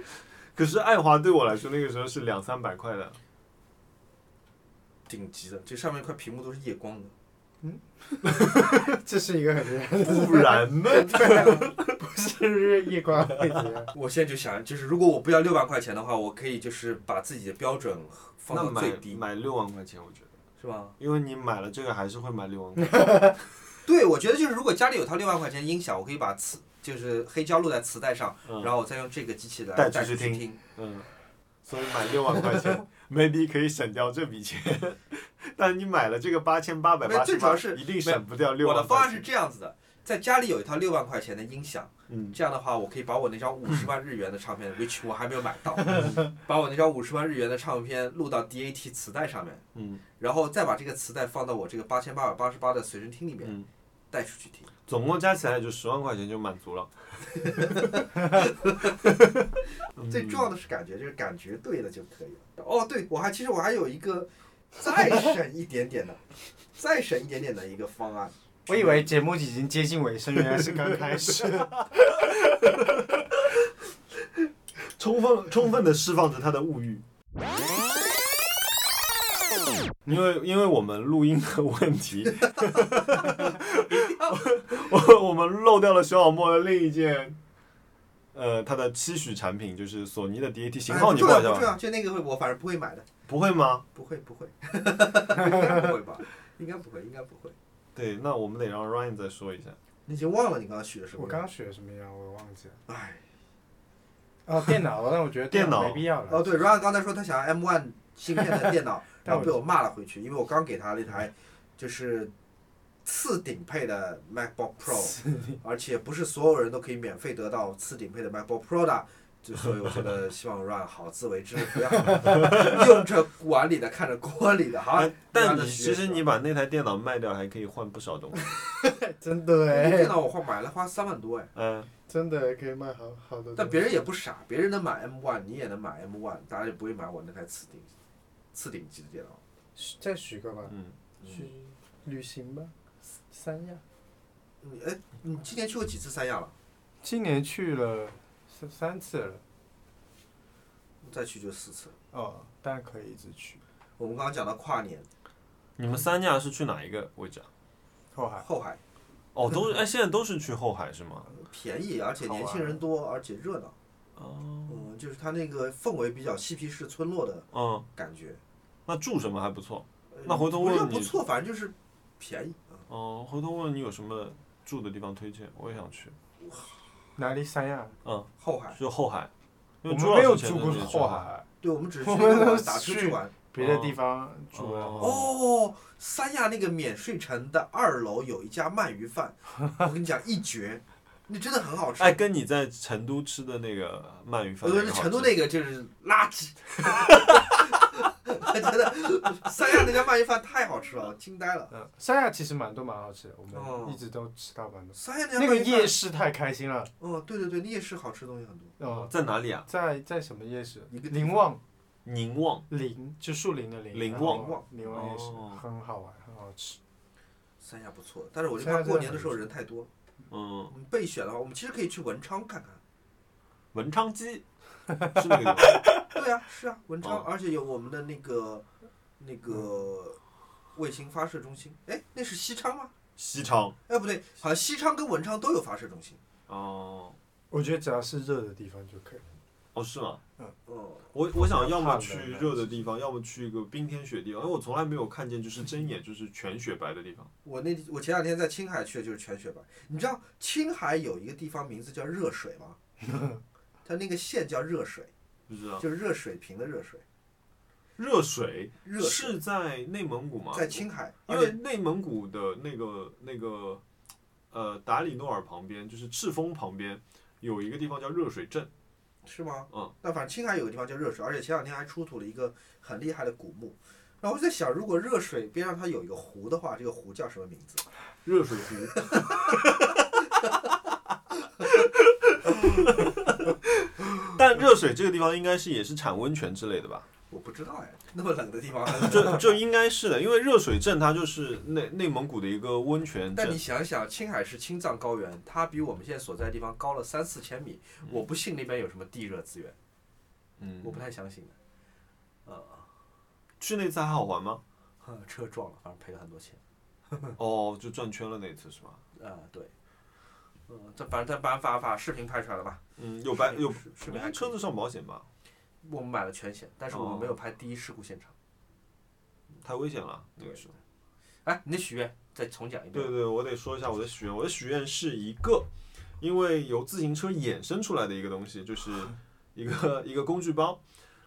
可是爱华对我来说那个时候是两三百块的，顶级的，这上面一块屏幕都是夜光的。这是一个很厉 害的，不然呢？不是夜光会怎样？我现在就想，就是如果我不要六万块钱的话，我可以就是把自己的标准放那到买最低，买六万块钱，我觉得，是吧？因为你买了这个还是会买六万块钱。对，我觉得就是如果家里有套六万块钱的音响，我可以把磁就是黑胶录在磁带上，然嗯后我再用这个机器来带带出去出去听听。嗯，所以买六万块 钱，maybe 可以省掉这笔钱，但你买了这个八千八百没八有十最主八，要是一定省不掉六我的万方案块是钱。这样子的，在家里有一套六万块钱的音响，嗯，这样的话，我可以把我那张五十万日元的唱片，which 我还没有买 到，把我那张五十万日元的唱片录到 DAT 磁带上面，嗯，然后再把这个磁带放到我这个八千八百八十八的随身听里面嗯，带出去听。总共加起来就十万块钱就满足了。 嗯最重要的是感觉，就是感觉对了就可以了。哦，对，我还其实我还有一 个再省一点点的，再省一点点的一个方案。我以为节目已经接近尾声，原 来是刚开始。充分充分的释放着他的物欲。因为因为我们录音的问题，我我们漏掉了徐小莫的另一件，呃，他的期许产品就是索尼的 DAT 型号，哎你不报重要一下不重吧。要，就那个会我反正不会买的，不会吗？不会不 会，应该不会吧？应该不会，应该不 会。对，那我们得让 Ryan 再说一下。你已经忘了你刚刚许的什么？我刚刚学什么样，我忘记了。哎。哦，电脑，但我觉得电脑没必要哦，了。对，Ryan 刚才说他想要 M1 芯片的电脑，然但我后被我骂了回去，因为我刚给他了一台就是次顶配的 MacBook Pro，而且不是所有人都可以免费得到次顶配的 MacBook Pro 的。就所以我觉得希望 Ryan 好自为之，不要用着碗里的看着锅里的哈哎。但让他你学其实习你把那台电脑卖掉，还可以换不少东西。真的那 个电哎，脑我花买了花三万多哎，嗯，真的可以卖好好的。但别人也不傻，别人能买 M1，你也能买 M1，大家也不会买我那台次顶次顶级的电脑。再许个吧，嗯，许旅行吧，三亚。你哎，你今年去过几次三亚了？今年去了三三次了。再去就四次了。啊、哦，当然可以一直去我们刚刚讲到跨年你们三亚是去哪一个位置啊？后海。后海哦，都是哎，现在都是去后海是吗？便宜，而且年轻人多，而且热闹。哦，嗯，就是它那个氛围比较嬉皮士村落的嗯，感觉。那住什么还不错。呃那回头我觉得问你不错，反正就是便宜。哦，回头问你有什么住的地方推荐，我也想去。哪里三亚？嗯，后海，就后海，因为我们朱没老有师前住阵过子也去后，海，对我们只是去我那们个都打车去去玩。别的地方住了。哦哦，三亚那个免税城的二楼有一家鳗鱼饭，我跟你讲一绝，那真的很好吃。哎，跟你在成都吃的那个鳗鱼我饭，觉得成都那个就是垃圾，我觉得三亚那家鳗鱼饭太好吃了，惊呆了。嗯，三亚其实蛮多蛮好吃的，我哦们一直都吃到蛮多。三亚那家那个鳗鱼饭夜，市太开心了。嗯，对对对，那夜市好吃的东西很多。哦，在哪里啊？在在什么夜市？一个地林旺宁旺。林，就树林的林。林然后旺林旺夜市哦很好玩，很好吃。三亚不错，但是我就三亚怕真的过年的很时候不错人太多。嗯我，们备选的话，我们其实可以去文昌看 看。文昌 鸡是那个地方。对啊，是啊，文昌，哦而且有我们的那个那个嗯卫星发射中心。哎，那是西昌吗？西昌。哎，不对，好像西昌跟文昌都有发射中心。哦，我觉得只要是热的地方就可以。哦是吗？嗯哦，我我想要么看的去那热的地方，要么去一个冰天雪地方，因为我从来没有看见就是睁眼就是全雪白的地方。我那我前两天在青海去的就是全雪白。你知道青海有一个地方名字叫热水 吗？它那个县叫热水，不知道就是热水瓶的热水。热水热水是在内蒙古吗？在青海，因而为且内蒙古的那个那个呃达里诺尔旁边，就是赤峰旁边有一个地方叫热水镇，是吗？嗯，那反正青海有个地方叫热水，而且前两天还出土了一个很厉害的古墓。然后我就在想，如果热水边上它有一个湖的话，这个湖叫什么名字？热水湖。 但热水这个地方应该是也是产温泉之类的吧？我不知道哎，那么冷的地方，这这应该是的，因为热水镇它就是内内蒙古的一个温泉但你镇。想想，青海是青藏高原，它比我们现在所在的地方高了三四千米。我不信那边有什么地热资源，嗯我不太相信的。呃，去那次还好玩吗？嗯呵 车撞了，反正赔了很多钱。哦，就转圈了那次是吧？呃，对，呃，这反正把把把视频拍出来了吧？嗯，有白有视频视频还可以车子上保险吧？我们买了全险，但是哦我们没有拍第一事故现场。太危险了，那个时候。哎，你的许愿再重讲一遍对。对，我得说一下我的许愿。我的许愿是一个，因为由自行车衍生出来的一个东西， 就是一个一个工具包，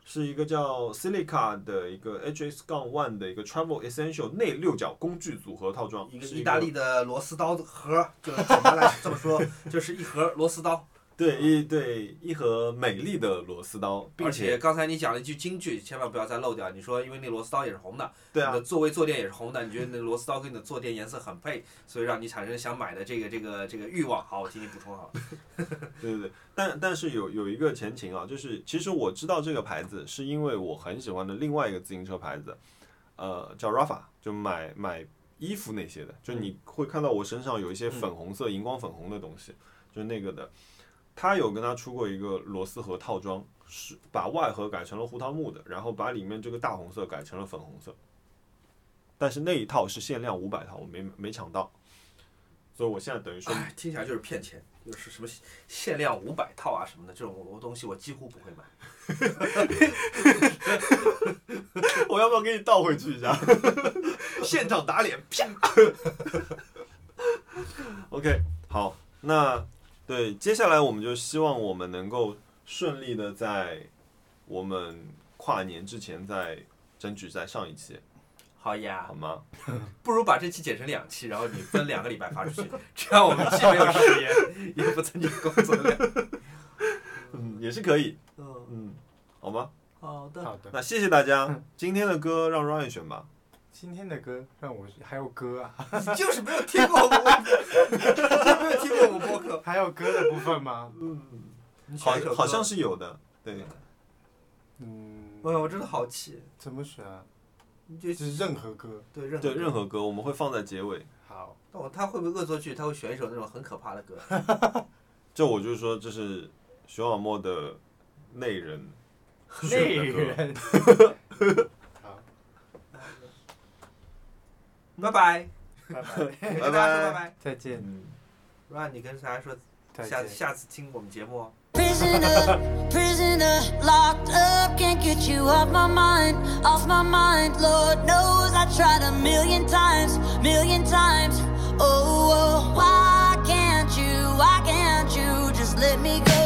是一个叫 Silica 的一个 HS 杠 One 的一个 Travel Essential 内六角工具组合套装，一个是意大利的螺丝刀盒，就是简单来这 么说，就是一盒螺丝刀。对一对一盒美丽的螺丝刀，并啊而且刚才你讲了一句金句，千万不要再漏掉。你说因为那螺丝刀也是红的，对你啊的座位坐垫也是红的，你觉得那螺丝刀跟你的坐垫颜色很配，所以让你产生想买的这个这个这个欲望。好，我替你补充啊好了。 对对对，但但是有有一个前情啊，就是其实我知道这个牌子是因为我很喜欢的另外一个自行车牌子，呃，叫 Rafa，就买买衣服那些的，就你会看到我身上有一些粉红色、荧光粉红的东西，就是那个的。他有跟他出过一个螺丝盒套装，是把外盒改成了胡桃木的，然后把里面这个大红色改成了粉红色。但是那一套是限量五百套，我没没抢到，所以我现在等于说哎，听起来就是骗钱，就是什么限量五百套啊什么的这种东西，我几乎不会买。 我要不要给你倒回去一下？ 现场打脸，啪 ！OK，好，那对，接下来我们就希望我们能够顺利的在我们跨年之前再争取再上一期，好呀好，吗？不如把这期剪成两期，然后你分两个礼拜发出去，这样我们既没有食言， 也不增加工作量。嗯，也是可以，嗯，嗯，好吗？好的。好的，那谢谢大家，今天的歌让 Ryan 选吧。今天的歌让我还有歌啊，你 就是没有听过我们，你就是没有听过我们播客。还有歌的部分吗？嗯好，好像是，是有的，对，嗯，哎呀，我真的好气，怎么选啊？你就就是任何歌。对任何对，歌任何歌我们会放在结尾。好，那我他会不会恶作剧？他会选一首那种很可怕的歌，这我就是说，这是熊小莫的内人内人。 好，拜拜，拜拜， 跟大家说拜拜。再见，嗯， Run，你跟大家说，再下见。下次听我们节目哦。 Prisoner, prisoner, locked up, can't get you off my mind, off my mind. Lord knows I tried a million times, million times. Oh, oh why can't you, why can't you just let me go? oh, Oh, Oh, Oh, Oh,